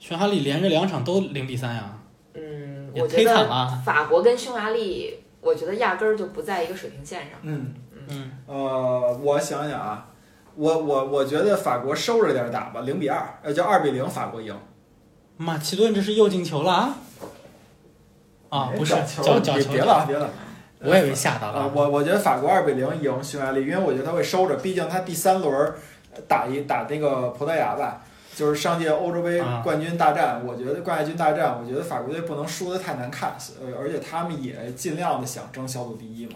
Speaker 3: 匈牙利连着两场都零比三呀、
Speaker 1: 嗯，
Speaker 3: 也
Speaker 1: 我觉
Speaker 3: 忒惨
Speaker 1: 得
Speaker 3: 了。啊
Speaker 1: 法国跟匈牙利，我觉得压根儿就不在一个水平线上。
Speaker 2: 嗯
Speaker 3: 嗯，
Speaker 2: 呃，我想想啊，我我我觉得法国收着点儿打吧，零比二，呃，就二比零法国赢。
Speaker 3: 马其顿这是又进球了啊！啊，
Speaker 2: 哎
Speaker 3: 不是
Speaker 2: 角球，
Speaker 3: 角角
Speaker 2: 别
Speaker 3: 球，
Speaker 2: 别了啊别了，
Speaker 3: 我也被吓到
Speaker 2: 啊，
Speaker 3: 了。
Speaker 2: 我我觉得法国二比零赢匈牙利，因为我觉得他会收着，毕竟他第三轮儿打一打那个葡萄牙吧，就是上届欧洲杯
Speaker 3: 啊
Speaker 2: 冠军大战，我觉得冠军大战，我觉得法国队不能输得太难看，呃，而且他们也尽量的想争小组第一嘛。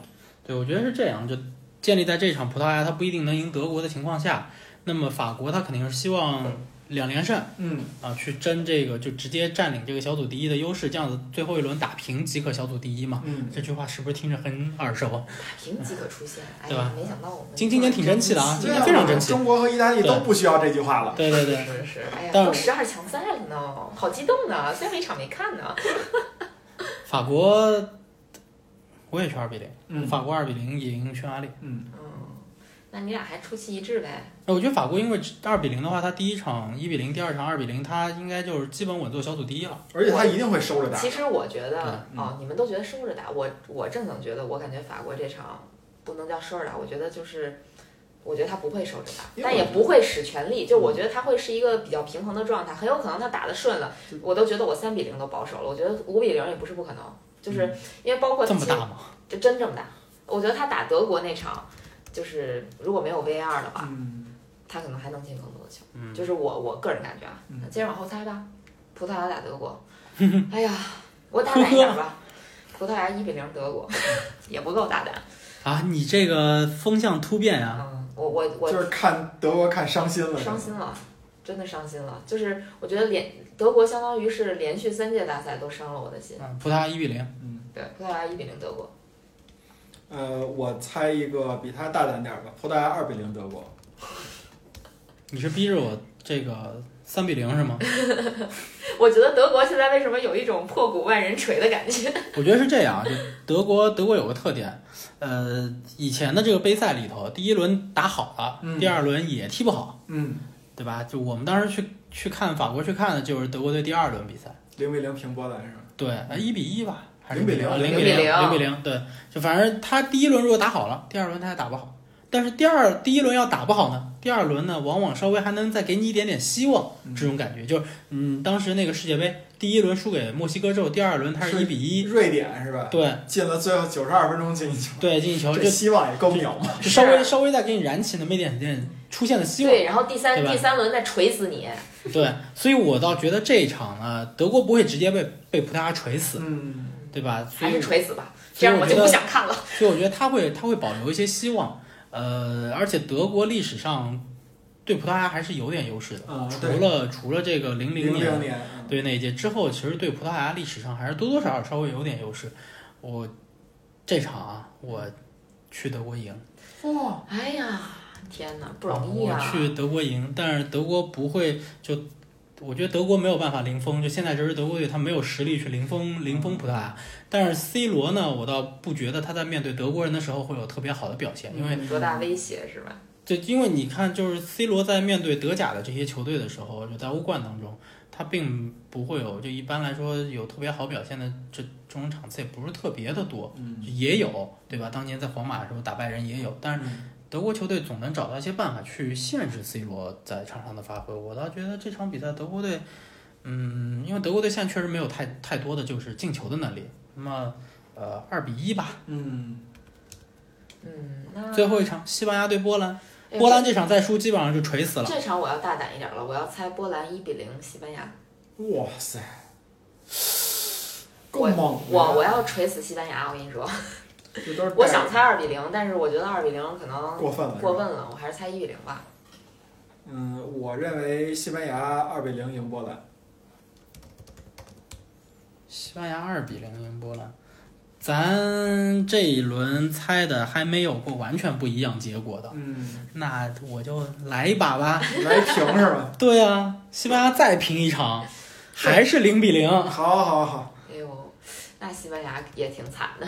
Speaker 3: 对，我觉得是这样，就建立在这场葡萄牙他不一定能赢德国的情况下，那么法国他肯定是希望两连胜
Speaker 2: 嗯
Speaker 3: 啊，去争这个就直接占领这个小组第一的优势，这样子最后一轮打平即可小组第一嘛。
Speaker 2: 嗯，
Speaker 3: 这句话是不是听着很耳熟？
Speaker 1: 打平即可出线，哎
Speaker 3: 对
Speaker 1: 呀
Speaker 3: 吧，
Speaker 1: 没想到我们
Speaker 3: 今今年挺争气的啊，今
Speaker 2: 对
Speaker 3: 年
Speaker 2: 啊
Speaker 3: 非常争气。
Speaker 2: 中国和意大利都不需要这句话了。
Speaker 3: 对对对，
Speaker 1: 啊是是，哎呀，
Speaker 3: 但
Speaker 1: 都十二强赛了呢，好激动啊！最后一场没看呢。
Speaker 3: 法国我也去二比零，
Speaker 2: 嗯
Speaker 3: 法国二比零赢匈牙利。
Speaker 2: 嗯
Speaker 1: 嗯，那你俩还出奇一致呗？
Speaker 3: 哎，我觉得法国因为二比零的话，他第一场一比零，第二场二比零，他应该就是基本稳坐小组第一了。
Speaker 2: 而且他一定会收着打。
Speaker 1: 其实我觉得
Speaker 3: 对，
Speaker 2: 嗯
Speaker 1: 哦，你们都觉得收着打，我我正经觉得，我感觉法国这场不能叫收着打，我觉得就是，我觉得他不会收着打，
Speaker 2: 因为
Speaker 1: 但也不会使全力，就我
Speaker 2: 嗯
Speaker 1: 觉得他会是一个比较平衡的状态，很有可能他打的顺了
Speaker 2: 对，
Speaker 1: 我都觉得我三比零都保守了，我觉得五比零也不是不可能，就是
Speaker 2: 嗯
Speaker 1: 因为包括
Speaker 3: 这么
Speaker 1: 其实
Speaker 3: 大吗？
Speaker 1: 就真这么大，我觉得他打德国那场，就是如果没有 VAR 的话，
Speaker 2: 嗯，
Speaker 1: 他可能还能进更多的球。
Speaker 3: 嗯，
Speaker 1: 就是我我个人感觉啊
Speaker 2: 嗯，
Speaker 1: 接着往后猜吧，葡萄牙打德 国，哎呀，我大胆一点吧，葡萄牙一比零德 国，也不够大胆。
Speaker 3: 啊，你这个风向突变啊！
Speaker 1: 嗯，我我我
Speaker 2: 就是看德国看伤心了。
Speaker 1: 伤心了，真的伤心了。就是我觉得连德国相当于是连续三届大赛都伤了我的心。
Speaker 3: 嗯，葡萄牙一比零，
Speaker 2: 嗯，
Speaker 1: 对，葡萄牙一比零德国，
Speaker 2: 呃，我猜一个比他大胆点儿吧，葡萄牙二比零德国。
Speaker 3: 你是逼着我这个三比零是吗？
Speaker 1: 我觉得德国现在为什么有一种破鼓万人锤的感觉？
Speaker 3: 我觉得是这样，就德国德国有个特点，呃，以前的这个杯赛里头，第一轮打好了，
Speaker 2: 嗯
Speaker 3: 第二轮也踢不好，
Speaker 2: 嗯，
Speaker 3: 对吧？就我们当时去去看法国去看的就是德国队第二轮比赛，
Speaker 2: 零比零平波兰是吧？
Speaker 3: 对，呃，一比一吧，还是
Speaker 2: 0比0
Speaker 3: 零
Speaker 1: 0
Speaker 3: 零
Speaker 1: 比
Speaker 3: 零
Speaker 1: 0
Speaker 3: 零比零，对，就反正他第一轮如果打好了，第二轮他还打不好，但是第二第一轮要打不好呢，第二轮呢往往稍微还能再给你一点点希望，
Speaker 2: 嗯
Speaker 3: 这种感觉就是，嗯，当时那个世界杯第一轮输给墨西哥之后，第二轮他是
Speaker 2: 是
Speaker 3: 一比一，
Speaker 2: 瑞典是吧？
Speaker 3: 对
Speaker 2: 进了最后九十二分钟进一球，
Speaker 3: 对，进一球
Speaker 2: 这
Speaker 3: 就
Speaker 2: 希望也够渺茫。
Speaker 3: 就稍微稍微再给你燃起那么一点点出现的希望。
Speaker 1: 对，然后第三
Speaker 3: 对吧
Speaker 1: 第三轮再锤死你，
Speaker 3: 对，所以我倒觉得这一场呢，德国不会直接被被葡萄牙锤死，
Speaker 2: 嗯，
Speaker 3: 对吧？所
Speaker 1: 还
Speaker 3: 以
Speaker 1: 是
Speaker 3: 我
Speaker 1: 锤死吧，这
Speaker 3: 所以
Speaker 1: 样
Speaker 3: 我
Speaker 1: 我
Speaker 3: 觉
Speaker 1: 就不
Speaker 3: 得，
Speaker 1: 想看了。
Speaker 3: 所以我觉得他会他会保留一些希望。呃，而且德国历史上对葡萄牙还是有点优势的，
Speaker 2: 啊，
Speaker 3: 除
Speaker 2: 对，
Speaker 3: 了除了这个零
Speaker 2: 零
Speaker 3: 年
Speaker 2: 零年，嗯
Speaker 3: 对那一届之后，其实对葡萄牙历史上还是多多少少稍微有点优势。我这场啊，我去德国赢。
Speaker 2: 哇，
Speaker 1: 哎呀，天哪，不容易啊！
Speaker 3: 我去德国赢，但是德国不会就，我觉得德国没有办法零封，就现在这支德国队他没有实力去零封零封葡萄牙。但是 C 罗呢，我倒不觉得他在面对德国人的时候会有特别好的表现，因为
Speaker 1: 多大威胁是吧？
Speaker 3: 就因为你看，就是 C 罗在面对德甲的这些球队的时候，就在欧冠当中，他并不会有就一般来说有特别好表现的这这种场次也不是特别的多，
Speaker 2: 嗯，
Speaker 3: 也有对吧？当年在皇马的时候打败人也有，但是。德国球队总能找到一些办法去限制 C 罗在场上的发挥。我倒觉得这场比赛德国队，嗯，因为德国队现在确实没有太太多的就是进球的能力。那么，呃，二比一吧。
Speaker 2: 嗯，
Speaker 1: 嗯，那
Speaker 3: 最后一场西班牙对波兰，
Speaker 1: 哎
Speaker 3: 波兰这场再输基本上就锤死了。
Speaker 1: 这场我要大胆一点了，我要猜波兰一比零西班牙。
Speaker 2: 哇塞，够
Speaker 1: 我
Speaker 2: 猛
Speaker 3: 嗯
Speaker 2: 的！
Speaker 1: 我我要锤死西班牙，我跟你说，
Speaker 2: 这都是
Speaker 1: 我想猜二比零，但是我觉得二比零可能
Speaker 2: 过分了，
Speaker 1: 过分了，我还是猜一比零吧。
Speaker 2: 嗯，我认为西班牙二比零赢波兰。
Speaker 3: 西班牙二比零赢波兰，咱这一轮猜的还没有过完全不一样结果的，
Speaker 2: 嗯，
Speaker 3: 那我就来一把吧。
Speaker 2: 来平是吧？
Speaker 3: 对啊，西班牙再平一场，还是零比零。
Speaker 2: 好好好，
Speaker 1: 哎呦，那西班牙也挺惨的。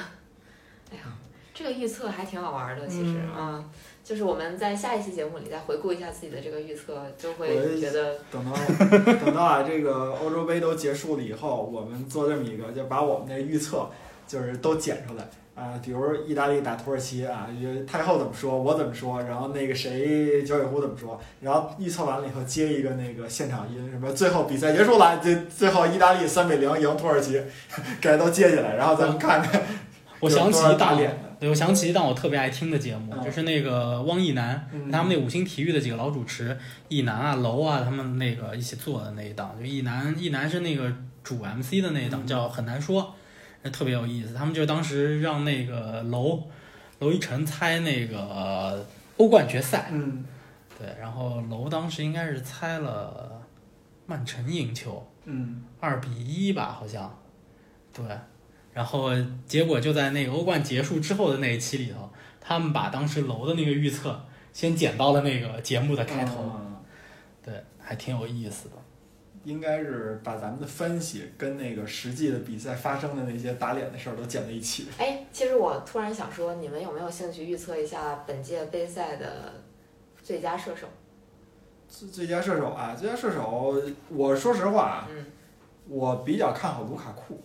Speaker 1: 哎呀，
Speaker 3: 嗯
Speaker 1: 这个预测还挺好玩的，其实
Speaker 2: 嗯
Speaker 1: 啊、就是我们在下一期节目里再回顾一下自己的这个预测，就会
Speaker 2: 我
Speaker 1: 觉得
Speaker 2: 等到等到啊这个欧洲杯都结束了以后，我们做这么一个，就把我们的预测就是都剪出来。啊，比如意大利打土耳其啊，也太后怎么说，我怎么说，然后那个谁九尾狐怎么说，然后预测完了以后接一个那个现场音，什么最后比赛结束了，最最后意大利三比零赢土耳其， 给都接起来，然后咱们看看
Speaker 3: 我想起
Speaker 2: 有多
Speaker 3: 一
Speaker 2: 少打
Speaker 3: 档，
Speaker 2: 脸的，
Speaker 3: 对，我想起一档我特别爱听的节目，
Speaker 2: 嗯
Speaker 3: 就是那个汪一楠，
Speaker 2: 嗯
Speaker 3: 他们那五星体育的几个老主持，一楠啊、楼啊，他们那个一起做的那一档，就一楠，一楠是那个主 MC 的那一档，
Speaker 2: 嗯
Speaker 3: 叫很难说，那特别有意思。他们就当时让那个楼，楼一晨猜那个欧冠决赛，
Speaker 2: 嗯，
Speaker 3: 对，然后楼当时应该是猜了曼城赢球，
Speaker 2: 嗯，
Speaker 3: 二比一吧，好像，对。然后结果就在那个欧冠结束之后的那一期里头，他们把当时楼的那个预测先剪到了那个节目的开头，
Speaker 2: 嗯
Speaker 3: 对，还挺有意思的。
Speaker 2: 应该是把咱们的分析跟那个实际的比赛发生的那些打脸的事儿都剪在一起。
Speaker 1: 哎，其实我突然想说，你们有没有兴趣预测一下本届杯赛的最佳射手？
Speaker 2: 最最佳射手啊，最佳射手，我说实话啊，
Speaker 1: 嗯，
Speaker 2: 我比较看好卢卡库。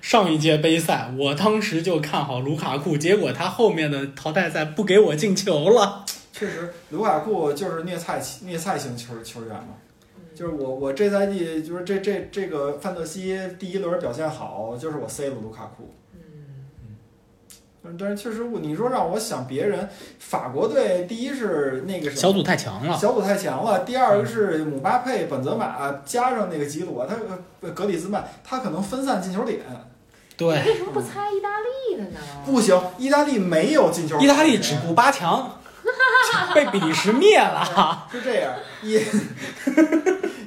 Speaker 3: 上一届杯赛，我当时就看好卢卡库，结果他后面的淘汰赛不给我进球了。
Speaker 2: 确实，卢卡库就是虐菜虐菜型球球员嘛。
Speaker 1: 嗯
Speaker 2: 就是我我这赛季就是这这这个范特西第一轮表现好，就是我塞了卢卡库。嗯
Speaker 1: 嗯，
Speaker 2: 但但是确实我，你说让我想别人，法国队第一是那个什么
Speaker 3: 小组太强了，
Speaker 2: 小组太强了。第
Speaker 3: 嗯
Speaker 2: 二个是姆巴佩、本泽马加上那个吉鲁，他呃格里兹曼，他可能分散进球点。
Speaker 3: 对
Speaker 1: 你，为什么不猜意大利的
Speaker 3: 嗯
Speaker 1: 呢？
Speaker 2: 不行，意大利没有进球。
Speaker 3: 意大利止步 八强，被比利时灭了。
Speaker 2: 是这样，意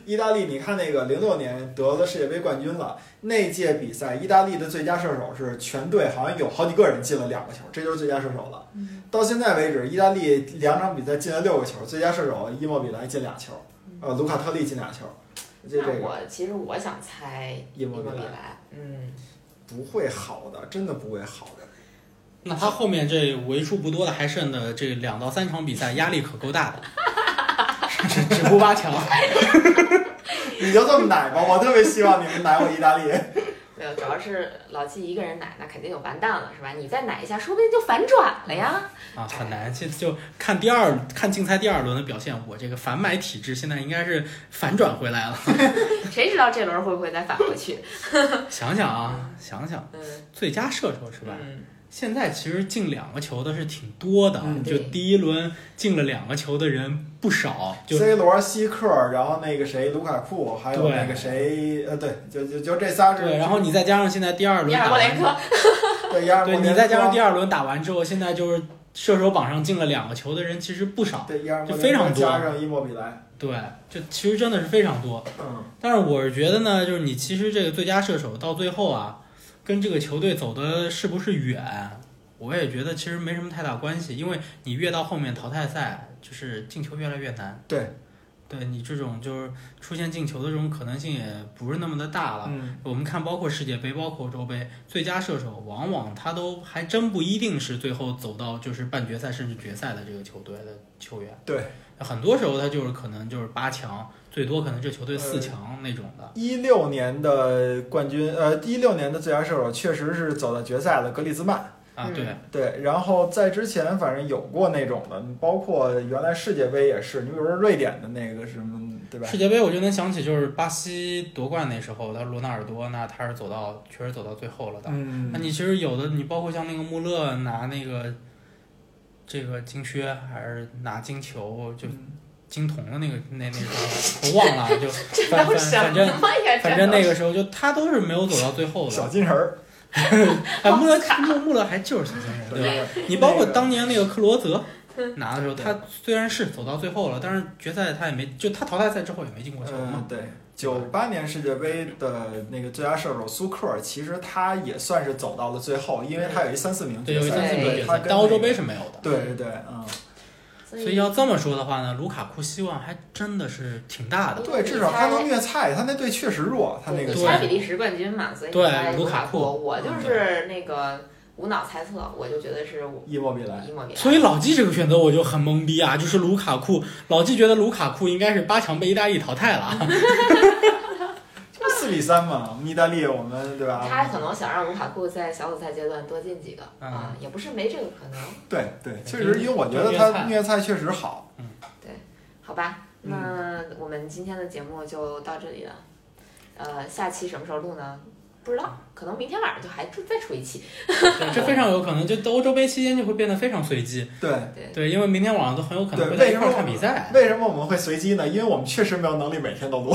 Speaker 2: 意大利，你看那个零六年得了世界杯冠军了，那届比赛意大利的最佳射手是全队好像有好几个人进了两个球，这就是最佳射手了。
Speaker 1: 嗯
Speaker 2: 到现在为止，意大利两场比赛进了六个球，最佳射手伊莫比莱进俩球，呃，卢卡特利进俩球。这这
Speaker 1: 那
Speaker 2: 个
Speaker 1: 我其实我想猜
Speaker 2: 伊
Speaker 1: 伊
Speaker 2: 莫
Speaker 1: 莫
Speaker 2: 比
Speaker 1: 比
Speaker 2: 莱
Speaker 1: 莱，嗯，
Speaker 2: 不会好的，真的不会好的。
Speaker 3: 那他后面这为数不多的还剩的这两到三场比赛，压力可 够大的，只只不八强。
Speaker 2: 你就这么奶吧，我特别希望你们奶我意大利。
Speaker 1: 没有，主要是老季一个人奶，那肯定就完蛋了，是吧？你再奶一下，说不定就反转了呀。
Speaker 3: 啊，很难。现就看第二看竞赛第二轮的表现，我这个反买体质现在应该是反转回来了。嗯
Speaker 1: 谁知道这轮会不会再反回 去？
Speaker 3: 想想啊，想想
Speaker 1: 嗯，
Speaker 3: 最佳射手是吧？
Speaker 1: 嗯
Speaker 3: 现在其实进两个球的是挺多的啊，
Speaker 2: 嗯
Speaker 3: 就
Speaker 1: 对
Speaker 3: 第一轮进了两个球的人不少， 就
Speaker 2: C 罗、希克，然后那个谁，卢卡库，还有
Speaker 3: 对
Speaker 2: 那个谁，呃，对，就就就这仨是。
Speaker 3: 对，然后你再加上现在第二轮
Speaker 1: 第二
Speaker 3: 打
Speaker 1: 莫雷
Speaker 3: 完，
Speaker 1: 克，
Speaker 2: 对，亚尔
Speaker 3: 对
Speaker 2: 莫
Speaker 3: 你
Speaker 2: 连
Speaker 3: 再加上
Speaker 2: 科
Speaker 3: 第二轮打完之后，现在就是射手榜上进了两个球的人其实不少，
Speaker 2: 对，亚尔莫
Speaker 3: 就
Speaker 2: 连
Speaker 3: 非常
Speaker 2: 科
Speaker 3: 多
Speaker 2: 加上伊莫比莱，
Speaker 3: 对，就其实真的是非常多。
Speaker 2: 嗯，
Speaker 3: 但是我是觉得呢，就是你其实这个最佳射手到最后啊，跟这个球队走的是不是远，我也觉得其实没什么太大关系，因为你越到后面淘汰赛，就是进球越来越难。
Speaker 2: 对，
Speaker 3: 对你这种就是出现进球的这种可能性也不是那么的大了。
Speaker 2: 嗯，
Speaker 3: 我们看，包括世界杯，包括欧洲杯，最佳射手往往他都还真不一定是最后走到就是半决赛甚至决赛的这个球队的球员。
Speaker 2: 对，
Speaker 3: 很多时候他就是可能就是八强，最多可能这球
Speaker 2: 呃
Speaker 3: 队四强那种的。
Speaker 2: 一六年的冠军，呃，一六年的最佳射手确实是走到决赛了，格里兹曼。
Speaker 3: 啊，
Speaker 1: 嗯
Speaker 3: 对，
Speaker 2: 对，然后在之前反正有过那种的，包括原来世界杯也是，你比如说瑞典的那个什么，对吧？
Speaker 3: 世界杯我就能想起就是巴西夺冠那时候，他罗纳尔多那他是走到确实走到最后了的。那
Speaker 2: 嗯，
Speaker 3: 你其实有的，你包括像那个穆勒拿那个这个金靴，还是拿金球，就金铜的那个那那个，我忘了啊，就
Speaker 1: 这
Speaker 3: 反
Speaker 1: 都
Speaker 3: 反
Speaker 1: 什
Speaker 3: 反正
Speaker 1: 么呀？
Speaker 3: 反正那个时候就他都是没有走到最后
Speaker 2: 小
Speaker 3: 的。
Speaker 2: 金人儿，
Speaker 3: 哎，穆勒穆穆勒还就是小金人，对吧？
Speaker 2: 对吧嗯
Speaker 3: 你包括当年那个克罗泽拿的时候，他虽然是走到最后了，但是决赛他也没，就他淘汰赛之后也没进过球嘛
Speaker 2: 嗯，。对，九八年世界杯的那个最佳射手苏克尔，其实他也算是走到了最后，因为他有一三四名
Speaker 3: 对，
Speaker 2: 决
Speaker 3: 有一
Speaker 2: 赛，
Speaker 3: 三次没有
Speaker 2: 嗯对
Speaker 3: 决
Speaker 2: 他
Speaker 3: 赛
Speaker 2: 跟，
Speaker 3: 但欧洲
Speaker 2: 那
Speaker 3: 杯
Speaker 2: 个
Speaker 3: 是没有的。
Speaker 2: 对对对，嗯，
Speaker 1: 所
Speaker 3: 所以要这么说的话呢，卢卡库希望还真的是挺大的。
Speaker 2: 对，至少他能虐菜，他那队确实弱，他那
Speaker 1: 你
Speaker 2: 个
Speaker 3: 对
Speaker 1: 猜比利时冠军嘛，所以你
Speaker 3: 对
Speaker 1: 猜
Speaker 3: 卢卡
Speaker 1: 卡
Speaker 3: 库嗯
Speaker 1: 我就是那个无脑猜测，我就觉得是我
Speaker 2: 伊莫比莱，
Speaker 1: 伊莫比莱。
Speaker 3: 所以老季这个选择我就很懵逼啊，就是卢卡库，老季觉得卢卡库应该是八强被意大利淘汰了啊，
Speaker 2: 这不四比三嘛，我们意大利我们对吧？
Speaker 1: 他可能想让卢卡库在小组赛阶段多进几个
Speaker 3: 嗯
Speaker 1: 啊，也不是没这个可能，
Speaker 2: 对对，确实，因为我觉得嗯他虐菜确实好，
Speaker 1: 好吧？
Speaker 2: 嗯
Speaker 1: 那我们今天的节目就到这里了，呃，下期什么时候录呢？不知道，可能明天晚上就还出再出一期。
Speaker 3: 这非常有可能，就欧洲杯期间就会变得非常随机。
Speaker 2: 对。
Speaker 3: 对，因为明天晚上都很有可能
Speaker 2: 对
Speaker 3: 会在
Speaker 2: 为
Speaker 3: 一
Speaker 2: 什
Speaker 3: 块儿
Speaker 2: 么
Speaker 3: 看比赛。
Speaker 2: 为什么我们会随机呢？因为我们确实没有能力每天都录。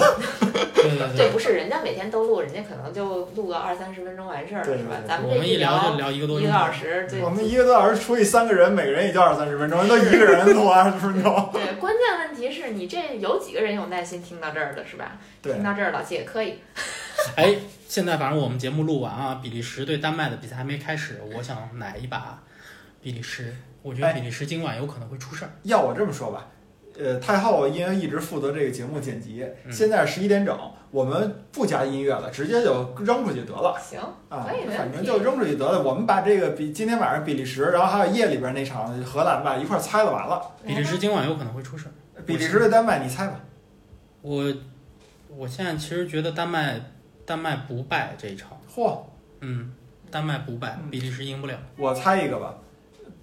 Speaker 3: 对对
Speaker 1: 对，
Speaker 3: 对，
Speaker 1: 不是人家每天都录，人家可能就录个二三十分钟完事儿了，
Speaker 2: 对
Speaker 1: 是吧
Speaker 2: 对？对
Speaker 1: 咱们
Speaker 3: 我
Speaker 1: 这
Speaker 3: 们一聊就
Speaker 1: 聊
Speaker 3: 聊一个多
Speaker 1: 一
Speaker 3: 钟
Speaker 1: 个
Speaker 3: 头
Speaker 1: 小。时，对
Speaker 2: 我们一个多小时除以三个人，每个人也就二三十分钟，人都一个人啊录二十分钟。
Speaker 1: 对，关键问题是你这有几个人有耐心听到这儿的，是吧？
Speaker 2: 对
Speaker 1: 听，到这儿，老季也可以。
Speaker 3: 哎，现在反正我们节目录完啊，比利时对丹麦的比赛还没开始，我想奶一把比利时，我觉得
Speaker 2: 哎
Speaker 3: 比利时今晚有可能会出事儿。
Speaker 2: 要我这么说吧，呃，太后因为一直负责这个节目剪辑，
Speaker 3: 嗯
Speaker 2: 现在十一点整，我们不加音乐了，直接就扔出去得了
Speaker 1: 行，
Speaker 2: 啊
Speaker 1: 可以没问，题
Speaker 2: 反正就扔出去得了。我们把这个比今天晚上比利时，然后还有夜里边那场荷兰吧，一块儿猜了完了。
Speaker 3: 比利时今晚有可能会出事儿。
Speaker 2: 比利时对丹麦，你猜吧。
Speaker 3: 我我现在其实觉得丹麦丹麦不败这一场，
Speaker 2: 嚯，
Speaker 3: 嗯，丹麦不败
Speaker 2: 嗯，
Speaker 3: 比利时赢不了。
Speaker 2: 我猜一个吧，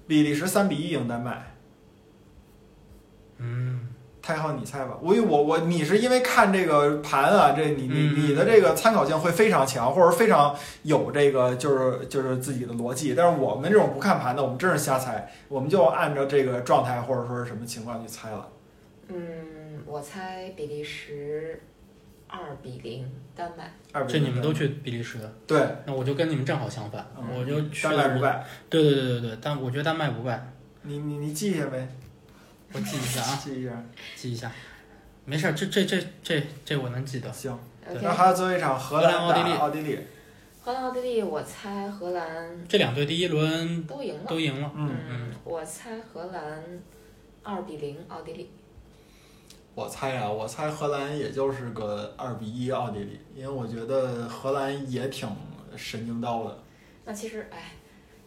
Speaker 2: 比利时三比一赢丹麦。
Speaker 3: 嗯，
Speaker 2: 太后，你猜吧。我我我，你是因为看这个盘啊，这你你
Speaker 3: 嗯嗯
Speaker 2: 你的这个参考性会非常强，或者非常有这个就是就是自己的逻辑。但是我们这种不看盘的，我们真是瞎猜，我们就按照这个状态或者说是什么情况去猜了。
Speaker 1: 嗯，我猜比利时二比零丹麦。
Speaker 2: 二比
Speaker 3: 这
Speaker 2: 零
Speaker 3: 你们都去比利时，
Speaker 2: 对，
Speaker 3: 那我就跟你们正好相反，
Speaker 2: 嗯
Speaker 3: 我就去
Speaker 2: 丹麦
Speaker 3: 了
Speaker 2: 不。败。
Speaker 3: 对对对对对，但我觉得丹麦不败，
Speaker 2: 你你你记一下呗，
Speaker 3: 我记一下啊，
Speaker 2: 记一下。
Speaker 3: 记一下。没事儿，这这这这这我能记得。
Speaker 2: 行，
Speaker 1: OK，
Speaker 2: 然后还有最后一场荷兰
Speaker 3: 荷兰奥地利
Speaker 2: 打奥地利，
Speaker 1: 荷兰奥地利，我猜荷兰
Speaker 3: 这两队第一轮
Speaker 1: 都赢了。
Speaker 3: 都赢了，
Speaker 2: 嗯，
Speaker 1: 我猜荷兰二比零奥地利。
Speaker 2: 我猜啊，我猜荷兰也就是个二比一奥地利，因为我觉得荷兰也挺神经刀的，
Speaker 1: 那其实哎，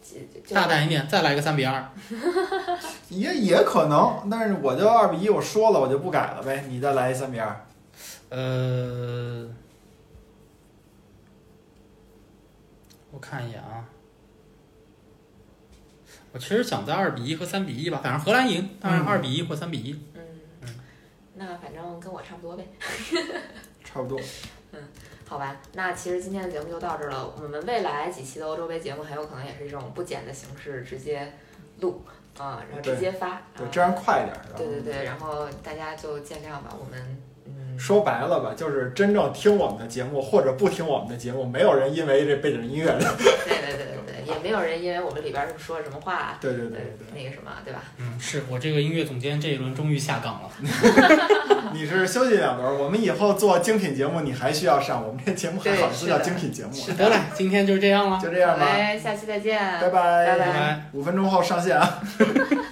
Speaker 1: 就就
Speaker 3: 大胆一点，再来个三比二。
Speaker 2: 也也可能，但是我就二比一，我说了我就不改了呗，你再来一三比二，
Speaker 3: 呃，我看一眼啊，我其实想在二比一和三比一吧，反正荷兰赢，当然
Speaker 2: 嗯
Speaker 3: 二比一或三比一。
Speaker 1: 嗯，那反正跟我差不多呗。
Speaker 2: 差不多。
Speaker 1: 好吧，那其实今天的节目就到这儿了。我们未来几期的欧洲杯节目很有可能也是这种不剪的形式，直接录啊，然后直接发。
Speaker 2: 对，
Speaker 1: 啊
Speaker 2: 这样快点儿。然后
Speaker 1: 对对对，然后大家就见谅吧。我们嗯，
Speaker 2: 说白了吧，就是真正听我们的节目或者不听我们的节目，没有人因为这背景音乐，
Speaker 1: 对对对对对，也没有人因为我们里边儿说什么话，
Speaker 2: 对对对
Speaker 1: 对
Speaker 2: 对对，
Speaker 1: 那个什么，对吧？
Speaker 3: 嗯，是我这个音乐总监这一轮终于下岗了。
Speaker 2: 你是休息两轮儿，我们以后做精品节目，你还需要上，我们这节目还好
Speaker 1: 对
Speaker 2: 是
Speaker 1: 是
Speaker 2: 叫
Speaker 1: 的
Speaker 2: 精品节目，
Speaker 1: 是的
Speaker 3: 得嘞，今天就这样了，
Speaker 2: 就这样吧，
Speaker 1: 喂，下期再见，
Speaker 2: 拜拜
Speaker 1: 拜
Speaker 3: 拜拜。
Speaker 2: 五分钟后上线啊。
Speaker 3: 拜